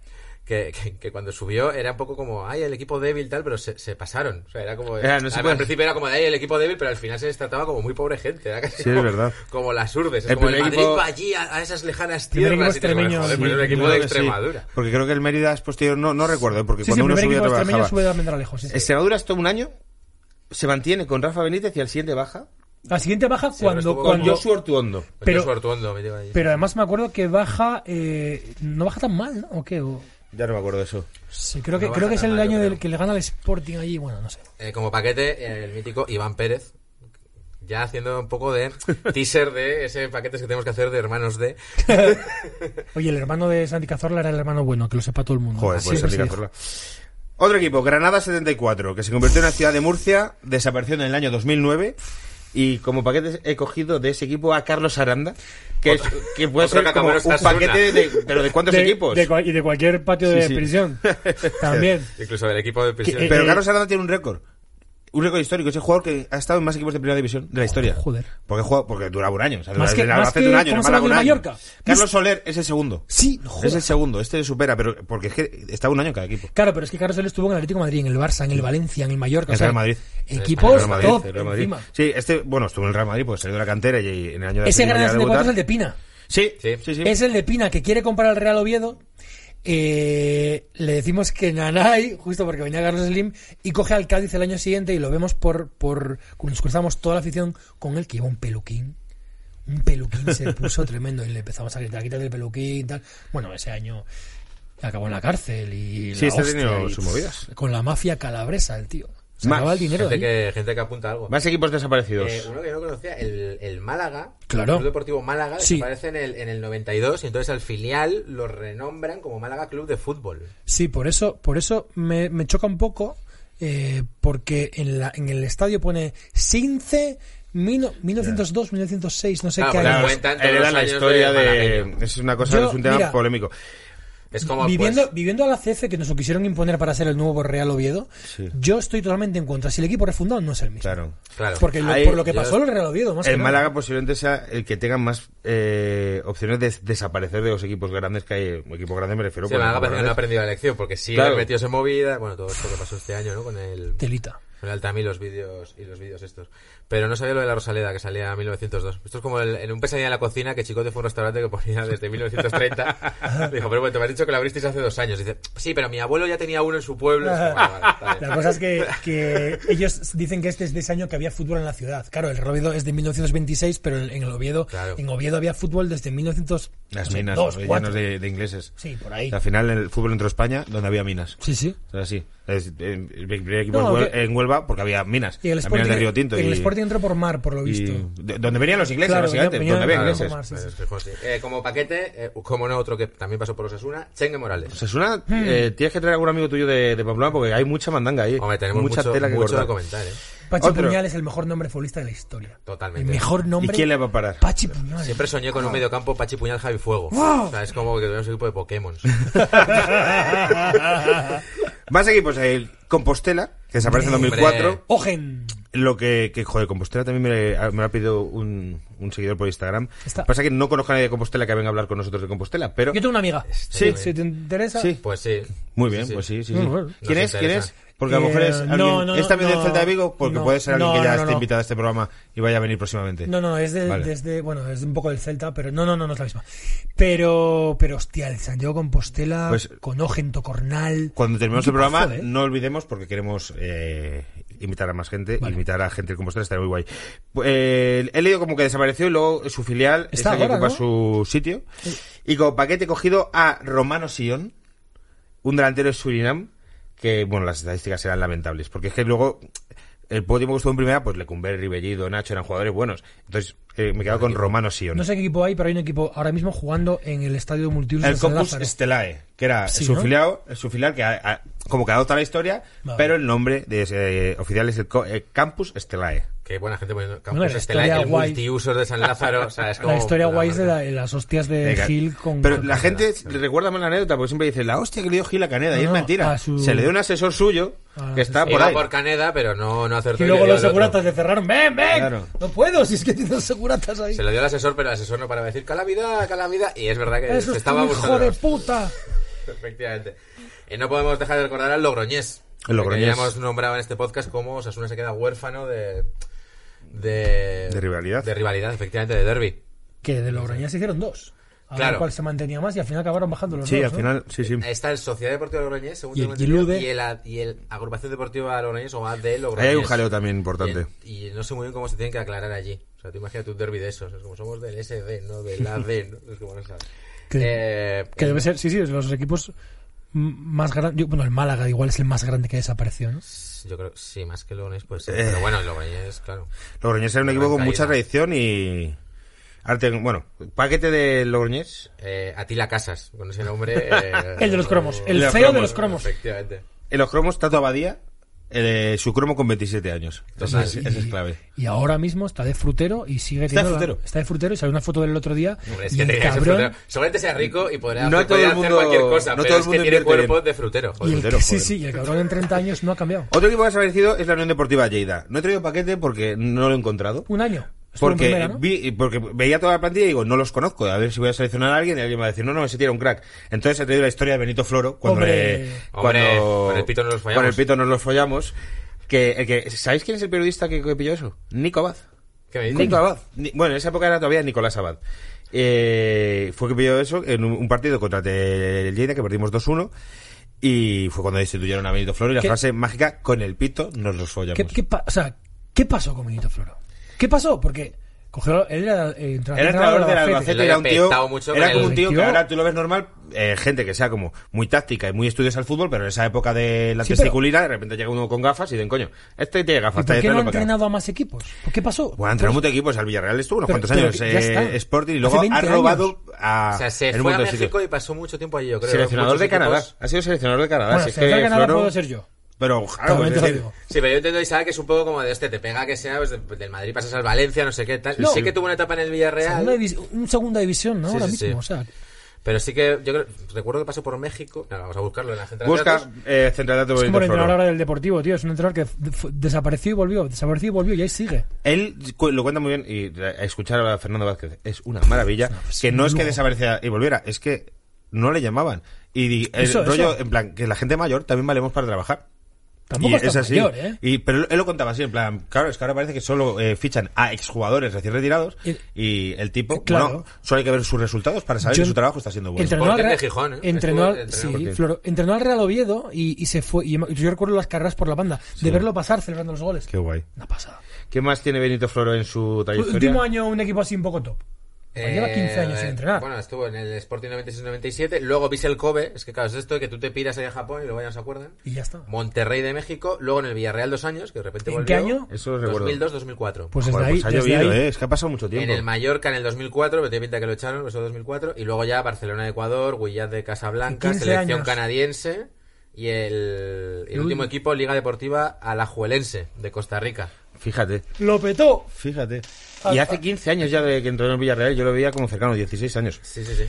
Speaker 2: que, que- que cuando subió era un poco como, ay, el equipo débil, tal, pero se, se pasaron. O sea, era como.
Speaker 1: Era, no se
Speaker 2: además,
Speaker 1: puede.
Speaker 2: al principio era como, ay, el equipo débil, pero al final se les trataba como muy pobre gente. Era
Speaker 1: Sí,
Speaker 2: casi como,
Speaker 1: es verdad.
Speaker 2: Como las urdes. Es
Speaker 1: El
Speaker 2: como el
Speaker 1: primer
Speaker 2: Madrid
Speaker 1: equipo-
Speaker 2: va allí a, a esas lejanas
Speaker 3: Primer
Speaker 2: tierras.
Speaker 3: equipo
Speaker 2: y te pones,
Speaker 3: extremeño,
Speaker 2: joder, pues
Speaker 3: sí,
Speaker 2: es un equipo
Speaker 1: Creo
Speaker 2: de
Speaker 1: que sí,
Speaker 2: Extremadura. Pues
Speaker 1: porque creo que el Mérida es posterior no, no recuerdo porque
Speaker 3: Sí, sí,
Speaker 1: cuando
Speaker 3: el
Speaker 1: uno
Speaker 3: primer
Speaker 1: subía
Speaker 3: equipo
Speaker 1: otro
Speaker 3: extremeño
Speaker 1: bajaba
Speaker 3: sube de Almendralejo. Sí, sí.
Speaker 1: Extremadura estuvo un año se mantiene con Rafa Benítez y al siguiente baja
Speaker 3: La siguiente baja
Speaker 2: pero
Speaker 3: cuando...
Speaker 2: estuvo
Speaker 3: cuando
Speaker 2: como-
Speaker 1: Josu Ortuondo.
Speaker 2: Pues
Speaker 3: Pero-
Speaker 2: yo soy Ortuondo, me digo allí.
Speaker 3: Pero además me acuerdo que baja... eh, no baja tan mal, ¿no? ¿O qué? O-
Speaker 1: Ya no me acuerdo de eso.
Speaker 3: sí, creo que,
Speaker 2: No baja
Speaker 3: creo que es
Speaker 2: tan
Speaker 3: el
Speaker 2: mal, yo
Speaker 3: año del
Speaker 2: creo.
Speaker 3: que le gana el Sporting allí. Bueno, no sé.
Speaker 2: Eh, como paquete, el mítico Iván Pérez. Ya haciendo un poco de teaser de ese paquete que tenemos que hacer de hermanos de.
Speaker 3: Oye, el hermano de Santi Cazorla era el hermano bueno, que lo sepa todo el mundo. Ah,
Speaker 1: Joder,
Speaker 3: Así
Speaker 1: pues
Speaker 3: siempre se
Speaker 1: Santi
Speaker 3: dijo.
Speaker 1: Cazorla. Otro equipo, Granada 74, que se convirtió en la ciudad de Murcia, desapareció en el año 2009. Y como paquete he cogido de ese equipo a Carlos Aranda, que, es- que puede
Speaker 2: Otro
Speaker 1: ser como un
Speaker 2: Cacamoros Osasuna.
Speaker 1: paquete de, pero de cuántos
Speaker 3: De-
Speaker 1: equipos.
Speaker 3: de cual- y de cualquier patio
Speaker 1: Sí,
Speaker 3: de
Speaker 1: sí.
Speaker 3: prisión. También.
Speaker 2: Incluso del equipo de prisión.
Speaker 3: Que-
Speaker 1: pero
Speaker 3: eh,
Speaker 1: Carlos Aranda tiene un récord. Un récord histórico, es el jugador que ha estado en más equipos de primera división de la historia.
Speaker 3: Joder.
Speaker 1: Porque, juega- porque duraba un año. o sea,
Speaker 3: Más que-
Speaker 1: en
Speaker 3: más
Speaker 1: Albacete
Speaker 3: que-
Speaker 1: un año, en
Speaker 3: ¿cómo se
Speaker 1: Málaga
Speaker 3: llama
Speaker 1: un
Speaker 3: el
Speaker 1: año.
Speaker 3: Mallorca?
Speaker 1: Carlos Soler es el segundo.
Speaker 3: Sí, no jodas.
Speaker 1: es el segundo, este le supera, pero porque es que estaba un año en cada equipo.
Speaker 3: Claro, pero es que Carlos él estuvo en el Atlético de Madrid, en el Barça, en el Valencia, en el Mallorca.
Speaker 1: El
Speaker 3: o sea,
Speaker 1: Real Madrid.
Speaker 3: Equipos
Speaker 1: Real Madrid,
Speaker 3: top.
Speaker 1: Real Madrid.
Speaker 3: encima.
Speaker 1: Sí, este, bueno, estuvo en el Real Madrid, pues salió de la cantera y en el año de
Speaker 3: Ese
Speaker 1: la
Speaker 3: Granada
Speaker 1: primera
Speaker 3: 74 es
Speaker 1: debutar.
Speaker 3: el de Pina.
Speaker 1: Sí, sí,
Speaker 2: Sí.
Speaker 1: sí.
Speaker 3: Es el de Pina que quiere comprar al Real Oviedo. Eh, le decimos que Nanay, justo porque venía Carlos Slim, y coge al Cádiz el año siguiente y lo vemos por. por nos cruzamos toda la afición con él que lleva un peluquín. Un peluquín se puso tremendo y le empezamos a gritar, quítate el peluquín y tal. Bueno, ese año acabó en la cárcel y.
Speaker 1: Sí, este
Speaker 3: la
Speaker 1: ha
Speaker 3: hostia
Speaker 1: tenido
Speaker 3: y,
Speaker 1: sus movidas.
Speaker 3: Con la mafia calabresa, el tío. Se
Speaker 1: Más
Speaker 3: acaba el dinero.
Speaker 2: Gente
Speaker 3: ahí.
Speaker 2: que, gente que apunta algo.
Speaker 1: Más equipos desaparecidos.
Speaker 2: Eh, uno que yo no conocía, el, el Málaga,
Speaker 3: Claro.
Speaker 2: el Club Deportivo Málaga,
Speaker 3: Sí.
Speaker 2: aparece en el, en el 92 y entonces al filial lo renombran como Málaga Club de Fútbol.
Speaker 3: Sí, por eso, por eso me, me choca un poco, eh, porque en, la, en el estadio pone Since mil- 1902, 1906, no sé
Speaker 2: Claro,
Speaker 3: qué
Speaker 2: claro,
Speaker 3: año.
Speaker 2: Ah, bueno, cuentan todos
Speaker 1: heredan
Speaker 2: los
Speaker 1: la
Speaker 2: años
Speaker 1: historia
Speaker 2: de
Speaker 1: de.
Speaker 2: malagueño.
Speaker 1: es una cosa,
Speaker 3: Yo,
Speaker 1: es un tema
Speaker 3: mira,
Speaker 1: polémico.
Speaker 2: Es como
Speaker 3: viviendo,
Speaker 2: pues,
Speaker 3: viviendo a la CF que nos lo quisieron imponer para ser el nuevo Real Oviedo,
Speaker 1: Sí.
Speaker 3: yo estoy totalmente en contra. Si el equipo refundado no es el mismo.
Speaker 1: Claro.
Speaker 2: claro.
Speaker 3: Porque lo-
Speaker 1: Ahí-
Speaker 3: por lo que
Speaker 2: yo-
Speaker 3: pasó el Real Oviedo, más que
Speaker 1: El
Speaker 3: nada.
Speaker 1: Málaga posiblemente sea el que tenga más eh, opciones de desaparecer de los equipos grandes que hay. Equipos grandes me refiero.
Speaker 2: Sí,
Speaker 1: por
Speaker 2: Málaga
Speaker 1: equipos
Speaker 2: parece que no ha
Speaker 1: grandes.
Speaker 2: aprendido la lección porque sigue
Speaker 1: Claro.
Speaker 2: metidos en movida. Bueno, todo esto que pasó este año, ¿no? Con el,
Speaker 3: Telita.
Speaker 2: con el Altami los vídeos y los vídeos estos. Pero no sabía lo de la Rosaleda que salía en 1902. Esto es como el- en un pesadilla en la cocina que Chicote fue a un restaurante que ponía desde 1930. Dijo, pero bueno, te me has dicho que lo abristeis hace dos años. Dice, sí, pero mi abuelo ya tenía uno en su pueblo. Es como, "Vale, vale, está bien".
Speaker 3: La cosa es que, que ellos dicen que este es de ese año que había fútbol en la ciudad. Claro, el Real Oviedo es de 1926, pero en en el Oviedo,
Speaker 2: Claro.
Speaker 3: en Oviedo había fútbol desde 1902.
Speaker 1: Las minas,
Speaker 3: dos,
Speaker 1: los rellenos
Speaker 3: cuatro.
Speaker 1: de, de ingleses.
Speaker 3: Sí, por ahí.
Speaker 1: Al final, el fútbol entró a España donde había minas.
Speaker 3: Sí, sí.
Speaker 1: Era así. Es- eh, el primer equipo
Speaker 3: No,
Speaker 1: en Huel-
Speaker 3: aunque-
Speaker 1: en Huelva porque había minas.
Speaker 3: Y el
Speaker 1: las
Speaker 3: Sporting,
Speaker 1: minas de Río Tinto.
Speaker 3: el
Speaker 1: y-
Speaker 3: Sporting entró por mar, por lo
Speaker 1: y-
Speaker 3: visto.
Speaker 1: de- donde venían los ingleses,
Speaker 3: Claro,
Speaker 1: básicamente.
Speaker 3: venían-
Speaker 1: donde había
Speaker 3: venían
Speaker 1: ingleses.
Speaker 3: por mar, sí, sí.
Speaker 2: Eh, como paquete, eh, como no otro que también pasó por Osasuna, Chengue Morales.
Speaker 1: Se suena,
Speaker 3: Hmm.
Speaker 1: eh, tienes que traer algún amigo tuyo de, de Pamplona porque hay mucha mandanga ahí.
Speaker 2: Hombre, tenemos
Speaker 1: mucha
Speaker 2: mucho,
Speaker 1: tela que
Speaker 2: mucho
Speaker 1: cortar.
Speaker 2: de comentar, ¿eh?
Speaker 3: Pachi
Speaker 1: Otro.
Speaker 3: Puñal es el mejor nombre futbolista de la historia. El
Speaker 2: Totalmente.
Speaker 3: mejor
Speaker 1: ¿Y
Speaker 3: nombre.
Speaker 1: quién le va a parar?
Speaker 3: Pachi Puñal.
Speaker 2: Siempre soñé con un mediocampo Pachi Puñal Javi Fuego.
Speaker 3: ¡Wow!
Speaker 2: O sea, es como que tenemos un equipo de Pokémon.
Speaker 1: Más equipos, pues, el Compostela, que desaparece en
Speaker 2: Hombre.
Speaker 1: 2004.
Speaker 3: Ogen.
Speaker 1: Lo que, que, joder, Compostela también me, me lo ha pedido un, un seguidor por Instagram.
Speaker 3: Está-
Speaker 1: Pasa que no conozco a nadie de Compostela que venga a hablar con nosotros de Compostela, pero.
Speaker 3: Yo tengo una amiga.
Speaker 1: Este, Sí.
Speaker 3: Si te interesa.
Speaker 1: Sí.
Speaker 2: Pues sí.
Speaker 1: Muy
Speaker 2: Sí,
Speaker 1: bien,
Speaker 2: sí.
Speaker 1: pues sí, sí.
Speaker 3: Muy
Speaker 1: sí.
Speaker 3: bueno.
Speaker 1: ¿Quién
Speaker 2: Nos
Speaker 1: es? ¿Quién
Speaker 2: interesa.
Speaker 1: es? Porque a lo mejor es.
Speaker 3: Eh,
Speaker 1: Alguien,
Speaker 3: no, no,
Speaker 1: ¿Es también
Speaker 3: no,
Speaker 1: del Celta de Vigo? Porque
Speaker 3: no,
Speaker 1: puede ser alguien
Speaker 3: no,
Speaker 1: que ya
Speaker 3: no,
Speaker 1: esté
Speaker 3: no.
Speaker 1: invitado a este programa y vaya a venir próximamente.
Speaker 3: No, no, es de,
Speaker 1: Vale.
Speaker 3: desde, bueno, es un poco del Celta, pero no, no, no, no es la misma. Pero, pero hostia, el Santiago Compostela,
Speaker 1: Pues-
Speaker 3: con Ogento, Cornal.
Speaker 1: Cuando terminemos el
Speaker 3: Equipazo,
Speaker 1: programa,
Speaker 3: ¿eh?
Speaker 1: no olvidemos, porque queremos eh, invitar a más gente,
Speaker 3: Vale.
Speaker 1: invitar a gente del Compostela, estaría muy guay. Pu- eh, he leído como que desapareció y luego su filial
Speaker 3: Está
Speaker 1: es la que
Speaker 3: ahora,
Speaker 1: ocupa
Speaker 3: ¿no?
Speaker 1: su sitio. Y como paquete he cogido a Romano Sion, un delantero de Surinam, que, bueno, las estadísticas eran lamentables, porque es que luego... El poco tiempo que estuvo en primera, pues Lecumberri, Bellido, Nacho eran jugadores buenos. Entonces, eh, me he quedado con Romano Sion.
Speaker 3: No sé qué equipo hay, pero hay un equipo ahora mismo jugando en el estadio multiusos de
Speaker 1: El
Speaker 3: San
Speaker 1: Compus
Speaker 3: Lázaro.
Speaker 1: Stelae, que era
Speaker 3: Sí,
Speaker 1: su,
Speaker 3: ¿no?
Speaker 1: filiao- su filial, que ha- ha- como que adopta la historia,
Speaker 3: Vale.
Speaker 1: pero el nombre de ese, eh, oficial es el co- eh, Campus Stelae.
Speaker 2: Qué buena gente poniendo campos
Speaker 3: Bueno, la
Speaker 2: estelares,
Speaker 3: historia
Speaker 2: el
Speaker 3: guay.
Speaker 2: multiusos de San Lázaro. O sea, es como
Speaker 3: La historia
Speaker 2: puta
Speaker 3: guay es de
Speaker 2: madre.
Speaker 3: la- las hostias de
Speaker 1: Venga.
Speaker 3: Gil con.
Speaker 1: pero
Speaker 3: con-
Speaker 1: la gente recuerda mal la anécdota, porque siempre dice, la hostia que le dio Gil a Caneda, y
Speaker 3: No,
Speaker 1: es
Speaker 3: no,
Speaker 1: mentira.
Speaker 3: a su-
Speaker 1: Se le dio un asesor suyo,
Speaker 3: Ah,
Speaker 1: que está
Speaker 3: asesor.
Speaker 1: por
Speaker 2: Iba
Speaker 1: ahí.
Speaker 2: por Caneda, pero no, no acertó.
Speaker 3: Y
Speaker 2: y
Speaker 3: luego
Speaker 2: le dio
Speaker 3: los
Speaker 2: al otro.
Speaker 3: seguratas le cerraron. ¡Ven, ven!
Speaker 1: Claro.
Speaker 3: No puedo, si es que tienes seguratas ahí.
Speaker 2: Se lo dio al asesor, pero el asesor no para decir calamidad, calamidad. Y es verdad que
Speaker 3: Eso
Speaker 2: se
Speaker 3: es
Speaker 2: estaba
Speaker 3: un hijo de
Speaker 2: buscando.
Speaker 3: puta.
Speaker 2: Efectivamente. Y no podemos dejar de recordar al Logroñés.
Speaker 1: El Logroñés.
Speaker 2: Que ya hemos nombrado en este podcast cómo Osasuna se queda huérfano de. De,
Speaker 1: De rivalidad.
Speaker 2: De rivalidad, efectivamente, de derby.
Speaker 3: Que de Logroñés se hicieron dos. A ver
Speaker 2: Claro.
Speaker 3: cuál se mantenía más y al final acabaron bajando los
Speaker 1: Sí,
Speaker 3: dos.
Speaker 1: al
Speaker 3: ¿no?
Speaker 1: final, sí, sí.
Speaker 2: Está el Sociedad Deportiva Logroñés, según
Speaker 3: Y el
Speaker 2: tengo entendido,
Speaker 3: Gilude.
Speaker 2: y el, a- y el Agrupación Deportiva Logroñés o AD
Speaker 1: Ahí
Speaker 2: Logroñés.
Speaker 1: hay un jaleo también importante.
Speaker 2: Y, y no sé muy bien cómo se tienen que aclarar allí. O sea, tú imagínate un derby de esos. Es como somos del SD, no del AD, ¿no? Es como no sabes.
Speaker 3: Que-
Speaker 2: Eh,
Speaker 3: Que debe ser, sí, sí, es los equipos m- más grandes. Bueno, el Málaga igual es el más grande que desapareció, ¿no?
Speaker 2: pues, Yo creo, sí, más que Logroñés puede ser.
Speaker 1: Eh.
Speaker 2: Pero bueno, el Logroñés, claro.
Speaker 1: Logroñés era un equipo
Speaker 2: Gran
Speaker 1: con mucha
Speaker 2: caída.
Speaker 1: tradición y... Arte, bueno, paquete de Logroñés.
Speaker 2: Eh, Atila Casas, con ese nombre. eh,
Speaker 3: El de los cromos, el
Speaker 1: de los
Speaker 3: feo de
Speaker 1: cromos,
Speaker 3: los cromos.
Speaker 2: Efectivamente.
Speaker 1: En los cromos, Tato Abadía, eh, su cromo con 27 años.
Speaker 2: Total.
Speaker 1: Entonces, ese- ese es clave.
Speaker 3: Y ahora mismo está de frutero y sigue
Speaker 1: Está de
Speaker 3: teniendo la-
Speaker 1: frutero.
Speaker 3: está de frutero y salió una foto del otro día.
Speaker 2: Hombre, es
Speaker 3: y
Speaker 2: que
Speaker 3: el
Speaker 2: te- ese
Speaker 3: cabrón-
Speaker 2: frutero- Seguramente sea rico y podrá,
Speaker 1: No
Speaker 2: podrá
Speaker 1: todo el mundo-
Speaker 2: hacer cualquier cosa,
Speaker 1: no
Speaker 2: pero
Speaker 1: todo el
Speaker 2: es que
Speaker 1: mundo
Speaker 2: tiene
Speaker 1: invierte
Speaker 2: cuerpo
Speaker 1: bien.
Speaker 2: de frutero.
Speaker 3: y
Speaker 2: Joder.
Speaker 3: el-
Speaker 1: frutero,
Speaker 3: sí,
Speaker 1: joder.
Speaker 3: sí, y el cabrón en 30 años no ha cambiado.
Speaker 1: Otro equipo que ha desaparecido es la Unión Deportiva Lleida. No he traído paquete porque no lo he encontrado.
Speaker 3: Un año. Estuvo en
Speaker 1: Porque,
Speaker 3: primera, ¿no?
Speaker 1: vi- porque veía toda la plantilla y digo, no los conozco. A ver si voy a seleccionar a alguien y alguien me va a decir, no, no, ese tira un crack. Entonces he traído la historia de Benito Floro cuando
Speaker 3: Hombre.
Speaker 1: le-
Speaker 2: Hombre,
Speaker 1: cuando-
Speaker 2: con el pito nos los follamos.
Speaker 1: con el pito nos los follamos. Que, el que, ¿Sabéis quién es el periodista que, que pilló eso? Nico Abad.
Speaker 2: ¿Qué me dices?
Speaker 1: Nico Abad. Ni- bueno, en esa época era todavía Nicolás Abad. Eh, fue que pilló eso en un, un partido contra el Lleida que perdimos 2-1. Y fue cuando destituyeron a Benito Floro y la
Speaker 3: ¿Qué?
Speaker 1: frase mágica, con el pito nos los follamos.
Speaker 3: ¿Qué, qué pa- o sea, ¿qué pasó con Benito Floro? ¿Qué pasó? Porque Cogió, él era eh,
Speaker 1: Era entrenador del
Speaker 2: Y lo
Speaker 1: Albacete, era un
Speaker 2: había
Speaker 1: tío.
Speaker 2: petado mucho
Speaker 1: Era
Speaker 2: con
Speaker 1: como
Speaker 2: el
Speaker 1: un tío que
Speaker 3: tío.
Speaker 1: ahora tú lo ves normal, eh, gente que sea como muy táctica y muy estudiosa al fútbol, pero en esa época de la
Speaker 3: Sí,
Speaker 1: testiculina, de repente llega uno con gafas y dicen, coño, este tiene
Speaker 3: ¿Y
Speaker 1: gafas, está
Speaker 3: ¿Por qué no
Speaker 1: detrás
Speaker 3: ha
Speaker 1: para acá.
Speaker 3: entrenado a más equipos? ¿Por qué pasó? Pues,
Speaker 1: Bueno, entrenó muchos equipos, al Villarreal estuvo unos
Speaker 3: Pero-
Speaker 1: cuantos
Speaker 3: pero
Speaker 1: años
Speaker 3: que ya está.
Speaker 1: eh, Sporting y
Speaker 3: Hace
Speaker 1: luego ha
Speaker 3: 20
Speaker 1: robado
Speaker 3: años.
Speaker 1: a.
Speaker 2: O sea, se
Speaker 1: en un
Speaker 2: fue a
Speaker 1: montón de sitios.
Speaker 2: México y pasó mucho tiempo allí, yo creo.
Speaker 1: Seleccionador
Speaker 2: Muchos
Speaker 1: de Canadá.
Speaker 2: equipos-
Speaker 1: Ha sido seleccionador de Canadá.
Speaker 3: Bueno,
Speaker 1: si es
Speaker 3: seleccionador
Speaker 1: que
Speaker 3: de Canadá
Speaker 1: Floro- Ah,
Speaker 3: puedo ser yo.
Speaker 1: Pero, claro,
Speaker 3: También te
Speaker 1: es
Speaker 3: lo
Speaker 1: decir,
Speaker 3: digo.
Speaker 2: Sí, pero yo entiendo Isaac que es un poco como de este, te pega que sea pues, de- del Madrid pasas al Valencia, no sé qué tal.
Speaker 1: Sí,
Speaker 2: sí
Speaker 1: sí.
Speaker 2: que tuvo una etapa en el Villarreal,
Speaker 3: Segunda divis- un segunda división, ¿no?
Speaker 2: Sí,
Speaker 3: Ahora
Speaker 2: sí, sí.
Speaker 3: mismo, o sea.
Speaker 2: pero sí que yo creo, recuerdo que pasó por México. No, vamos a buscarlo en la central de
Speaker 1: Busca
Speaker 2: datos.
Speaker 1: eh, central de datos
Speaker 3: Es como el
Speaker 1: de Floro.
Speaker 3: entrenador ahora del Deportivo, tío. Es un entrenador que de- fu- desapareció y volvió, desapareció y volvió y ahí sigue.
Speaker 1: Él cu- lo cuenta muy bien y a escuchar a Fernando Vázquez es una maravilla. que no es que desapareciera y volviera, es que no le llamaban. Y di- el
Speaker 3: Eso,
Speaker 1: rollo,
Speaker 3: eso.
Speaker 1: en plan, que la gente mayor también valemos para trabajar.
Speaker 3: Tampoco
Speaker 1: y
Speaker 3: es tan mayor, ¿eh?
Speaker 1: Y, pero él lo contaba así, en plan, claro, es que ahora parece que solo eh, fichan a exjugadores recién retirados
Speaker 3: El-
Speaker 1: y el tipo,
Speaker 3: Claro.
Speaker 1: bueno, solo hay que ver sus resultados para saber
Speaker 3: Yo-
Speaker 1: si su trabajo está siendo bueno.
Speaker 3: Entrenó al,
Speaker 2: Porque es
Speaker 3: Real,
Speaker 2: de Gijón, ¿eh?
Speaker 3: entrenó, al-
Speaker 2: Estuvo-
Speaker 3: sí,
Speaker 2: entrenó
Speaker 1: porque-
Speaker 3: Floro- entrenó al Real Oviedo y, y se fue. Y yo recuerdo las carreras por la banda, de verlo pasar celebrando los goles.
Speaker 1: Qué guay.
Speaker 3: Una pasada.
Speaker 1: ¿Qué más tiene Benito Floro en su trayectoria?
Speaker 3: Último año un equipo así un poco top. Pues Lleva
Speaker 2: Eh,
Speaker 3: 15 años sin entrenar.
Speaker 2: Bueno, estuvo en el Sporting 96-97, luego Vissel Kobe, es que claro, es esto de que tú te piras allá a Japón y luego ya no se acuerdan.
Speaker 3: y ya está.
Speaker 2: Monterrey de México, luego en el Villarreal dos años, que de repente
Speaker 3: ¿En
Speaker 2: volvió.
Speaker 3: qué año?
Speaker 1: Eso recuerdo.
Speaker 2: 2002-2004.
Speaker 3: Pues desde
Speaker 1: Joder,
Speaker 3: ahí.
Speaker 1: pues ha
Speaker 3: desde
Speaker 1: llovido,
Speaker 3: ahí-
Speaker 1: eh, es que ha pasado mucho tiempo.
Speaker 2: En el Mallorca en el 2004, pero tiene pinta que lo echaron, eso 2004. Y luego ya Barcelona de Ecuador, Guillat de Casablanca,
Speaker 3: 15
Speaker 2: selección
Speaker 3: años.
Speaker 2: canadiense. Y el, y el último equipo, Liga Deportiva Alajuelense de Costa Rica.
Speaker 1: Fíjate.
Speaker 3: Lo petó.
Speaker 1: Fíjate. Y hace 15 años ya de que entró en el Villarreal, yo lo veía como cercano, 16 años.
Speaker 2: Sí, sí, sí.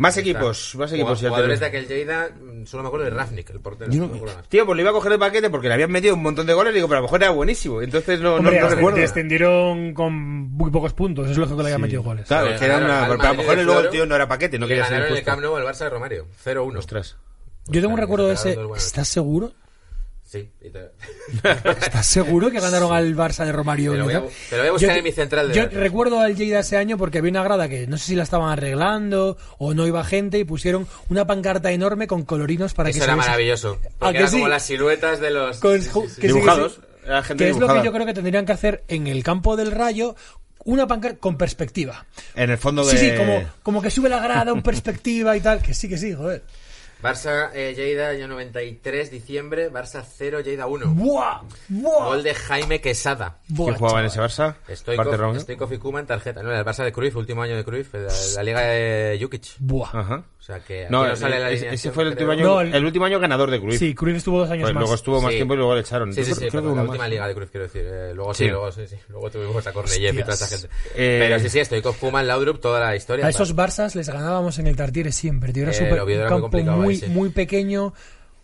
Speaker 1: Más equipos, más equipos. ya
Speaker 2: Jugadores de
Speaker 1: tenemos.
Speaker 2: aquel Lleida, mm, solo me acuerdo de Rafnik, el portero.
Speaker 1: Yo
Speaker 2: no me acuerdo
Speaker 1: no-
Speaker 2: más.
Speaker 1: Tío, pues le iba a coger el paquete porque le habían metido un montón de goles y digo, pero a lo mejor era buenísimo. Entonces no, no-
Speaker 3: Hombre,
Speaker 1: no,
Speaker 3: descend-
Speaker 1: recuerdo.
Speaker 3: descendieron con muy pocos puntos. Es lógico que este le haya metido goles.
Speaker 1: Claro, es que era una-
Speaker 2: Ganaron al
Speaker 1: pero a lo
Speaker 2: Madrid
Speaker 1: mejor
Speaker 2: de
Speaker 1: luego el
Speaker 2: Floro
Speaker 1: tío no era paquete, no
Speaker 2: y
Speaker 1: quería
Speaker 2: ganaron
Speaker 1: ser
Speaker 2: en el
Speaker 1: justo.
Speaker 2: Camp Nou al Barça de Romario. 0-1.
Speaker 1: Ostras.
Speaker 3: Yo tengo un
Speaker 2: Claro,
Speaker 3: recuerdo de ese.
Speaker 2: claro, bueno.
Speaker 3: ¿Estás seguro?
Speaker 2: Sí. y te-
Speaker 3: ¿Estás seguro que ganaron al Barça de Romario?
Speaker 2: Te lo voy a bu- te lo voy a buscar en mi central de
Speaker 3: Yo
Speaker 2: datos.
Speaker 3: recuerdo al Lleida ese año porque había una grada que no sé si la estaban arreglando o no iba gente y pusieron una pancarta enorme con colorinos para que
Speaker 2: Eso
Speaker 3: se
Speaker 2: era
Speaker 3: viese.
Speaker 2: maravilloso.
Speaker 3: ¿A
Speaker 2: Porque
Speaker 3: que
Speaker 2: era
Speaker 3: sí?
Speaker 2: como las siluetas de los.
Speaker 3: Con-
Speaker 2: Sí, sí, sí.
Speaker 3: que sí,
Speaker 1: Dibujados,
Speaker 3: que sí.
Speaker 1: era gente
Speaker 3: Que es lo
Speaker 1: dibujada.
Speaker 3: que yo creo que tendrían que hacer en el campo del Rayo una pancarta con perspectiva.
Speaker 1: En el fondo de.
Speaker 3: Sí, sí, como, como que sube la grada en perspectiva y tal. Que sí, que sí, joder.
Speaker 2: Barça, eh, Lleida, año 93, diciembre. Barça 0, Lleida 1.
Speaker 3: ¡Buah! ¡Buah!
Speaker 2: Gol de Jaime Quesada.
Speaker 3: Buah,
Speaker 1: ¿Quién jugaba en ese
Speaker 3: chaval.
Speaker 1: Barça? Parte
Speaker 2: Stoikov,
Speaker 1: Romeo.
Speaker 2: Stoikov y Kuma en tarjeta. No, era el Barça de Cruyff, último año de Cruyff, la, la liga de Jukic.
Speaker 3: Buah.
Speaker 1: Ajá.
Speaker 2: O sea que aquí
Speaker 1: No,
Speaker 2: no,
Speaker 1: eh,
Speaker 2: sale la
Speaker 1: ese-
Speaker 2: alineación,
Speaker 1: ese fue el
Speaker 2: creo.
Speaker 1: último año,
Speaker 3: No, el-
Speaker 1: el último año ganador de Cruyff.
Speaker 3: Sí, Cruyff estuvo dos años
Speaker 1: Pues
Speaker 3: más.
Speaker 1: luego estuvo más
Speaker 2: Sí.
Speaker 1: tiempo y luego le echaron.
Speaker 2: Sí, sí,
Speaker 1: Yo creo-
Speaker 2: sí, fue
Speaker 1: creo que
Speaker 2: la
Speaker 1: hubo
Speaker 2: última
Speaker 1: más.
Speaker 2: liga de Cruyff, quiero decir. Eh, luego sí,
Speaker 1: Sí.
Speaker 2: luego sí, sí. Luego tuvimos a Corneyev y toda esta gente.
Speaker 1: Eh,
Speaker 2: Pero sí, sí, Stoikov, Kuma, Laudrup, toda la historia.
Speaker 3: A esos Barças les ganábamos en el Tartiere siempre, tío. Era
Speaker 2: Eh,
Speaker 3: súper
Speaker 2: el Oviedo
Speaker 3: un
Speaker 2: era muy
Speaker 3: campo
Speaker 2: complicado,
Speaker 3: muy,
Speaker 2: ahí sí.
Speaker 3: muy pequeño,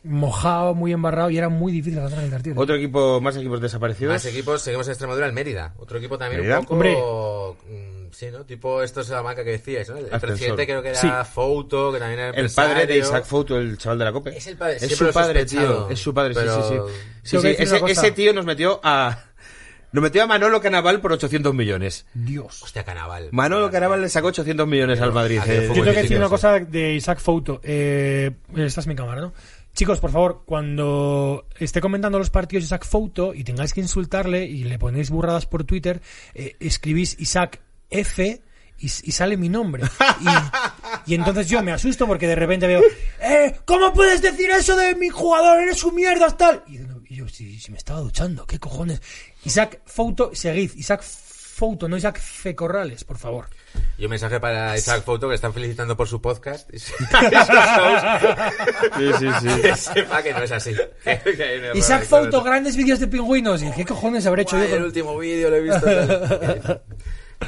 Speaker 3: mojado, muy embarrado y era muy difícil ganar en el Tartiere.
Speaker 1: Otro equipo, más equipos desaparecidos.
Speaker 2: Más equipos, seguimos en Extremadura, el Mérida. Otro equipo también
Speaker 1: Mérida.
Speaker 2: un poco. mm, Sí, ¿no? Tipo esto es Salamanca que decíais, ¿no? El
Speaker 1: Ascensor.
Speaker 2: presidente creo que era
Speaker 3: Sí.
Speaker 2: Fouto, que también era
Speaker 1: El padre de
Speaker 2: empresario.
Speaker 1: Isaac Fouto, el chaval de la copa.
Speaker 2: Es el padre,
Speaker 1: Es
Speaker 2: siempre
Speaker 1: su
Speaker 2: lo he
Speaker 1: padre,
Speaker 2: sospechado,
Speaker 1: tío. Es su padre, sí,
Speaker 2: pero-
Speaker 1: sí, sí. Sí,
Speaker 3: Tengo que
Speaker 1: sí,
Speaker 3: decir
Speaker 1: Ese,
Speaker 3: una cosa.
Speaker 1: ese tío nos metió a. Nos metió a Manolo Canaval por 800 millones.
Speaker 3: Dios.
Speaker 2: Hostia, Canaval.
Speaker 1: Manolo Canaval le sacó 800 millones al Madrid.
Speaker 2: Aquel
Speaker 1: eh,
Speaker 2: fue
Speaker 3: Yo tengo que
Speaker 2: Sí,
Speaker 3: decir
Speaker 2: sí,
Speaker 3: una
Speaker 2: sí.
Speaker 3: cosa de Isaac Fouto. Eh, esta es mi cámara, ¿no? Chicos, por favor, cuando esté comentando los partidos de Isaac Fouto y tengáis que insultarle y le ponéis burradas por Twitter, eh, escribís Isaac F y, y sale mi nombre. Y, y entonces yo me asusto porque de repente veo, "Eh, ¿cómo puedes decir eso de mi jugador? Eres un mierda, tal. Y yo, y yo, si, si me estaba duchando, ¿qué cojones? Isaac Fouto, seguid, Isaac Fouto, no Isaac F. Corrales, por favor.
Speaker 2: Y un mensaje para Isaac Fouto que le están felicitando por su podcast. Y se-
Speaker 1: Sí, sí, sí.
Speaker 2: que sepa que no es así.
Speaker 3: Isaac Fouto, grandes vídeos de pingüinos. ¿Y qué cojones habré hecho
Speaker 2: Guay,
Speaker 3: yo? con-
Speaker 2: el último vídeo lo he visto. tal.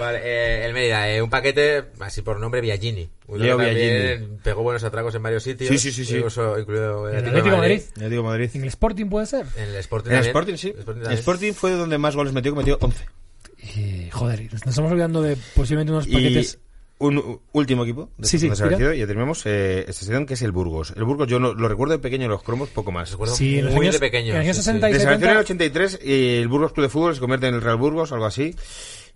Speaker 2: vale, eh, el Mérida, eh, un paquete así por nombre Viagini. Uno
Speaker 1: Leo
Speaker 2: que también
Speaker 1: Biagini.
Speaker 2: Pegó buenos atracos en varios sitios.
Speaker 1: Sí, sí, sí, sí.
Speaker 2: incluso- incluido
Speaker 3: ¿El Atlético de Madrid?
Speaker 1: Yo digo Madrid.
Speaker 3: ¿En el Sporting puede ser?
Speaker 2: En el Sporting
Speaker 1: En el Sporting,
Speaker 2: también.
Speaker 1: sí.
Speaker 2: El Sporting
Speaker 1: El
Speaker 2: también.
Speaker 1: Sporting fue donde más goles metió, que metió 11.
Speaker 3: Eh, joder, nos estamos olvidando de posiblemente unos
Speaker 1: Y
Speaker 3: paquetes.
Speaker 1: un u- último equipo de
Speaker 3: Sí, sí,
Speaker 1: desaparecido,
Speaker 3: mira.
Speaker 1: y ya terminamos eh, esta sección, que es el Burgos. El Burgos yo no- lo recuerdo de pequeño en los cromos, poco más.
Speaker 2: Recuerdo
Speaker 3: Sí, en los
Speaker 2: muy
Speaker 3: años,
Speaker 2: de pequeño.
Speaker 3: en los años
Speaker 2: sí, sí.
Speaker 3: 60 y
Speaker 1: Desapareció en el
Speaker 3: 70.
Speaker 1: 83 y eh, el Burgos Club de Fútbol se convierte en el Real Burgos, algo así.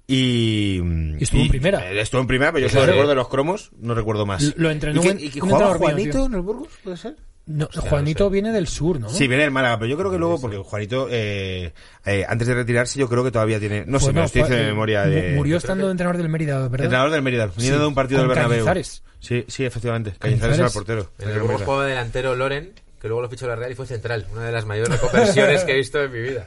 Speaker 1: Y,
Speaker 3: Y estuvo en primera.
Speaker 1: eh, Estuvo en primera, pero yo
Speaker 2: Sí,
Speaker 1: solo
Speaker 2: sí.
Speaker 1: recuerdo de los cromos, no recuerdo más.
Speaker 3: Lo- lo entrenó
Speaker 1: ¿Y, qué-
Speaker 3: un-
Speaker 1: y qué
Speaker 3: un
Speaker 1: jugaba
Speaker 3: entrenador mío,
Speaker 1: Juanito
Speaker 3: tío.
Speaker 1: en el Burgos? ¿Puede ser?
Speaker 3: No, Juanito viene del sur, ¿no?
Speaker 1: Sí, viene el Málaga, pero yo creo que luego, porque Juanito, eh, eh, antes de retirarse, yo creo que todavía tiene.
Speaker 3: Pues
Speaker 1: No sé, me lo estoy diciendo de memoria. De,
Speaker 3: eh, Murió estando entrenador del Mérida, ¿verdad?
Speaker 1: Entrenador del Mérida, viniendo de un partido
Speaker 3: con
Speaker 1: del Bernabéu.
Speaker 3: Cañizares.
Speaker 1: Sí, sí, efectivamente. Cañizares era el portero.
Speaker 2: En el grupo jugaba de delantero Loren, que luego lo fichó la Real y fue central. Una de las mayores conversiones que he visto en mi vida.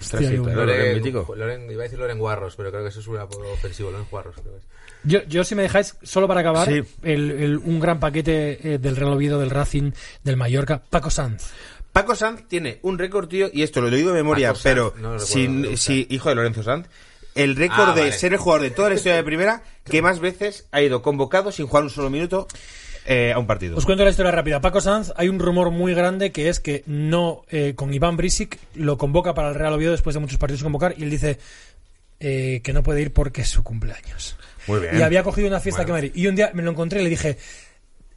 Speaker 1: Ostras,
Speaker 3: Hostia,
Speaker 1: sí,
Speaker 3: qué
Speaker 1: claro,
Speaker 2: Loren,
Speaker 1: era mítico.
Speaker 2: Loren- iba a decir Loren Guarros, pero creo que eso es un apodo ofensivo, Loren Guarros. Creo que es.
Speaker 3: Yo, yo, si me dejáis, solo para acabar,
Speaker 1: Sí.
Speaker 3: el, el- un gran paquete eh, del Real Oviedo, del Racing, del Mallorca, Paco Sanz.
Speaker 1: Paco Sanz tiene un récord, tío, y esto lo digo de memoria,
Speaker 2: Paco Sanz,
Speaker 1: pero
Speaker 2: no lo recuerdo,
Speaker 1: si,
Speaker 2: me gusta.
Speaker 1: si- hijo de Lorenzo Sanz, el récord
Speaker 2: Ah,
Speaker 1: de
Speaker 2: vale.
Speaker 1: ser el jugador de toda la historia de primera que más veces ha ido convocado sin jugar un solo minuto eh, a un partido.
Speaker 3: Os cuento la historia rápida. Paco Sanz, hay un rumor muy grande que es que no eh, con Iván Brisic lo convoca para el Real Oviedo después de muchos partidos sin convocar y él dice eh, que no puede ir porque es su cumpleaños.
Speaker 1: Muy bien.
Speaker 3: Y había cogido una fiesta
Speaker 2: Bueno.
Speaker 3: que Madrid. Y un día me lo encontré y le dije,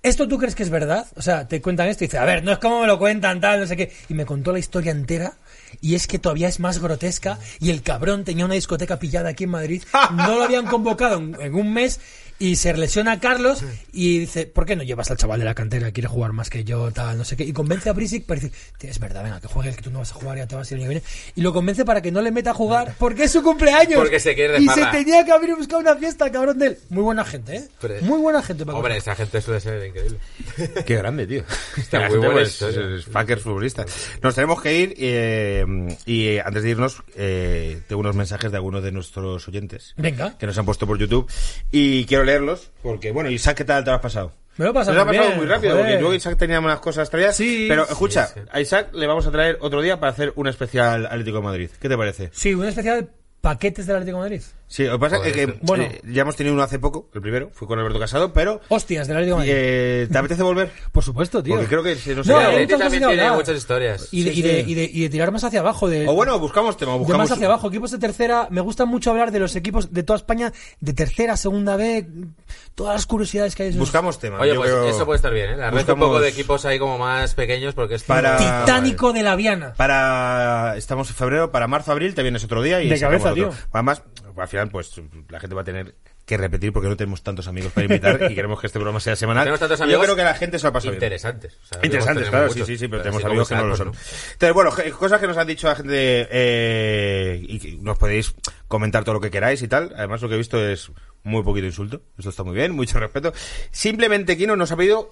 Speaker 3: ¿esto tú crees que es verdad? O sea, te cuentan esto y dice, a ver, no es como me lo cuentan, tal, no sé qué. Y me contó la historia entera. Y es que todavía es más grotesca. Y el cabrón tenía una discoteca pillada aquí en Madrid. No lo habían convocado en, en un mes. Y se lesiona a Carlos y dice, ¿por qué no llevas al chaval de la cantera? Quiere jugar más que yo, tal, no sé qué. Y convence a Brisic para decir, "Tío, es verdad, venga, que juegues, que tú no vas a jugar, ya te vas a ir que viene. Y lo convence para que no le meta a jugar porque es su cumpleaños.
Speaker 2: Porque se quiere de
Speaker 3: Y se
Speaker 2: farra.
Speaker 3: tenía que haber buscado una fiesta, cabrón de él. Muy buena gente, ¿eh?
Speaker 2: Pero-
Speaker 3: Muy buena gente, Paco.
Speaker 2: Hombre, esa gente suele ser increíble.
Speaker 1: Qué grande, tío.
Speaker 2: Está
Speaker 1: La
Speaker 2: muy
Speaker 1: gente pues,
Speaker 2: buena
Speaker 1: Este es-
Speaker 2: historia.
Speaker 1: es fucker futbolista. Nos tenemos que ir eh, y eh, antes de irnos eh, tengo unos mensajes de algunos de nuestros oyentes
Speaker 3: Venga,
Speaker 1: que nos han puesto por YouTube y quiero leerlos porque, bueno, Isaac, ¿qué tal te lo has pasado?
Speaker 3: me lo he pasado,
Speaker 1: Nos ha pasado
Speaker 3: bien,
Speaker 1: muy rápido,
Speaker 3: joder.
Speaker 1: porque yo y Isaac teníamos unas cosas traídas.
Speaker 3: Sí,
Speaker 1: pero
Speaker 3: sí,
Speaker 1: escucha,
Speaker 2: sí.
Speaker 1: a Isaac le vamos a traer otro día para hacer un especial Atlético de Madrid. ¿Qué te parece?
Speaker 3: Sí, un especial paquetes del Atlético de Madrid.
Speaker 1: Sí, lo que pasa
Speaker 2: Joder, este-
Speaker 1: es que
Speaker 2: sí.
Speaker 3: Bueno.
Speaker 1: eh, ya hemos tenido uno hace poco, el primero, fue con Alberto Casado, pero
Speaker 3: Hostias del Atlético de Madrid.
Speaker 1: eh, ¿te apetece volver?
Speaker 3: Por supuesto, tío.
Speaker 1: Porque creo que se nos
Speaker 3: No,
Speaker 1: ha
Speaker 2: El
Speaker 1: quedado-
Speaker 3: eh,
Speaker 2: Atleti
Speaker 3: muchas cosas
Speaker 2: también
Speaker 3: de
Speaker 2: tiene
Speaker 3: hablar.
Speaker 2: muchas historias.
Speaker 3: Y de,
Speaker 1: sí,
Speaker 3: y de-
Speaker 1: sí.
Speaker 3: y de- y de tirar más hacia abajo. De,
Speaker 1: O bueno, buscamos tema,
Speaker 3: Eh, de
Speaker 1: buscamos...
Speaker 3: más hacia abajo. Equipos de tercera. Me gusta mucho hablar de los equipos de toda España, de tercera, segunda B. Todas las curiosidades que hay. de esos-
Speaker 1: Buscamos tema.
Speaker 2: Oye,
Speaker 1: yo
Speaker 2: pues
Speaker 1: creo-
Speaker 2: eso puede estar bien, ¿eh? La red
Speaker 1: Buscamos-
Speaker 2: un poco de equipos ahí como más pequeños porque es
Speaker 1: Para- Ah,
Speaker 3: Titánico de la Viana.
Speaker 1: Para... Estamos en febrero, para marzo, abril te vienes otro día y...
Speaker 3: De
Speaker 1: sacamos
Speaker 3: cabeza,
Speaker 1: otro.
Speaker 3: tío.
Speaker 1: Además, al final, pues la gente va a tener que repetir porque no tenemos tantos amigos para invitar y queremos que este programa sea semanal.
Speaker 2: Tenemos tantos
Speaker 1: Yo
Speaker 2: amigos
Speaker 1: creo que la gente se lo ha pasado bien.
Speaker 2: interesantes. O sea,
Speaker 1: Interesantes,
Speaker 2: tenemos-
Speaker 1: claro, sí,
Speaker 2: tenemos
Speaker 1: sí, sí, pero
Speaker 2: muchos,
Speaker 1: tenemos
Speaker 2: así
Speaker 1: amigos que
Speaker 2: como
Speaker 1: no lo son.
Speaker 2: sacos,
Speaker 1: Entonces, bueno, je- cosas que nos han dicho la gente eh, y que nos podéis comentar todo lo que queráis y tal. Además, lo que he visto es muy poquito insulto. Esto está muy bien, mucho respeto. Simplemente Kino nos ha pedido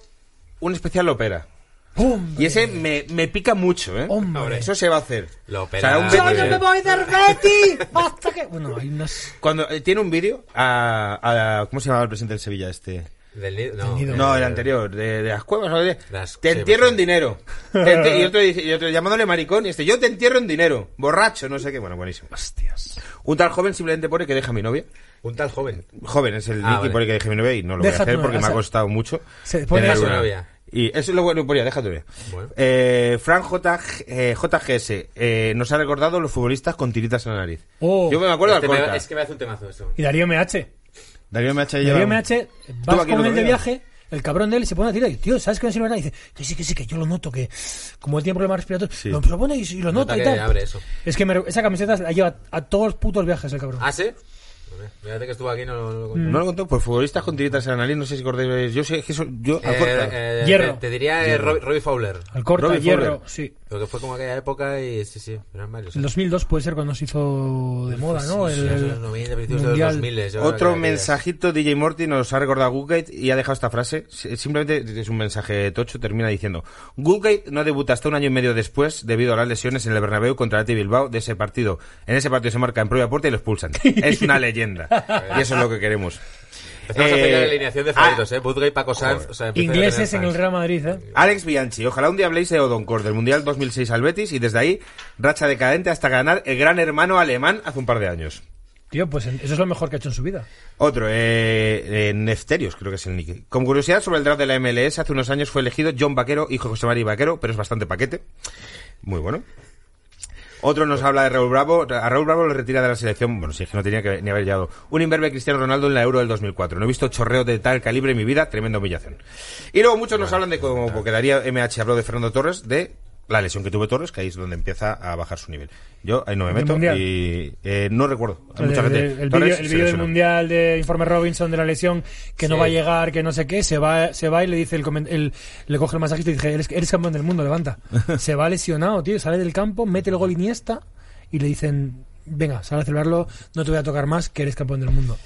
Speaker 1: un especial Lopera.
Speaker 3: ¡Pum!
Speaker 1: Y ese me, me pica mucho, ¿eh?
Speaker 3: Hombre.
Speaker 1: Ahora, Eso se va a hacer.
Speaker 2: Lopera.
Speaker 1: un
Speaker 2: Yo
Speaker 3: ¡Yo no
Speaker 1: vídeo-
Speaker 3: me voy del Betis! ¡Hasta que! Bueno, hay unas.
Speaker 1: Cuando eh, tiene un vídeo a, a- ¿Cómo se llamaba el presidente del Sevilla este?
Speaker 2: Del nido, no,
Speaker 3: nido.
Speaker 2: eh,
Speaker 1: No, el anterior, de, de las cuevas. o de-
Speaker 2: Las-
Speaker 1: te
Speaker 2: sí,
Speaker 1: entierro
Speaker 2: pues,
Speaker 1: en dinero. Te enti- y, otro, dice- y otro llamándole maricón. Y este, yo te entierro en dinero. Borracho, no sé qué. Bueno, buenísimo.
Speaker 3: Hostias.
Speaker 1: Un tal joven simplemente pone que deja a mi novia.
Speaker 2: Un tal joven.
Speaker 1: Joven es el
Speaker 2: Ah,
Speaker 1: Nicky,
Speaker 2: vale.
Speaker 1: pone que deja a mi novia y no lo voy a
Speaker 3: Deja tu
Speaker 1: hacer
Speaker 3: novia,
Speaker 1: porque
Speaker 3: o
Speaker 1: me ha
Speaker 3: sea,
Speaker 1: costó mucho.
Speaker 3: se pone
Speaker 1: tener
Speaker 2: a su
Speaker 1: una-
Speaker 2: novia.
Speaker 1: Y eso es lo bueno que ponía, deja tu novia.
Speaker 2: Bueno.
Speaker 1: Eh, Fran J, eh, JGS eh, nos ha recordado los futbolistas con tiritas en la nariz.
Speaker 3: Oh.
Speaker 1: Yo me acuerdo
Speaker 2: Este
Speaker 1: de
Speaker 2: me-
Speaker 1: Alcorta.
Speaker 2: es que me hace un temazo eso.
Speaker 3: Y Darío MH.
Speaker 1: Darío MH lleva-
Speaker 3: Darío MH,
Speaker 1: Tú
Speaker 3: vas
Speaker 1: aquí no
Speaker 3: con
Speaker 1: te
Speaker 3: él de
Speaker 1: veas.
Speaker 3: viaje, el cabrón de él se pone a tirar. Y, tío, ¿sabes que no sirve nada? Y dice, que sí, que sí, que yo lo noto, que como él tiene problemas respiratorios,
Speaker 1: Sí.
Speaker 3: lo lo pone y, y lo
Speaker 2: Nota
Speaker 3: nota y
Speaker 2: que
Speaker 3: tal.
Speaker 2: abre eso.
Speaker 3: Es que me re- esa camiseta la lleva a todos los putos viajes el cabrón.
Speaker 2: ¿Ah, sí? Hombre, Fíjate que estuvo aquí, no, no lo conté.
Speaker 1: No lo contó, pues futbolistas con tiritas en la nariz, no sé si acordáis. Yo sé que eso. Yo,
Speaker 2: Eh,
Speaker 1: Alcorta.
Speaker 2: eh, te-
Speaker 3: Hierro.
Speaker 2: Te, diría eh, Rob- Robbie Fowler.
Speaker 3: Al corta,
Speaker 1: Robbie
Speaker 3: hierro,
Speaker 1: Fowler.
Speaker 3: sí.
Speaker 2: Lo que fue como aquella época y sí, sí, eran varios.
Speaker 3: En 2002 puede ser cuando se hizo de moda, ¿no?
Speaker 2: Sí,
Speaker 3: El,
Speaker 2: sí,
Speaker 3: el
Speaker 2: los 90, principios de los
Speaker 3: mundial.
Speaker 2: 2000, yo creo que
Speaker 1: Otro
Speaker 2: aquellas.
Speaker 1: mensajito DJ Morty nos ha recordado a Goodgate y ha dejado esta frase. Si- Simplemente es un mensaje tocho, termina diciendo Goodgate no debuta hasta un año y medio después debido a las lesiones en el Bernabéu contra el Athletic Bilbao de ese partido. En ese partido se marca en propia puerta y lo expulsan. Es una leyenda. y eso es lo que queremos.
Speaker 2: Empezamos a
Speaker 1: Eh, ah,
Speaker 2: hacer la alineación de favoritos, ¿eh? Budgay, Paco Sanz. O sea, empiezan a
Speaker 3: ingleses en
Speaker 2: tener
Speaker 3: el
Speaker 2: fans.
Speaker 3: Real Madrid, ¿eh?
Speaker 1: Alex Bianchi, ojalá un día habléis de Odoncor del Mundial 2006 al Betis y desde ahí racha decadente hasta ganar el gran hermano alemán hace un par de años.
Speaker 3: Tío, pues en- eso es lo mejor que ha hecho en su vida.
Speaker 1: Otro, eh, eh, Nefterios, creo que es el nick. Con curiosidad sobre el draft de la MLS, hace unos años fue elegido John Vaquero, hijo de José María Vaquero, pero es bastante paquete. Muy bueno. Otro nos habla de Raúl Bravo. A Raúl Bravo le retira de la selección. Bueno, sí, es que no tenía que ni haber llegado. Un imberbe Cristiano Ronaldo en la Euro del 2004. No he visto chorreo de tal calibre en mi vida. Tremenda humillación. Y luego muchos nos hablan de cómo, porque Daría MH habló de Fernando Torres, de la lesión que tuvo Torres, que ahí es donde empieza a bajar su nivel. Yo ahí no me
Speaker 3: ¿En el
Speaker 1: meto
Speaker 3: Mundial?
Speaker 1: y eh, no recuerdo. Hay
Speaker 3: El-
Speaker 1: mucha gente.
Speaker 3: el- El
Speaker 1: Torres
Speaker 3: vídeo
Speaker 1: se
Speaker 3: el vídeo del
Speaker 1: lesionó.
Speaker 3: mundial de Informe Robinson de la lesión que no
Speaker 2: Sí.
Speaker 3: va a llegar, que no sé qué, se va, se va y le dice el, comen- el- le coge el masajista y dice, eres, eres campeón del mundo, levanta. se va lesionado, tío, sale del campo, mete el gol Iniesta y le dicen, venga, sal a celebrarlo, no te voy a tocar más, que eres campeón del mundo.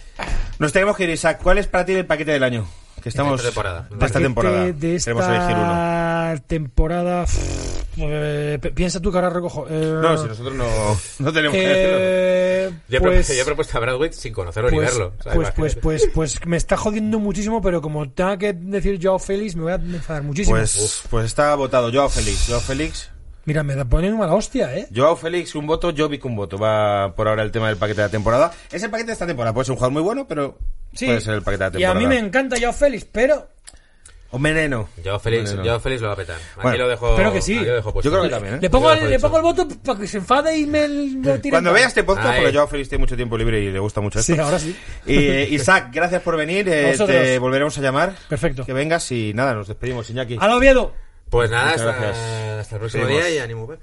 Speaker 1: Nos tenemos que ir, Isaac. ¿Cuál es para ti el paquete del año? Que estamos
Speaker 2: esta temporada.
Speaker 1: de esta
Speaker 3: Paquete
Speaker 1: temporada.
Speaker 3: De esta
Speaker 1: Queremos elegir uno.
Speaker 3: temporada... pff, eh, pi- piensa tú que ahora recojo. eh,
Speaker 1: No, si nosotros no, no tenemos que hacerlo.
Speaker 3: eh,
Speaker 2: Yo, he pro-
Speaker 3: pues-
Speaker 2: yo he propuesto a Bradwick sin conocerlo ni
Speaker 3: Pues,
Speaker 2: verlo. o sea,
Speaker 3: pues, pues,
Speaker 2: imagínate.
Speaker 3: pues, pues me está jodiendo muchísimo, pero como tenga que decir Joao Félix, me voy a enfadar muchísimo.
Speaker 1: Pues, pues está votado Joao Félix. Joao Félix.
Speaker 3: Mira, me da- ponen mala hostia, ¿eh?
Speaker 1: Joao Félix, un voto. Jovic, un voto. Va por ahora el tema del paquete de la temporada. Es el paquete de esta temporada. Puede ser un jugador muy bueno, pero puede ser el paquete de la
Speaker 3: y a
Speaker 1: temporada.
Speaker 3: mí me encanta Joao Félix, pero...
Speaker 1: O Meneno.
Speaker 2: Yo Félix,
Speaker 1: Meneno.
Speaker 2: yo Félix lo va a petar. Aquí
Speaker 1: Bueno,
Speaker 2: lo dejo.
Speaker 3: espero que sí.
Speaker 2: aquí lo dejo puesto.
Speaker 1: Yo creo que también, ¿eh?
Speaker 3: Le pongo,
Speaker 2: Yo
Speaker 3: el,
Speaker 2: lo he
Speaker 3: le
Speaker 2: hecho.
Speaker 3: pongo el voto para que se enfade y me lo tire.
Speaker 1: Cuando
Speaker 3: en cara.
Speaker 1: veas este podcast,
Speaker 2: Ay.
Speaker 1: porque Joao Félix tiene mucho tiempo libre y le gusta mucho esto.
Speaker 3: Sí, ahora sí.
Speaker 1: Y, eh, Isaac, gracias por venir. eh,
Speaker 3: Vosotros.
Speaker 1: te volveremos a llamar.
Speaker 3: Perfecto.
Speaker 1: Que vengas y nada, nos despedimos, Iñaki.
Speaker 3: ¡Al Oviedo!
Speaker 2: Pues nada,
Speaker 1: Muchas
Speaker 2: hasta,
Speaker 1: gracias.
Speaker 2: hasta el próximo
Speaker 1: Seguimos.
Speaker 2: día y ánimo, ¿eh? Pepe.